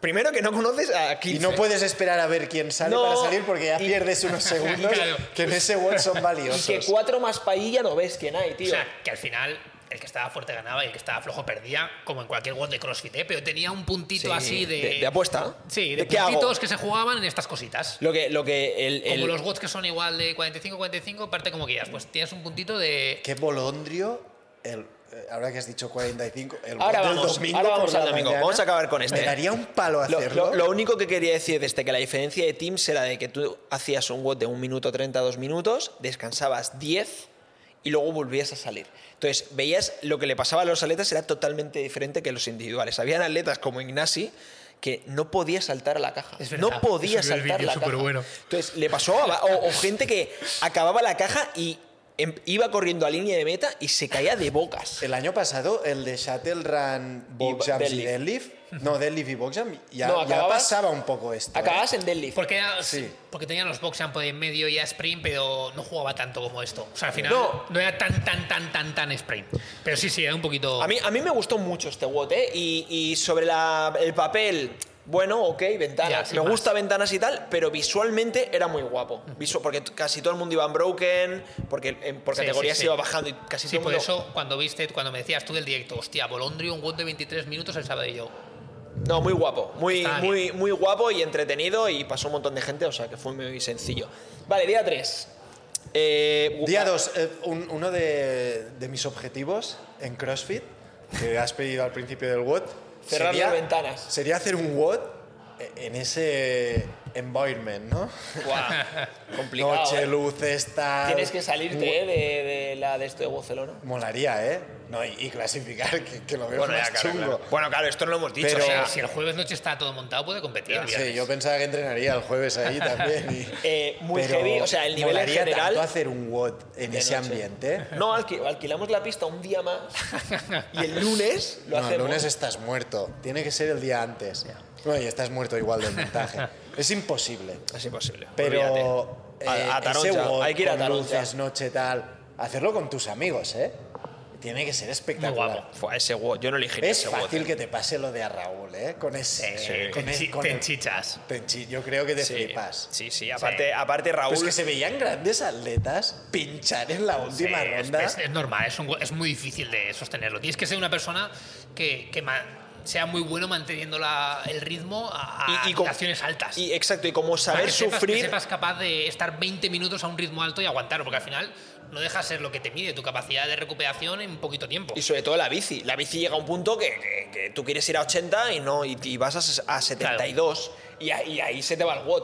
[SPEAKER 1] Primero que no conoces a 15.
[SPEAKER 2] Y no puedes esperar a ver quién sale
[SPEAKER 1] No.
[SPEAKER 2] para salir porque ya
[SPEAKER 1] Y-
[SPEAKER 2] pierdes unos segundos
[SPEAKER 3] Claro.
[SPEAKER 2] que en ese WOD son
[SPEAKER 1] Y
[SPEAKER 2] valiosos.
[SPEAKER 1] que cuatro más pailla no ves quién hay, tío.
[SPEAKER 3] O sea, que al final el que estaba fuerte ganaba y el que estaba flojo perdía, como en cualquier WOD de CrossFit, ¿eh? pero tenía un puntito
[SPEAKER 1] Sí,
[SPEAKER 3] así de,
[SPEAKER 1] de- de apuesta.
[SPEAKER 3] Sí, de,
[SPEAKER 1] ¿De qué hago?
[SPEAKER 3] puntitos que se jugaban en estas cositas.
[SPEAKER 1] Lo que, lo que el,
[SPEAKER 3] como
[SPEAKER 1] el-
[SPEAKER 3] los WODs que son igual de 45-45, parte como quieras. Pues tienes un puntito de.
[SPEAKER 2] Qué bolondrio, el, eh, ahora que has dicho 45, el
[SPEAKER 1] Ahora
[SPEAKER 2] gol del
[SPEAKER 1] vamos,
[SPEAKER 2] domingo
[SPEAKER 1] ahora vamos
[SPEAKER 2] por
[SPEAKER 1] al
[SPEAKER 2] la
[SPEAKER 1] domingo.
[SPEAKER 2] mañana,
[SPEAKER 1] Vamos a acabar con este.
[SPEAKER 2] Me daría un palo
[SPEAKER 1] Lo-
[SPEAKER 2] hacerlo.
[SPEAKER 1] Lo, lo único que quería decir desde que la diferencia de teams era de que tú hacías un WOD de 1 minuto 30, 2 minutos, descansabas 10 y luego volvías a salir. Entonces, veías lo que le pasaba a los atletas era totalmente diferente que los individuales. Habían atletas como Ignasi que no podía saltar a la caja.
[SPEAKER 3] Es verdad,
[SPEAKER 1] no podía
[SPEAKER 3] subió el
[SPEAKER 1] saltar
[SPEAKER 3] vídeo
[SPEAKER 1] la caja.
[SPEAKER 3] superbueno.
[SPEAKER 1] Entonces, le pasó a, o, o gente que acababa la caja y em- iba corriendo a línea de meta y se caía de bocas.
[SPEAKER 2] El año pasado, el de Shuttle Run, Box
[SPEAKER 1] Y
[SPEAKER 2] Jumps y
[SPEAKER 1] deadlift.
[SPEAKER 2] Deadlift, no, Deadlift y Box Jump, ya,
[SPEAKER 1] No,
[SPEAKER 2] ya
[SPEAKER 1] acababas-
[SPEAKER 2] pasaba un poco esto. ¿eh?
[SPEAKER 1] Acababas en deadlift.
[SPEAKER 3] Porque, era-
[SPEAKER 2] Sí.
[SPEAKER 3] porque tenían los box jump en medio y a sprint, pero no jugaba tanto como esto. O sea, al final no,
[SPEAKER 1] No.
[SPEAKER 3] era tan, tan, tan, tan, tan sprint. Pero sí, sí, era un poquito.
[SPEAKER 1] A mí, a mí me gustó mucho este WOT, ¿eh? Y, y sobre la- el papel, bueno, ok,
[SPEAKER 3] Ya,
[SPEAKER 1] ventanas.
[SPEAKER 3] sin
[SPEAKER 1] me
[SPEAKER 3] más.
[SPEAKER 1] gusta ventanas y tal, pero visualmente era muy guapo. Visu- porque t- casi todo el mundo iba en broken, porque en- por
[SPEAKER 3] Sí,
[SPEAKER 1] categorías
[SPEAKER 3] sí, sí.
[SPEAKER 1] iba bajando y casi
[SPEAKER 3] Sí,
[SPEAKER 1] todo
[SPEAKER 3] por
[SPEAKER 1] el mundo.
[SPEAKER 3] eso cuando viste, cuando me decías tú del directo, hostia, Bolondrio, un WOD de 23 minutos el sábado y yo.
[SPEAKER 1] No, muy guapo. Muy,
[SPEAKER 3] Estaba
[SPEAKER 1] muy, muy guapo y entretenido y pasó un montón de gente, o sea que fue muy sencillo. Vale, día Eh, 3.
[SPEAKER 2] Día 2, uno de, de mis objetivos en CrossFit, que has pedido al principio del WOD,
[SPEAKER 1] Cerrar las ventanas.
[SPEAKER 2] Sería hacer un WOD en ese environment, ¿no?
[SPEAKER 1] complicado.
[SPEAKER 2] Noche,
[SPEAKER 1] ¿eh?
[SPEAKER 2] luces, tal.
[SPEAKER 1] Tienes que salirte ¿eh? de, de la de esto de Barcelona.
[SPEAKER 2] Molaría, ¿eh? No, y, y clasificar, que, que lo veo más chungo.
[SPEAKER 1] bueno, claro, esto no lo hemos dicho.
[SPEAKER 2] Pero-
[SPEAKER 1] o sea,
[SPEAKER 3] si el jueves noche está todo montado, puede competir. el
[SPEAKER 2] Sí,
[SPEAKER 3] viernes.
[SPEAKER 2] yo pensaba que entrenaría el jueves ahí también. y-
[SPEAKER 1] Eh, muy
[SPEAKER 2] Pero
[SPEAKER 1] heavy, o sea, el nivel en
[SPEAKER 2] molaría
[SPEAKER 1] general.
[SPEAKER 2] tanto hacer un WOD en
[SPEAKER 1] de
[SPEAKER 2] ese
[SPEAKER 1] noche.
[SPEAKER 2] ambiente. ¿eh?
[SPEAKER 1] No, alqui- alquilamos la pista un día más y el lunes lo
[SPEAKER 2] no, el
[SPEAKER 1] hacemos.
[SPEAKER 2] lunes estás muerto. Tiene que ser el día antes. No, y estás muerto igual del montaje. es imposible.
[SPEAKER 1] Es imposible.
[SPEAKER 2] Pero eh,
[SPEAKER 1] olvídate. A- a
[SPEAKER 2] ese
[SPEAKER 1] Taronja,
[SPEAKER 2] WOD
[SPEAKER 1] hay que ir a
[SPEAKER 2] con
[SPEAKER 1] Taronja.
[SPEAKER 2] luces, noche, tal. Hacerlo con tus amigos, ¿eh? Tiene que ser espectacular.
[SPEAKER 3] guapo.
[SPEAKER 1] Fue ese WOD, yo no elegiría
[SPEAKER 2] Es
[SPEAKER 1] ese WOD.
[SPEAKER 2] fácil que te pase lo de a Raúl, ¿eh? Con ese.
[SPEAKER 3] Eh,
[SPEAKER 2] Con
[SPEAKER 3] te
[SPEAKER 2] el-
[SPEAKER 3] enchi-
[SPEAKER 2] con
[SPEAKER 3] te
[SPEAKER 2] el-
[SPEAKER 3] enchichas.
[SPEAKER 2] te enchi- Yo creo que te
[SPEAKER 1] Sí,
[SPEAKER 2] flipas.
[SPEAKER 1] sí, sí, aparte, aparte Raúl.
[SPEAKER 2] Pues que se veían grandes atletas pinchar en la última
[SPEAKER 3] Eh, es-
[SPEAKER 2] ronda.
[SPEAKER 3] Es, es normal, es, un gu- es muy difícil de sostenerlo. Tienes que ser una persona que, que ma- sea muy bueno manteniendo la- el ritmo a, a
[SPEAKER 1] como-
[SPEAKER 3] habitaciones altas.
[SPEAKER 1] Y, exacto, y como
[SPEAKER 3] Para
[SPEAKER 1] saber
[SPEAKER 3] que sepas-
[SPEAKER 1] sufrir.
[SPEAKER 3] que sepas capaz de estar 20 minutos a un ritmo alto y aguantarlo, porque al final no deja de ser lo que te mide, tu capacidad de recuperación en poquito tiempo.
[SPEAKER 1] Y sobre todo la bici. La bici llega a un punto que, que- que tú quieres ir a 80 y no y, y vas a, ses- a 72 y, a- y ahí se te va el WOD.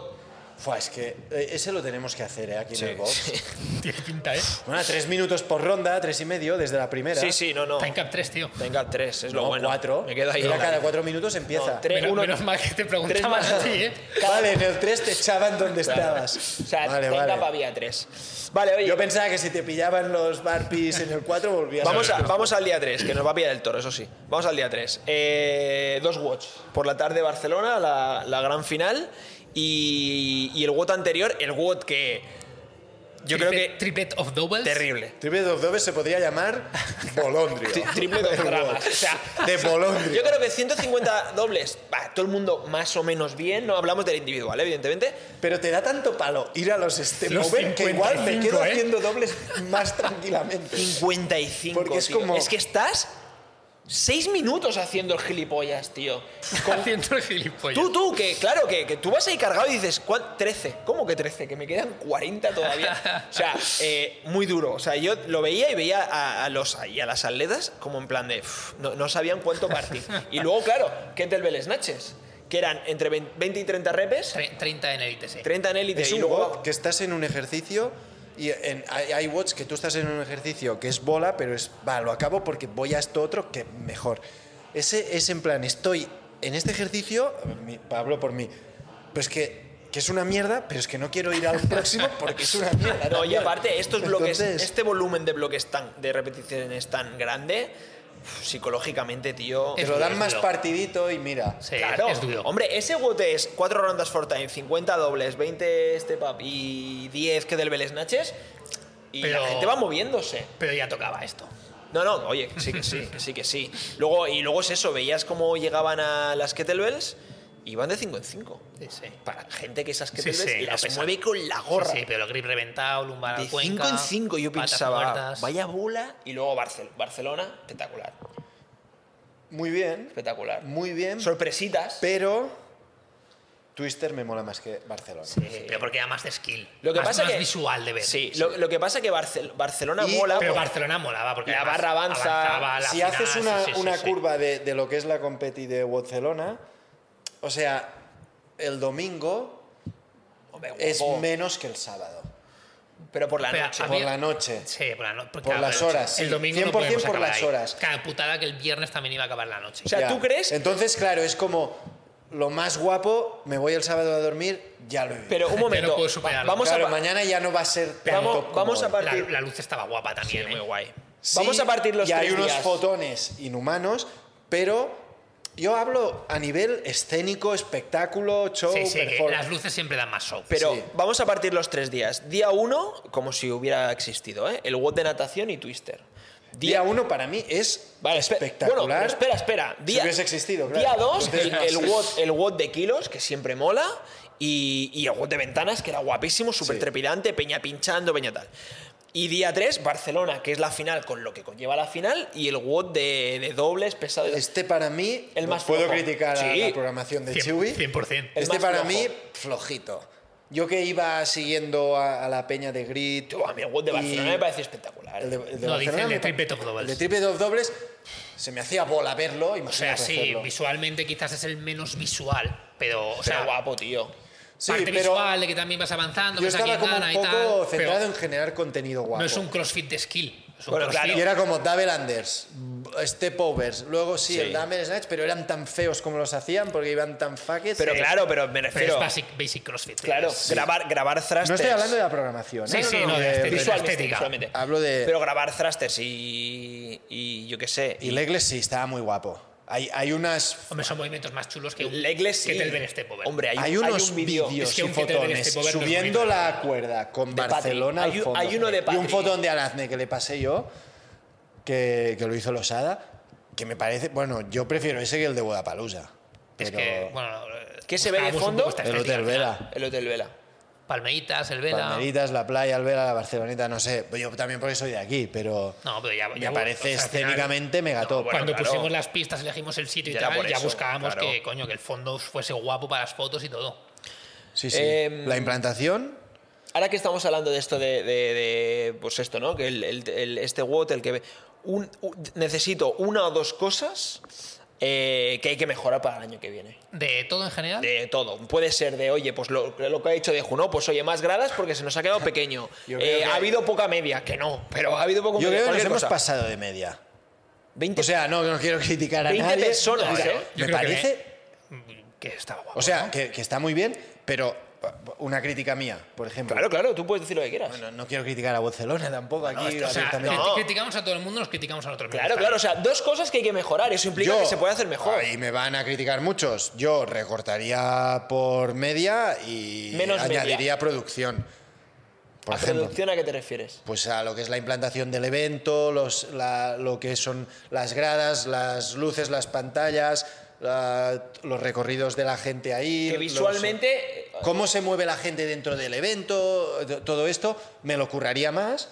[SPEAKER 2] Fua, es que eh, ese lo tenemos que hacer ¿eh? aquí en el box.
[SPEAKER 3] Tiene pinta, ¿eh?
[SPEAKER 2] Bueno, tres minutos por ronda, tres y medio desde la primera.
[SPEAKER 1] Sí, sí, no, no.
[SPEAKER 3] Time Cap 3, tío.
[SPEAKER 1] Venga, 3, es
[SPEAKER 2] No,
[SPEAKER 1] lo bueno.
[SPEAKER 2] cuatro.
[SPEAKER 1] Me quedo ahí.
[SPEAKER 2] Era
[SPEAKER 1] No,
[SPEAKER 2] cada cuatro minutos empieza.
[SPEAKER 1] No, tres.
[SPEAKER 3] Menos,
[SPEAKER 1] uno-
[SPEAKER 3] menos mal que te
[SPEAKER 1] tres
[SPEAKER 3] preguntaban
[SPEAKER 1] más.
[SPEAKER 3] a ti, ¿eh?
[SPEAKER 2] Vale, en el tres te echaban donde estabas.
[SPEAKER 1] O sea,
[SPEAKER 2] vale,
[SPEAKER 1] Time
[SPEAKER 2] vale.
[SPEAKER 1] Cap había 3. Vale, oye.
[SPEAKER 2] Yo pensaba que si te pillaban los barpis en el cuatro volvías
[SPEAKER 1] Vamos,
[SPEAKER 2] a...
[SPEAKER 1] a- vamos al día 3, que nos va a pillar el toro, eso sí. Vamos al día 3. dos watch. Por la tarde Barcelona, la, la gran final. Y, y el WOT anterior, el WOT que. Yo creo
[SPEAKER 3] Triplet-
[SPEAKER 1] que.
[SPEAKER 3] Triplet of doubles.
[SPEAKER 1] Terrible.
[SPEAKER 2] Triple of Doves se podría llamar Bolondrio.
[SPEAKER 1] Tri- triple dos
[SPEAKER 2] El
[SPEAKER 1] dramas,
[SPEAKER 2] WOD.
[SPEAKER 1] o sea,
[SPEAKER 2] de Bolondrio.
[SPEAKER 1] Yo creo que 150 dobles, va, todo el mundo más o menos bien. No hablamos del individual, evidentemente.
[SPEAKER 2] Pero te da tanto palo ir a los step
[SPEAKER 3] Los
[SPEAKER 2] over que igual me
[SPEAKER 3] 55,
[SPEAKER 2] quedo
[SPEAKER 3] ¿eh?
[SPEAKER 2] haciendo dobles más tranquilamente.
[SPEAKER 1] 55.
[SPEAKER 2] Porque es
[SPEAKER 1] tío.
[SPEAKER 2] como-
[SPEAKER 1] Es que estás 6 minutos haciendo el gilipollas, tío.
[SPEAKER 3] Haciendo el gilipollas.
[SPEAKER 1] Tú, tú, que claro, que, que tú vas ahí cargado y dices, "¿Cuál- 13. ¿Cómo que 13? Que me quedan 40 todavía. O sea, eh, muy duro. O sea, yo lo veía y veía a, a los y a las atletas como en plan de, "Uf, no, no sabían cuánto partir. Y luego, claro, kettlebell snatches, que eran entre 20 y 30 repes,
[SPEAKER 3] Tre- 30 en élite, sí.
[SPEAKER 1] 30 en élite
[SPEAKER 2] Es
[SPEAKER 1] y
[SPEAKER 2] un
[SPEAKER 1] luego...
[SPEAKER 2] WOD que estás en un ejercicio y en, hay, hay WODs que tú estás en un ejercicio que es bola, pero es, va, lo acabo porque voy a esto otro que mejor. Ese es en plan, estoy en este ejercicio, mi- hablo por mí, pues que, que es una mierda, pero es que no quiero ir al próximo porque es una mierda.
[SPEAKER 1] No, y
[SPEAKER 2] también.
[SPEAKER 1] aparte, estos bloques,
[SPEAKER 2] Entonces,
[SPEAKER 1] este volumen de bloques tan, de repeticiones tan grande, uf, psicológicamente, tío...
[SPEAKER 2] Te
[SPEAKER 3] es
[SPEAKER 2] lo dan
[SPEAKER 3] duro,
[SPEAKER 2] más
[SPEAKER 3] tío.
[SPEAKER 2] partidito y mira.
[SPEAKER 3] Sí,
[SPEAKER 1] Claro,
[SPEAKER 3] es duro.
[SPEAKER 1] hombre, ese WOT es 4 rondas for time, 50 dobles, 20 step up y 10 que del snatches y
[SPEAKER 3] Pero-
[SPEAKER 1] la gente va moviéndose.
[SPEAKER 3] Pero ya tocaba esto.
[SPEAKER 1] No, no, oye, que sí, que sí, que sí, que sí. Luego, y luego es eso, veías cómo llegaban a las kettlebells y, y van de 5 en 5.
[SPEAKER 3] Sí, sí.
[SPEAKER 1] Para gente que esas que
[SPEAKER 3] Sí,
[SPEAKER 1] te ves
[SPEAKER 3] sí,
[SPEAKER 1] y
[SPEAKER 3] la
[SPEAKER 1] las
[SPEAKER 3] pesa.
[SPEAKER 1] mueve con la gorra.
[SPEAKER 3] Sí, sí, pero el grip reventado, lumbar
[SPEAKER 1] de
[SPEAKER 3] al cuenca.
[SPEAKER 1] 5 en 5 yo
[SPEAKER 3] patas
[SPEAKER 1] pensaba,
[SPEAKER 3] muertas.
[SPEAKER 1] vaya bula. Y luego Barcel- Barcelona, espectacular.
[SPEAKER 2] Muy bien,
[SPEAKER 1] Espectacular.
[SPEAKER 2] muy bien,
[SPEAKER 1] Sorpresitas.
[SPEAKER 2] pero Twister me mola más que Barcelona.
[SPEAKER 3] Sí, pero porque era más de skill.
[SPEAKER 1] Lo que
[SPEAKER 3] más,
[SPEAKER 1] pasa
[SPEAKER 3] más
[SPEAKER 1] que-
[SPEAKER 3] visual de ver.
[SPEAKER 1] Sí, Lo, lo que pasa que Barcel- Barcelona
[SPEAKER 2] Y-
[SPEAKER 1] mola.
[SPEAKER 3] Pero
[SPEAKER 1] por-
[SPEAKER 3] Barcelona molaba porque
[SPEAKER 1] La
[SPEAKER 3] además
[SPEAKER 1] barra avanza,
[SPEAKER 3] avanzaba la
[SPEAKER 2] si
[SPEAKER 3] final,
[SPEAKER 2] haces
[SPEAKER 3] sí,
[SPEAKER 2] una,
[SPEAKER 3] sí, sí,
[SPEAKER 2] una
[SPEAKER 3] sí.
[SPEAKER 2] curva de, de lo que es la competi de Barcelona, o sea, el domingo
[SPEAKER 1] Hombre, guapo.
[SPEAKER 2] es menos que el sábado.
[SPEAKER 1] pero por la
[SPEAKER 3] Pero
[SPEAKER 1] noche.
[SPEAKER 3] a
[SPEAKER 2] Por
[SPEAKER 3] mí-
[SPEAKER 2] la noche.
[SPEAKER 3] Sí, por, la no- porque,
[SPEAKER 2] Por
[SPEAKER 3] claro,
[SPEAKER 2] las
[SPEAKER 3] pero
[SPEAKER 2] horas,
[SPEAKER 3] El
[SPEAKER 2] sí.
[SPEAKER 3] domingo no
[SPEAKER 2] 100%
[SPEAKER 3] podíamos
[SPEAKER 2] por
[SPEAKER 3] acabar
[SPEAKER 2] las
[SPEAKER 3] ahí.
[SPEAKER 2] horas.
[SPEAKER 3] Cada putada que el viernes también iba a acabar la noche.
[SPEAKER 1] O sea, ¿tú crees?
[SPEAKER 2] Entonces, claro, es como lo más guapo, me voy el sábado a dormir, ya lo he vivido.
[SPEAKER 1] Pero un
[SPEAKER 3] no
[SPEAKER 1] momento.
[SPEAKER 3] puedo
[SPEAKER 1] va-
[SPEAKER 3] superarlo.
[SPEAKER 1] vamos
[SPEAKER 2] claro,
[SPEAKER 1] a. pa-
[SPEAKER 2] mañana ya no va a ser tanto
[SPEAKER 1] Vamos-
[SPEAKER 2] como
[SPEAKER 1] vamos a
[SPEAKER 2] hoy.
[SPEAKER 1] par-
[SPEAKER 3] la,
[SPEAKER 1] partir-
[SPEAKER 3] la luz estaba guapa también. ¿eh?
[SPEAKER 2] Sí,
[SPEAKER 1] Vamos a partir los
[SPEAKER 2] Y hay
[SPEAKER 1] tres
[SPEAKER 2] unos
[SPEAKER 1] días.
[SPEAKER 2] fotones inhumanos, pero yo hablo a nivel escénico, espectáculo, show,
[SPEAKER 3] Sí, sí, que
[SPEAKER 2] performance.
[SPEAKER 3] las luces siempre dan más show.
[SPEAKER 1] Pero
[SPEAKER 2] Sí.
[SPEAKER 1] vamos a partir los tres días. Día uno, como si hubiera existido, ¿eh? El WOD de natación y Twister.
[SPEAKER 2] Día uno para mí es
[SPEAKER 1] Vale, espe-
[SPEAKER 2] espectacular.
[SPEAKER 1] Bueno, pero espera, espera. Día,
[SPEAKER 2] hubiese existido, claro.
[SPEAKER 1] Día 2,
[SPEAKER 2] Entonces,
[SPEAKER 1] el,
[SPEAKER 2] no.
[SPEAKER 1] el, WOD, el WOD de kilos, que siempre mola, y, y el WOD de ventanas, que era guapísimo, súper
[SPEAKER 2] Sí.
[SPEAKER 1] trepidante, peña pinchando, peña tal. Y día 3, Barcelona, que es la final, con lo que conlleva la final, y el WOD de, de dobles, pesado. y tal.
[SPEAKER 2] Este para mí,
[SPEAKER 1] El más
[SPEAKER 2] puedo
[SPEAKER 1] flojo.
[SPEAKER 2] criticar a
[SPEAKER 1] Sí.
[SPEAKER 2] la programación de
[SPEAKER 3] 100%.
[SPEAKER 2] Chewy.
[SPEAKER 3] 100%.
[SPEAKER 1] El
[SPEAKER 2] Este
[SPEAKER 1] más
[SPEAKER 2] para
[SPEAKER 1] flojo.
[SPEAKER 2] mí, flojito. Yo que iba siguiendo a, a la peña de Grit.
[SPEAKER 1] Tú, a mí el WOD de
[SPEAKER 2] y-
[SPEAKER 1] Barcelona me parece espectacular.
[SPEAKER 2] El de, el de
[SPEAKER 3] No,
[SPEAKER 2] Barcelona
[SPEAKER 3] dice el
[SPEAKER 2] me
[SPEAKER 3] de
[SPEAKER 2] pa-
[SPEAKER 3] triple top dobles.
[SPEAKER 2] El de triple top dobles se me hacía bola verlo,
[SPEAKER 3] O sea,
[SPEAKER 2] imagínate
[SPEAKER 3] sí,
[SPEAKER 2] hacerlo.
[SPEAKER 3] visualmente quizás es el menos visual, pero, o
[SPEAKER 1] o sea,
[SPEAKER 3] sea,
[SPEAKER 1] guapo, tío.
[SPEAKER 2] Sí,
[SPEAKER 3] parte
[SPEAKER 2] pero
[SPEAKER 3] visual de que también vas avanzando,
[SPEAKER 2] yo
[SPEAKER 3] ves a
[SPEAKER 2] estaba
[SPEAKER 3] quién
[SPEAKER 2] como
[SPEAKER 3] gana
[SPEAKER 2] un
[SPEAKER 3] y tal.
[SPEAKER 2] poco
[SPEAKER 3] pero
[SPEAKER 2] centrado en generar contenido guapo.
[SPEAKER 3] no es un crossfit de skill. Es un
[SPEAKER 1] Bueno,
[SPEAKER 3] crossfit.
[SPEAKER 1] claro.
[SPEAKER 2] Y era como Double Unders, Step Overs, luego sí,
[SPEAKER 1] Sí.
[SPEAKER 2] el Double Snatch, pero eran tan feos como los hacían porque iban tan fuckers.
[SPEAKER 1] Pero
[SPEAKER 2] Sí.
[SPEAKER 1] claro, pero me
[SPEAKER 3] Pero
[SPEAKER 1] refiero.
[SPEAKER 3] es basic, basic crossfit.
[SPEAKER 1] claro,
[SPEAKER 3] Es-
[SPEAKER 1] grabar, grabar thrusters.
[SPEAKER 2] No estoy hablando de la programación. ¿eh?
[SPEAKER 3] Sí, sí, no, de
[SPEAKER 2] Eh,
[SPEAKER 3] estética.
[SPEAKER 2] visual.
[SPEAKER 1] visualmente,
[SPEAKER 3] estética.
[SPEAKER 1] visualmente.
[SPEAKER 2] Hablo de-
[SPEAKER 1] Pero grabar thrusters y. y yo qué sé.
[SPEAKER 2] Y Legles sí, estaba muy guapo. Hay, hay unas.
[SPEAKER 3] Hombre, son movimientos más chulos que un
[SPEAKER 1] Legles sí.
[SPEAKER 3] que Telven Step Over.
[SPEAKER 1] Hombre, hay,
[SPEAKER 2] Hay,
[SPEAKER 1] un-
[SPEAKER 2] unos
[SPEAKER 1] un vídeo-
[SPEAKER 2] vídeos
[SPEAKER 3] Es que
[SPEAKER 2] y
[SPEAKER 3] un Peter Beres
[SPEAKER 2] fotones
[SPEAKER 3] te puede ver
[SPEAKER 2] subiendo
[SPEAKER 3] los
[SPEAKER 2] la cuerda con
[SPEAKER 1] De Patri.
[SPEAKER 2] Barcelona
[SPEAKER 1] Hay
[SPEAKER 2] al
[SPEAKER 1] un-
[SPEAKER 2] fondo.
[SPEAKER 1] hay uno de
[SPEAKER 2] y un
[SPEAKER 1] Patri.
[SPEAKER 2] fotón de Alazne que le pasé yo, que, que lo hizo Losada, que me parece. Bueno, yo prefiero ese que el de Budapalooza.
[SPEAKER 3] Es
[SPEAKER 2] Pero
[SPEAKER 3] que, bueno,
[SPEAKER 1] ¿Qué se ve de
[SPEAKER 3] buscábamos un
[SPEAKER 1] fondo?
[SPEAKER 3] poco esta
[SPEAKER 2] el
[SPEAKER 3] estética
[SPEAKER 2] Hotel
[SPEAKER 3] al final.
[SPEAKER 2] Vela.
[SPEAKER 1] El Hotel Vela.
[SPEAKER 3] Palmeitas, el Vela.
[SPEAKER 2] Palmeritas, Pues la playa, el Vela, la Barceloneta, no sé. pues Yo también porque soy de aquí, pero.
[SPEAKER 3] No, pero ya,
[SPEAKER 2] Me
[SPEAKER 3] ya-
[SPEAKER 2] parece
[SPEAKER 3] al final,
[SPEAKER 2] escénicamente mega top.
[SPEAKER 1] bueno,
[SPEAKER 3] cuando
[SPEAKER 1] claro.
[SPEAKER 3] pusimos las pistas, elegimos el sitio y
[SPEAKER 1] Ya era
[SPEAKER 3] tal,
[SPEAKER 1] por
[SPEAKER 3] ya
[SPEAKER 1] eso,
[SPEAKER 3] buscábamos
[SPEAKER 1] claro.
[SPEAKER 3] que, coño, que el fondo fuese guapo para las fotos y todo.
[SPEAKER 2] Sí, sí.
[SPEAKER 1] Em,
[SPEAKER 2] la implantación.
[SPEAKER 1] Ahora que estamos hablando de esto de, de- de, pues esto, ¿no? Que el, el- el- este WOT, el que ve- un- un- necesito una o dos cosas eh, que hay que mejorar para el año que viene.
[SPEAKER 3] De todo en general.
[SPEAKER 1] De todo. Puede ser de, oye, pues lo, lo que ha dicho de Juno, pues oye, más gradas porque se nos ha quedado pequeño.
[SPEAKER 2] Yo creo
[SPEAKER 1] Eh,
[SPEAKER 2] que-
[SPEAKER 1] Ha habido poca media, que no, pero ha habido poco
[SPEAKER 2] Yo creo que nos
[SPEAKER 1] cualquier
[SPEAKER 2] hemos
[SPEAKER 1] cosa.
[SPEAKER 2] pasado de media.
[SPEAKER 1] 20
[SPEAKER 2] O sea, no, no quiero criticar a
[SPEAKER 1] 20
[SPEAKER 2] nadie.
[SPEAKER 1] personas,
[SPEAKER 2] Mira,
[SPEAKER 1] ¿eh?
[SPEAKER 2] Me
[SPEAKER 3] Yo creo que-
[SPEAKER 2] parece.
[SPEAKER 3] Que estaba guapo.
[SPEAKER 2] O sea, que, que está muy bien, pero una crítica mía, por ejemplo.
[SPEAKER 1] Claro, claro, tú puedes decir lo que quieras.
[SPEAKER 2] No, no quiero criticar a Barcelona tampoco aquí
[SPEAKER 3] O sea,
[SPEAKER 2] abiertamente.
[SPEAKER 3] criti-
[SPEAKER 1] No.
[SPEAKER 3] criticamos a todo el mundo, nos criticamos a nosotros
[SPEAKER 1] Claro,
[SPEAKER 3] mismos
[SPEAKER 1] claro, o sea, dos cosas que hay que mejorar, eso implica que se puede hacer mejor.
[SPEAKER 2] Y me van a criticar muchos. Yo recortaría por media y
[SPEAKER 1] Menos media.
[SPEAKER 2] añadiría producción. Por
[SPEAKER 1] ¿A
[SPEAKER 2] ejemplo.
[SPEAKER 1] producción a qué te refieres?
[SPEAKER 2] Pues a lo que es la implantación del evento, los, la- lo que son las gradas, las luces, las pantallas, la- los recorridos de la gente ahí.
[SPEAKER 1] Que
[SPEAKER 2] los-
[SPEAKER 1] visualmente... eh,
[SPEAKER 2] cómo se mueve la gente dentro del evento, de- todo esto, me lo curraría más.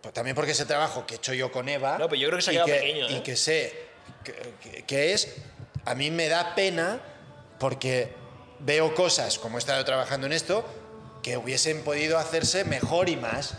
[SPEAKER 2] Pues también porque ese trabajo que he hecho yo con Eva.
[SPEAKER 1] No, pero yo creo que se ha
[SPEAKER 2] y
[SPEAKER 1] quedado pequeño,
[SPEAKER 2] Y
[SPEAKER 1] ¿eh?
[SPEAKER 2] que sé que, que- que es. A mí me da pena porque veo cosas, como he estado trabajando en esto, que hubiesen podido hacerse mejor y más.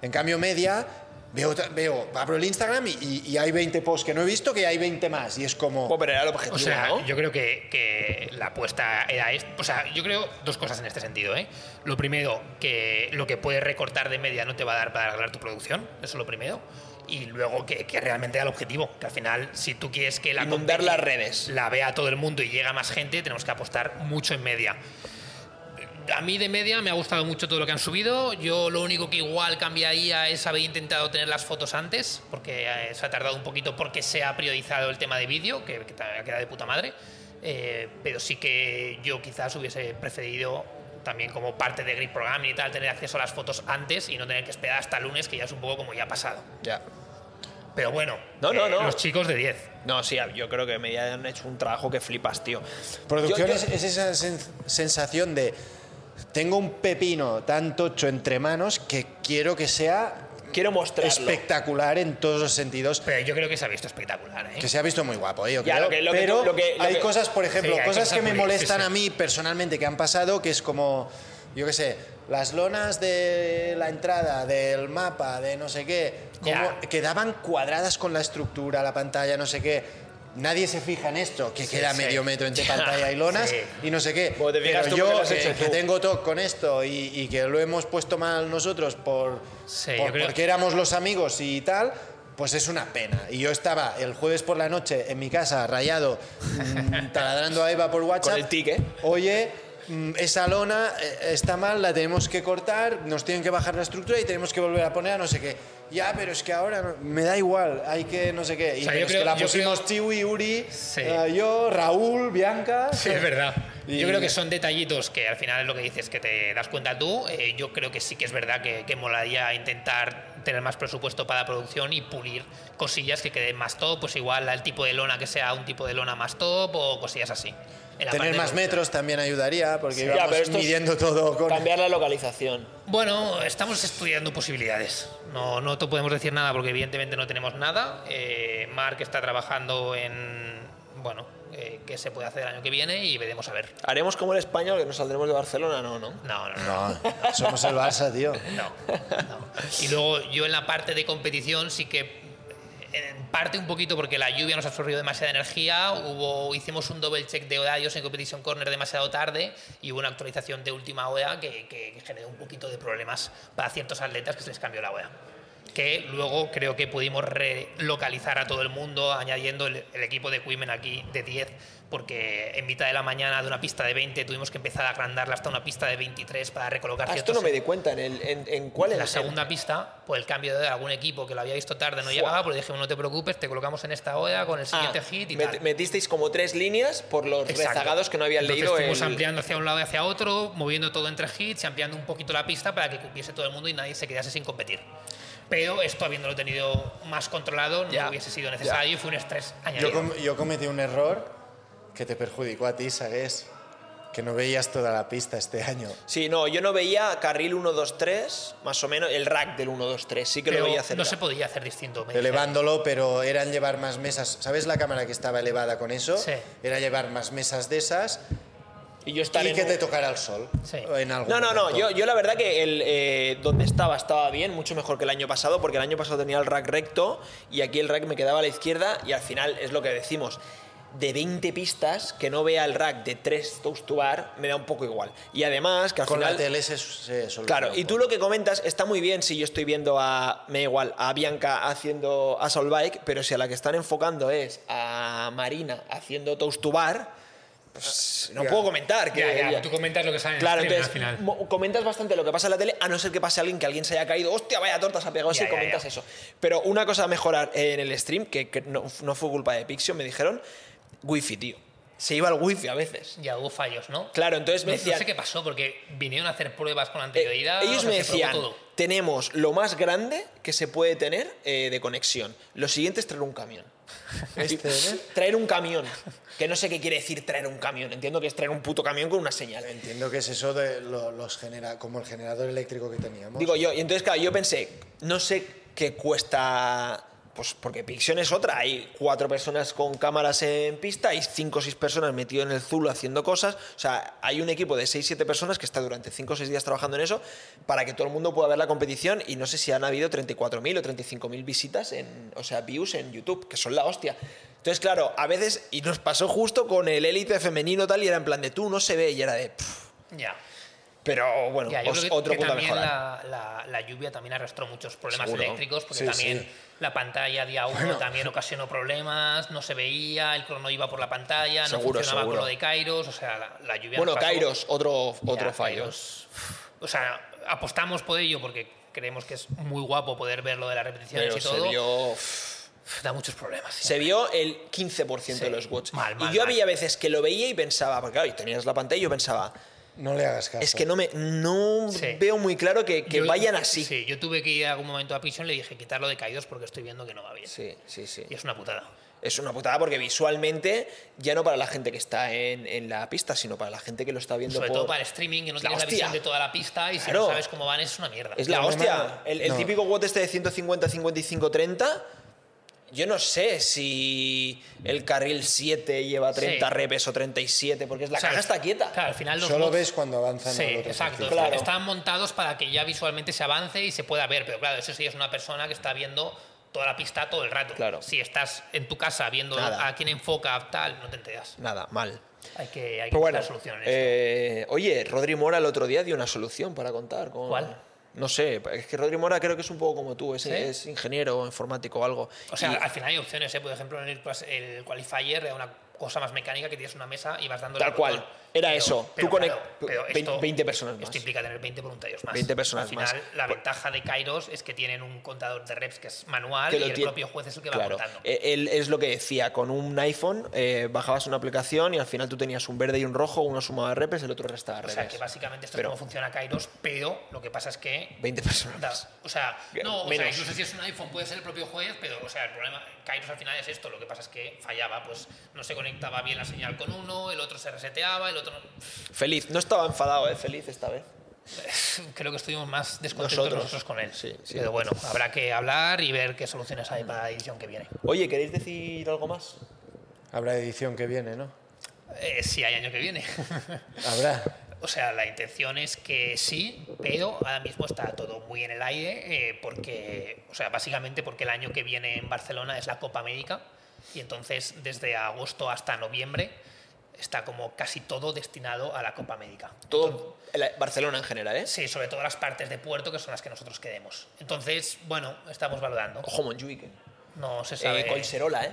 [SPEAKER 2] En cambio, media. Veo, otra- veo, abro el Instagram y, y- y hay 20 posts que no he visto, que hay 20 más. Y es como.
[SPEAKER 1] bueno, pero era el objetivo,
[SPEAKER 3] O sea,
[SPEAKER 1] ¿no?
[SPEAKER 3] yo creo que, que la apuesta era esto. O sea, yo creo dos cosas en este sentido, ¿eh? Lo primero, que lo que puedes recortar de media no te va a dar para arreglar tu producción, eso es lo primero. Y luego que, que realmente era el objetivo, que al final, si tú quieres que la
[SPEAKER 1] Inundar
[SPEAKER 3] competi
[SPEAKER 1] las redes.
[SPEAKER 3] la vea todo el mundo y llega más gente, tenemos que apostar mucho en media. A mí de media me ha gustado mucho todo lo que han subido. Yo lo único que igual cambiaría es haber intentado tener las fotos antes, porque eh, se ha tardado un poquito porque se ha priorizado el tema de vídeo, que, que también ha quedado de puta madre. Eh, pero sí que yo quizás hubiese preferido también como parte de Grid Programming y tal, tener acceso a las fotos antes y no tener que esperar hasta lunes, que ya es un poco como ya ha pasado.
[SPEAKER 1] Ya.
[SPEAKER 3] Pero bueno, eh,
[SPEAKER 1] No, no, no.
[SPEAKER 3] los chicos de 10.
[SPEAKER 1] No, sí, yo creo que me han hecho un trabajo que flipas, tío.
[SPEAKER 2] Producción
[SPEAKER 1] Yo- yo-
[SPEAKER 2] es, es esa sen- sensación de tengo un pepino tan tocho entre manos que quiero que sea
[SPEAKER 1] Quiero mostrarlo.
[SPEAKER 2] espectacular en todos los sentidos.
[SPEAKER 3] Pero yo creo que se ha visto espectacular, ¿eh?
[SPEAKER 2] Que se ha visto muy guapo, eh, yo
[SPEAKER 1] Ya,
[SPEAKER 2] creo,
[SPEAKER 1] lo que- lo que
[SPEAKER 2] pero
[SPEAKER 1] tú- lo que- lo
[SPEAKER 2] hay
[SPEAKER 1] que-
[SPEAKER 2] cosas, por ejemplo,
[SPEAKER 3] Sí, hay
[SPEAKER 2] cosas
[SPEAKER 3] cosas
[SPEAKER 2] que me
[SPEAKER 3] muy- sí,
[SPEAKER 2] molestan
[SPEAKER 3] sí.
[SPEAKER 2] a mí personalmente que han pasado, que es como, yo qué sé, las lonas de la entrada, del mapa, de no sé qué, como
[SPEAKER 3] Ya.
[SPEAKER 2] quedaban cuadradas con la estructura, la pantalla, no sé qué. Nadie se fija en esto, que queda
[SPEAKER 3] sí.
[SPEAKER 2] medio metro entre pantalla y lonas
[SPEAKER 3] Sí.
[SPEAKER 2] y no sé qué.
[SPEAKER 1] Como te fijas
[SPEAKER 2] Pero
[SPEAKER 1] tú porque lo
[SPEAKER 2] yo,
[SPEAKER 1] has
[SPEAKER 2] que,
[SPEAKER 1] hecho
[SPEAKER 2] que
[SPEAKER 1] tú.
[SPEAKER 2] tengo TOC con esto y, y que lo hemos puesto mal nosotros por,
[SPEAKER 3] Sí,
[SPEAKER 2] por-
[SPEAKER 3] yo creo-
[SPEAKER 2] porque éramos los amigos y tal, pues es una pena. Y yo estaba el jueves por la noche en mi casa, rayado, mm, taladrando a Eva por WhatsApp.
[SPEAKER 1] Con el tic, ¿eh?
[SPEAKER 2] Oye, mm, esa lona eh, está mal, la tenemos que cortar, nos tienen que bajar la estructura y tenemos que volver a poner a no sé qué. Ya, pero es que ahora no- me da igual, hay que no sé qué. Y
[SPEAKER 3] O sea,
[SPEAKER 2] pero
[SPEAKER 3] yo
[SPEAKER 2] es
[SPEAKER 3] creo-
[SPEAKER 2] que la
[SPEAKER 3] yo
[SPEAKER 2] pusimos Tiwi, Uri,
[SPEAKER 3] Sí.
[SPEAKER 2] eh, yo, Raúl, Bianca.
[SPEAKER 3] Sí, es verdad.
[SPEAKER 2] Y-
[SPEAKER 3] Yo creo que son detallitos que al final es lo que dices que te das cuenta tú. Eh, yo creo que sí que es verdad que, que molaría intentar tener más presupuesto para la producción y pulir cosillas que queden más top, pues igual el tipo de lona que sea un tipo de lona más top o cosillas así. En la parte
[SPEAKER 2] Tener
[SPEAKER 3] de
[SPEAKER 2] más
[SPEAKER 3] producción.
[SPEAKER 2] metros también ayudaría, porque
[SPEAKER 1] Ya,
[SPEAKER 2] íbamos
[SPEAKER 1] pero esto es
[SPEAKER 2] midiendo todo con...
[SPEAKER 1] Cambiar la localización.
[SPEAKER 3] Bueno, estamos estudiando posibilidades. No, no te podemos decir nada porque evidentemente no tenemos nada. Eh, Mark está trabajando en, bueno, eh, qué se puede hacer el año que viene y veremos a ver.
[SPEAKER 1] ¿Haremos como el español que nos saldremos de Barcelona? No, no.
[SPEAKER 3] No, no, no.
[SPEAKER 2] No, somos el Barça, tío.
[SPEAKER 3] No, no. Y luego yo en la parte de competición sí que eh, en parte un poquito porque la lluvia nos absorbió demasiada energía, hubo, hicimos un double check de horarios en Competition Corner demasiado tarde y hubo una actualización de última hora que, que generó un poquito de problemas para ciertos atletas que se les cambió la hora. Que luego creo que pudimos relocalizar a todo el mundo añadiendo el, el equipo de Quimen aquí de 10 porque en mitad de la mañana de una pista de 20 tuvimos que empezar a agrandarla hasta una pista de 23 para recolocar
[SPEAKER 1] Ah, esto
[SPEAKER 3] ciertos
[SPEAKER 1] no me di cuenta. ¿En, el- en, en cuál
[SPEAKER 3] en
[SPEAKER 1] era?
[SPEAKER 3] la segunda pista, por el cambio de algún equipo que lo había visto tarde, no llegaba, pero dije, no te preocupes, te colocamos en esta hora con el
[SPEAKER 1] Ah,
[SPEAKER 3] siguiente hit y
[SPEAKER 1] met-
[SPEAKER 3] tal.
[SPEAKER 1] metisteis como tres líneas por los
[SPEAKER 3] Exacto.
[SPEAKER 1] rezagados que no habían
[SPEAKER 3] Entonces
[SPEAKER 1] leído
[SPEAKER 3] Fuimos
[SPEAKER 1] el-
[SPEAKER 3] ampliando hacia un lado y hacia otro, moviendo todo entre hits y ampliando un poquito la pista para que cupiese todo el mundo y nadie se quedase sin competir. Pero esto, habiéndolo tenido más controlado, no
[SPEAKER 1] Ya,
[SPEAKER 3] hubiese sido necesario y fue un estrés añadido.
[SPEAKER 2] Yo, com- yo cometí un error que te perjudicó a ti, ¿sabes? Que no veías toda la pista este año.
[SPEAKER 1] Sí, no, yo no veía carril 1, 2, 3, más o menos, el rack del 1, 2, 3. Sí que
[SPEAKER 3] Pero
[SPEAKER 1] lo veía cerca.
[SPEAKER 3] no se podía hacer distinto. me dijeron.
[SPEAKER 2] Elevándolo, pero eran llevar más mesas. ¿Sabes la cámara que estaba elevada con eso?
[SPEAKER 3] Sí.
[SPEAKER 2] Era llevar más mesas de esas
[SPEAKER 1] y yo estaba
[SPEAKER 2] y
[SPEAKER 1] en
[SPEAKER 2] que
[SPEAKER 1] un-
[SPEAKER 2] te tocara el sol.
[SPEAKER 3] Sí.
[SPEAKER 2] En algún
[SPEAKER 1] No, no, no.
[SPEAKER 2] momento.
[SPEAKER 1] Yo, yo la verdad que el, eh, donde estaba estaba bien, mucho mejor que el año pasado, porque el año pasado tenía el rack recto y aquí el rack me quedaba a la izquierda y al final es lo que decimos. De 20 pistas, que no vea el rack de 3 toast to bar, me da un poco igual. Y además, que al
[SPEAKER 2] Con
[SPEAKER 1] final.
[SPEAKER 2] la tele se, se soluciona
[SPEAKER 1] Claro,
[SPEAKER 2] un
[SPEAKER 1] y tú
[SPEAKER 2] poco.
[SPEAKER 1] lo que comentas está muy bien si yo estoy viendo a, me da igual, a Bianca haciendo a Solbike, pero si a la que están enfocando es a Marina haciendo Toast to Bar, pues no
[SPEAKER 2] Ya.
[SPEAKER 1] puedo comentar. Que,
[SPEAKER 3] Ya, ya, tú comentas lo que sale en el
[SPEAKER 1] Claro,
[SPEAKER 3] stream,
[SPEAKER 1] entonces
[SPEAKER 3] al final.
[SPEAKER 1] mo- comentas bastante lo que pasa en la tele, a no ser que pase alguien que alguien se haya caído, hostia, vaya torta, se ha pegado,
[SPEAKER 3] Ya,
[SPEAKER 1] si
[SPEAKER 3] ya,
[SPEAKER 1] comentas
[SPEAKER 3] ya.
[SPEAKER 1] eso. Pero una cosa a mejorar en el stream, que, que no, no fue culpa de Pixio, me dijeron, wifi, tío. Se iba al wifi a veces.
[SPEAKER 3] Ya hubo fallos, ¿no?
[SPEAKER 1] Claro, entonces me
[SPEAKER 3] No-
[SPEAKER 1] decían,
[SPEAKER 3] No sé qué pasó, porque vinieron a hacer pruebas con
[SPEAKER 1] eh,
[SPEAKER 3] anterioridad. o
[SPEAKER 1] ellos
[SPEAKER 3] sea,
[SPEAKER 1] me
[SPEAKER 3] se probó
[SPEAKER 1] decían,
[SPEAKER 3] todo.
[SPEAKER 1] tenemos lo más grande que se puede tener eh, de conexión. Lo siguiente es traer un camión.
[SPEAKER 2] Este, ¿eh?
[SPEAKER 1] traer un camión. Que no sé qué quiere decir traer un camión. Entiendo que es traer un puto camión con una señal.
[SPEAKER 2] Entiendo que es eso de lo- los genera como el generador eléctrico que teníamos.
[SPEAKER 1] Digo yo, y entonces, claro, yo pensé, no sé qué cuesta. Pues porque Pixion es otra. Hay cuatro personas con cámaras en pista, hay cinco o seis personas metido en el Zulu haciendo cosas. O sea, hay un equipo de seis, siete personas que está durante cinco o seis días trabajando en eso para que todo el mundo pueda ver la competición. Y no sé si han habido 34.000 o 35.000 visitas, en, o sea, views en YouTube, que son la hostia. Entonces, claro, a veces, y nos pasó justo con el élite femenino tal, y era en plan de tú no se ve, y era de. "Pff".
[SPEAKER 3] Ya.
[SPEAKER 1] Pero bueno,
[SPEAKER 3] Ya, yo
[SPEAKER 1] os-
[SPEAKER 3] creo que,
[SPEAKER 1] otro
[SPEAKER 3] que
[SPEAKER 1] punto a
[SPEAKER 3] también
[SPEAKER 1] mejorar.
[SPEAKER 3] la, la- la lluvia también arrastró muchos problemas
[SPEAKER 1] Seguro.
[SPEAKER 3] eléctricos, porque
[SPEAKER 2] Sí,
[SPEAKER 3] también
[SPEAKER 2] sí.
[SPEAKER 3] la pantalla día uno también ocasionó problemas, no se veía, el crono iba por la pantalla, no
[SPEAKER 1] Seguro,
[SPEAKER 3] funcionaba
[SPEAKER 1] seguro.
[SPEAKER 3] con lo de Kairos, o sea, la, la lluvia...
[SPEAKER 1] Bueno,
[SPEAKER 3] nos pasó-
[SPEAKER 1] Kairos, otro,
[SPEAKER 3] Ya,
[SPEAKER 1] otro fallo.
[SPEAKER 3] Kairos. O sea, apostamos por ello porque creemos que es muy guapo poder ver lo de las repeticiones
[SPEAKER 1] Pero
[SPEAKER 3] y
[SPEAKER 1] se
[SPEAKER 3] todo.
[SPEAKER 1] vio,
[SPEAKER 3] Da muchos problemas. sí.
[SPEAKER 1] se vio el 15% de los watts.
[SPEAKER 3] mal, mal,
[SPEAKER 1] y yo
[SPEAKER 3] mal.
[SPEAKER 1] había veces que lo veía y pensaba, porque claro, y tenías la pantalla y yo pensaba,
[SPEAKER 2] No le hagas caso.
[SPEAKER 1] Es que no me no
[SPEAKER 3] Sí.
[SPEAKER 1] veo muy claro que, que
[SPEAKER 3] Yo-
[SPEAKER 1] vayan así. Sí,
[SPEAKER 3] Sí, yo tuve que ir en algún momento a Pixon y le dije quitarlo de caídos porque estoy viendo que no va bien.
[SPEAKER 1] sí, sí.
[SPEAKER 3] Y es una putada.
[SPEAKER 1] Es una putada porque visualmente, ya no para la gente que está en, en la pista, sino para la gente que lo está viendo
[SPEAKER 3] Sobre
[SPEAKER 1] por...
[SPEAKER 3] todo para el streaming, que no
[SPEAKER 1] Es la
[SPEAKER 3] tienes la
[SPEAKER 1] hostia.
[SPEAKER 3] visión de toda la pista y si
[SPEAKER 1] Claro.
[SPEAKER 3] no sabes cómo van, es una mierda.
[SPEAKER 1] Es la
[SPEAKER 2] No,
[SPEAKER 1] hostia.
[SPEAKER 2] no.
[SPEAKER 1] El, el
[SPEAKER 2] No.
[SPEAKER 1] típico WOT este de 150, 55, 30. Yo no sé si el carril 7 lleva 30
[SPEAKER 3] Sí.
[SPEAKER 1] repes o 37, porque es la
[SPEAKER 3] O sea,
[SPEAKER 1] caja está quieta.
[SPEAKER 3] Claro, al final los
[SPEAKER 2] Solo
[SPEAKER 3] mods-
[SPEAKER 2] ves cuando avanzan
[SPEAKER 3] Sí,
[SPEAKER 2] al otro
[SPEAKER 3] exacto.
[SPEAKER 2] sitio.
[SPEAKER 1] Claro.
[SPEAKER 3] Están- Están montados para que ya visualmente se avance y se pueda ver. Pero claro, eso sí es una persona que está viendo toda la pista todo el rato.
[SPEAKER 1] Claro.
[SPEAKER 3] Si estás en tu casa viendo
[SPEAKER 1] Nada.
[SPEAKER 3] a quién enfoca, tal, no te enteras.
[SPEAKER 1] Nada, mal.
[SPEAKER 3] Hay que, hay que
[SPEAKER 1] Pero bueno,
[SPEAKER 3] buscar soluciones.
[SPEAKER 1] eh, oye, Rodri Mora el otro día dio una solución para contar. Con,
[SPEAKER 3] ¿Cuál?
[SPEAKER 1] No sé, es que Rodri Mora creo que es un poco como tú, es,
[SPEAKER 3] ¿Sí?
[SPEAKER 1] es ingeniero informático o algo.
[SPEAKER 3] O sea,
[SPEAKER 1] Y-
[SPEAKER 3] al final hay opciones, ¿eh? Por ejemplo, en el, clas- el qualifier era una cosa más mecánica que tienes una mesa y vas dando
[SPEAKER 1] Tal cual. Era eso. Tú conect- vein- 20 personas más.
[SPEAKER 3] Esto implica tener 20 voluntarios más.
[SPEAKER 1] 20 personas
[SPEAKER 3] Al final,
[SPEAKER 1] más. Pues
[SPEAKER 3] la
[SPEAKER 1] Por-
[SPEAKER 3] ventaja de Kairos es que tienen un contador de reps que es manual
[SPEAKER 1] que
[SPEAKER 3] y
[SPEAKER 1] lo
[SPEAKER 3] el
[SPEAKER 1] tiene-
[SPEAKER 3] propio juez es el que
[SPEAKER 1] Claro,
[SPEAKER 3] va contando.
[SPEAKER 1] eh, él es lo que decía, con un iPhone eh, bajabas una aplicación y al final tú tenías un verde y un rojo, uno sumaba repes, el otro restaba
[SPEAKER 3] o
[SPEAKER 1] repes.
[SPEAKER 3] sea, que básicamente esto
[SPEAKER 1] Pero-
[SPEAKER 3] es cómo funciona Kairos, pero lo que pasa es que
[SPEAKER 1] 20 personas.
[SPEAKER 3] Da- O sea, no, o sea,
[SPEAKER 1] Menos.
[SPEAKER 3] incluso si es un iPhone puede ser el propio juez, pero o sea, el problema, Kairos al final es esto, lo que pasa es que fallaba, pues no se conectaba bien la señal con uno, el otro se reseteaba, el otro no-
[SPEAKER 1] Feliz, no estaba enfadado, ¿eh? Feliz esta vez.
[SPEAKER 3] creo que estuvimos más descontentos nosotros,
[SPEAKER 1] Nosotros.
[SPEAKER 3] con él.
[SPEAKER 1] Sí, sí.
[SPEAKER 3] Pero bueno, habrá que hablar y ver qué soluciones hay para la edición que viene.
[SPEAKER 1] Oye, ¿queréis decir algo más?
[SPEAKER 2] Habrá edición que viene, ¿no?
[SPEAKER 3] Eh, si hay año que viene.
[SPEAKER 2] Habrá.
[SPEAKER 3] O sea, la intención es que sí, pero ahora mismo está todo muy en el aire eh, porque, o sea, básicamente porque el año que viene en Barcelona es la Copa América y entonces desde agosto hasta noviembre está como casi todo destinado a la Copa América.
[SPEAKER 1] Todo el- Barcelona en general, ¿eh?
[SPEAKER 3] Sí, sobre todo las partes de puerto que son las que nosotros queremos. Entonces, bueno, estamos valorando.
[SPEAKER 1] Ojo, Monjuic.
[SPEAKER 3] No se sabe.
[SPEAKER 1] Eh, Colserola, ¿eh?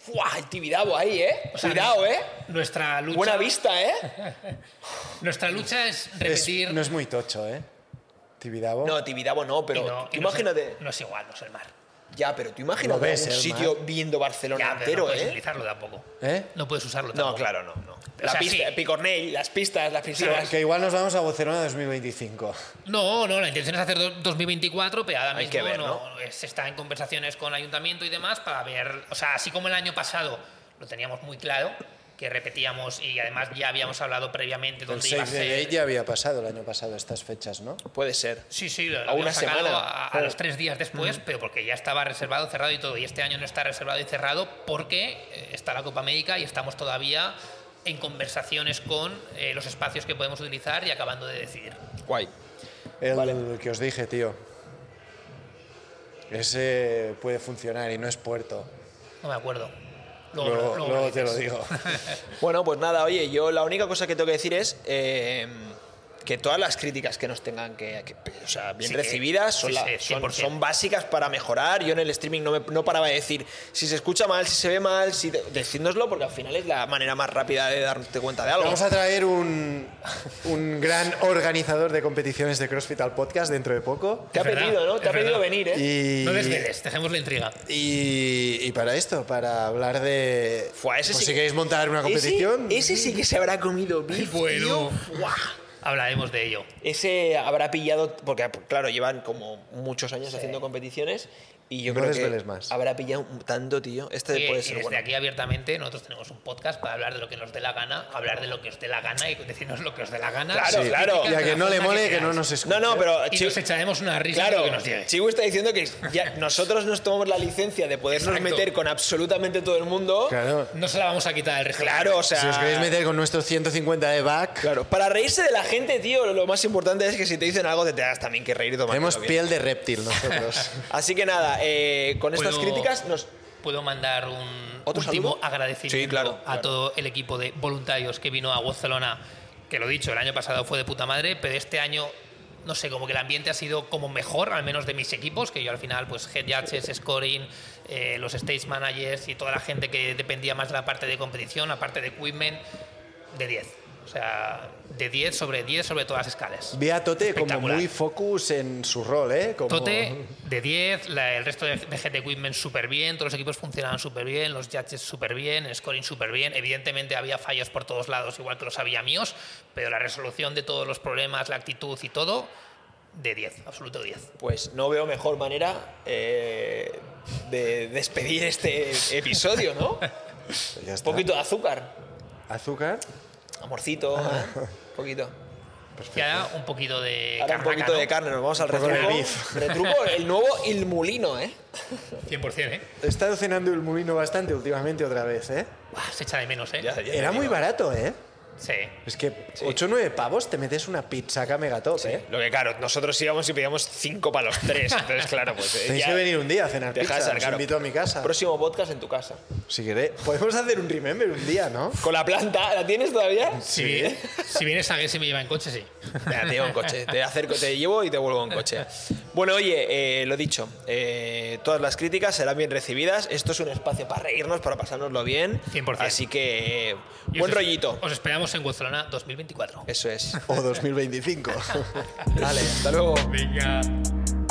[SPEAKER 1] ¡Fua! El Tibidabo ahí, ¿eh?
[SPEAKER 3] O sea,
[SPEAKER 1] Cuidado, ¿eh?
[SPEAKER 3] Nuestra lucha,
[SPEAKER 1] Buena vista, ¿eh?
[SPEAKER 3] nuestra lucha es
[SPEAKER 2] Es-
[SPEAKER 3] repetir.
[SPEAKER 2] no es muy tocho, ¿eh? Tibidabo.
[SPEAKER 1] No, Tibidabo no,
[SPEAKER 3] y
[SPEAKER 1] pero
[SPEAKER 3] no-
[SPEAKER 1] tú
[SPEAKER 3] y no es-
[SPEAKER 1] imagínate...
[SPEAKER 3] No es igual, no es el mar.
[SPEAKER 1] Ya, pero tú imaginas
[SPEAKER 2] ves,
[SPEAKER 1] un
[SPEAKER 2] el
[SPEAKER 1] sitio viendo Barcelona
[SPEAKER 3] Ya, pero
[SPEAKER 1] entero,
[SPEAKER 3] pues no puedes
[SPEAKER 1] ¿eh?
[SPEAKER 3] utilizarlo tampoco.
[SPEAKER 2] ¿Eh?
[SPEAKER 3] No puedes usarlo tampoco.
[SPEAKER 1] No, claro, no. no.
[SPEAKER 3] O
[SPEAKER 1] La
[SPEAKER 3] sea,
[SPEAKER 1] pista,
[SPEAKER 3] sí.
[SPEAKER 1] Picornell, las pistas, las piscinas.
[SPEAKER 2] Que igual nos vamos a Barcelona 2025.
[SPEAKER 3] No, no, la intención es hacer do- 2024, pero ahora
[SPEAKER 1] Hay
[SPEAKER 3] mismo
[SPEAKER 1] que ver,
[SPEAKER 3] no, eh, se está en conversaciones con ayuntamiento y demás para ver, o sea, así como el año pasado lo teníamos muy claro, que repetíamos y además ya habíamos hablado previamente
[SPEAKER 2] El
[SPEAKER 3] dónde iba a
[SPEAKER 2] 6 de
[SPEAKER 3] ser.
[SPEAKER 2] ley ya había pasado el año pasado estas fechas, ¿no?
[SPEAKER 1] Puede ser.
[SPEAKER 3] Sí, sí, lo, lo
[SPEAKER 1] A una
[SPEAKER 3] habíamos sacado
[SPEAKER 1] semana.
[SPEAKER 3] a, a
[SPEAKER 1] Claro.
[SPEAKER 3] los tres días después, pero porque ya estaba reservado, cerrado y todo. Y este año no está reservado y cerrado porque eh, está la Copa América y estamos todavía en conversaciones con eh, los espacios que podemos utilizar y acabando de decidir.
[SPEAKER 1] Guay.
[SPEAKER 2] El que os dije, tío. Ese puede funcionar y no es puerto.
[SPEAKER 3] No me acuerdo. Luego,
[SPEAKER 2] Luego,
[SPEAKER 3] luego me
[SPEAKER 2] luego te
[SPEAKER 3] dices.
[SPEAKER 2] lo digo.
[SPEAKER 1] Bueno, pues nada, oye, yo la única cosa que tengo que decir es eh, que todas las críticas que nos tengan que, que- o sea, bien
[SPEAKER 3] Sí, que-
[SPEAKER 1] recibidas son,
[SPEAKER 3] sí,
[SPEAKER 1] la-
[SPEAKER 3] sí,
[SPEAKER 1] son,
[SPEAKER 3] 100%.
[SPEAKER 1] son básicas para mejorar. Yo en el streaming no, me- no paraba de decir si se escucha mal, si se ve mal, si de- decídnoslo, porque al final es la manera más rápida de darte cuenta de algo.
[SPEAKER 2] Vamos a traer un, un gran organizador de competiciones de CrossFit al podcast dentro de poco.
[SPEAKER 1] Te ha
[SPEAKER 3] Es verdad,
[SPEAKER 1] pedido, ¿no? Te
[SPEAKER 3] es
[SPEAKER 1] ha pedido
[SPEAKER 3] verdad.
[SPEAKER 1] venir, ¿eh?
[SPEAKER 2] Y,
[SPEAKER 3] No desveles, dejemos la intriga.
[SPEAKER 2] y, y para esto, para hablar de...
[SPEAKER 1] Fua, ese
[SPEAKER 2] pues
[SPEAKER 1] sí
[SPEAKER 2] si
[SPEAKER 1] que-
[SPEAKER 2] queréis montar una competición...
[SPEAKER 1] Ese, ese sí que se habrá comido beef,
[SPEAKER 3] bueno.
[SPEAKER 1] tío. Buah.
[SPEAKER 3] Hablaremos de ello.
[SPEAKER 1] Ese habrá pillado, porque claro, llevan como muchos años haciendo competiciones y yo
[SPEAKER 2] No
[SPEAKER 1] creo que
[SPEAKER 2] desveles más.
[SPEAKER 1] habrá pillado un tanto, tío. Este
[SPEAKER 3] Y-
[SPEAKER 1] puede
[SPEAKER 3] y
[SPEAKER 1] ser
[SPEAKER 3] desde
[SPEAKER 1] bueno.
[SPEAKER 3] aquí abiertamente nosotros tenemos un podcast para hablar de lo que nos dé la gana, hablar de lo que os dé la gana y decirnos lo que os dé la gana.
[SPEAKER 1] Claro,
[SPEAKER 3] Sin
[SPEAKER 1] claro.
[SPEAKER 3] críticas
[SPEAKER 2] Y a
[SPEAKER 3] de
[SPEAKER 2] que
[SPEAKER 3] la
[SPEAKER 2] no le
[SPEAKER 3] forma
[SPEAKER 2] mole, que no
[SPEAKER 3] queráis.
[SPEAKER 2] nos
[SPEAKER 1] No,
[SPEAKER 2] escuche.
[SPEAKER 1] no, pero
[SPEAKER 3] pues, Y
[SPEAKER 1] Chiu-
[SPEAKER 3] nos echaremos una risa de lo que
[SPEAKER 1] claro,
[SPEAKER 3] nos llegue.
[SPEAKER 1] Chihu está diciendo que ya nosotros nos tomamos la licencia de podernos
[SPEAKER 3] Exacto.
[SPEAKER 1] meter con absolutamente todo el mundo. Claro,
[SPEAKER 2] Claro.
[SPEAKER 3] No se la vamos a quitar al resto.
[SPEAKER 1] o sea.
[SPEAKER 2] Si os queréis meter con nuestro 150 de back,
[SPEAKER 1] Claro, para reírse de la gente, tío, lo más importante es que si te dicen algo te tengas también que reír y tomártelo
[SPEAKER 2] tenemos
[SPEAKER 1] bien.
[SPEAKER 2] piel de reptil nosotros.
[SPEAKER 1] Así que nada, eh, con estas
[SPEAKER 3] Puedo-
[SPEAKER 1] críticas nos.
[SPEAKER 3] Puedo mandar un
[SPEAKER 1] ¿Otro
[SPEAKER 3] último
[SPEAKER 1] saludo?
[SPEAKER 3] agradecimiento
[SPEAKER 1] Sí, claro,
[SPEAKER 3] a
[SPEAKER 1] claro.
[SPEAKER 3] todo el equipo de voluntarios que vino a Barcelona, que lo dicho, el año pasado fue de puta madre, pero este año no sé, como que el ambiente ha sido como mejor, al menos de mis equipos, que yo al final, pues head judges, scoring, eh, los stage managers y toda la gente que dependía más de la parte de competición, la parte de equipment, de 10. O sea, de 10 sobre 10 sobre todas las escalas.
[SPEAKER 2] Ve a Tote como
[SPEAKER 3] Espectacular.
[SPEAKER 2] muy focus en su rol, ¿eh? Como...
[SPEAKER 3] Tote de 10, la- el resto de, de GT Equipment súper bien, todos los equipos funcionaban súper bien, los judges súper bien, el scoring súper bien. Evidentemente había fallos por todos lados, igual que los había míos, pero la resolución de todos los problemas, la actitud y todo, de 10, absoluto 10.
[SPEAKER 1] Pues no veo mejor manera eh, de despedir este episodio, ¿no?
[SPEAKER 2] Pues
[SPEAKER 1] Un
[SPEAKER 2] ya está.
[SPEAKER 1] poquito de azúcar,
[SPEAKER 2] Azúcar.
[SPEAKER 1] amorcito, ¿eh? un poquito.
[SPEAKER 3] Y ahora un poquito de
[SPEAKER 1] Ahora un
[SPEAKER 3] carnaca,
[SPEAKER 1] poquito
[SPEAKER 3] ¿no?
[SPEAKER 1] de Eh, carne, nos vamos al
[SPEAKER 2] Un poco de
[SPEAKER 1] retruco.
[SPEAKER 2] beef.
[SPEAKER 1] Retruco, el nuevo Il Mulino, ¿eh?
[SPEAKER 3] 100%, ¿eh?
[SPEAKER 2] He estado cenando el mulino bastante últimamente otra vez, ¿eh?
[SPEAKER 3] Buah, se echa de menos, ¿eh?
[SPEAKER 1] Ya, ya te
[SPEAKER 2] Era muy
[SPEAKER 1] digo.
[SPEAKER 2] barato, ¿eh?
[SPEAKER 3] Sí.
[SPEAKER 2] Es que 8 o 9 pavos te metes una pizzaca megatop, ¿eh?
[SPEAKER 1] Lo que claro, nosotros íbamos y pedíamos cinco para los tres. Entonces, claro, pues. eh,
[SPEAKER 2] Tenéis
[SPEAKER 1] ya
[SPEAKER 2] que venir un día a cenar
[SPEAKER 1] te
[SPEAKER 2] pizza.
[SPEAKER 1] dejas,
[SPEAKER 2] Os
[SPEAKER 1] claro.
[SPEAKER 2] invito a mi casa.
[SPEAKER 1] Próximo podcast en tu casa.
[SPEAKER 2] Si queréis, podemos hacer un remember un día, ¿no?
[SPEAKER 1] Con la planta, ¿la tienes todavía?
[SPEAKER 3] Si, vi- si vienes a ver si me lleva en coche, sí.
[SPEAKER 1] Venga, te llevo en coche, te acerco, te llevo y te vuelvo en coche. Bueno, oye, eh, lo dicho, eh, todas las críticas serán bien recibidas. Esto es un espacio para reírnos, para pasárnoslo bien.
[SPEAKER 3] 100%.
[SPEAKER 1] Así que, eh,
[SPEAKER 3] Y
[SPEAKER 1] buen
[SPEAKER 3] os-
[SPEAKER 1] rollito.
[SPEAKER 3] Os esperamos en Barcelona 2024.
[SPEAKER 1] Eso es.
[SPEAKER 2] O 2025.
[SPEAKER 1] Vale, hasta luego.
[SPEAKER 3] Venga.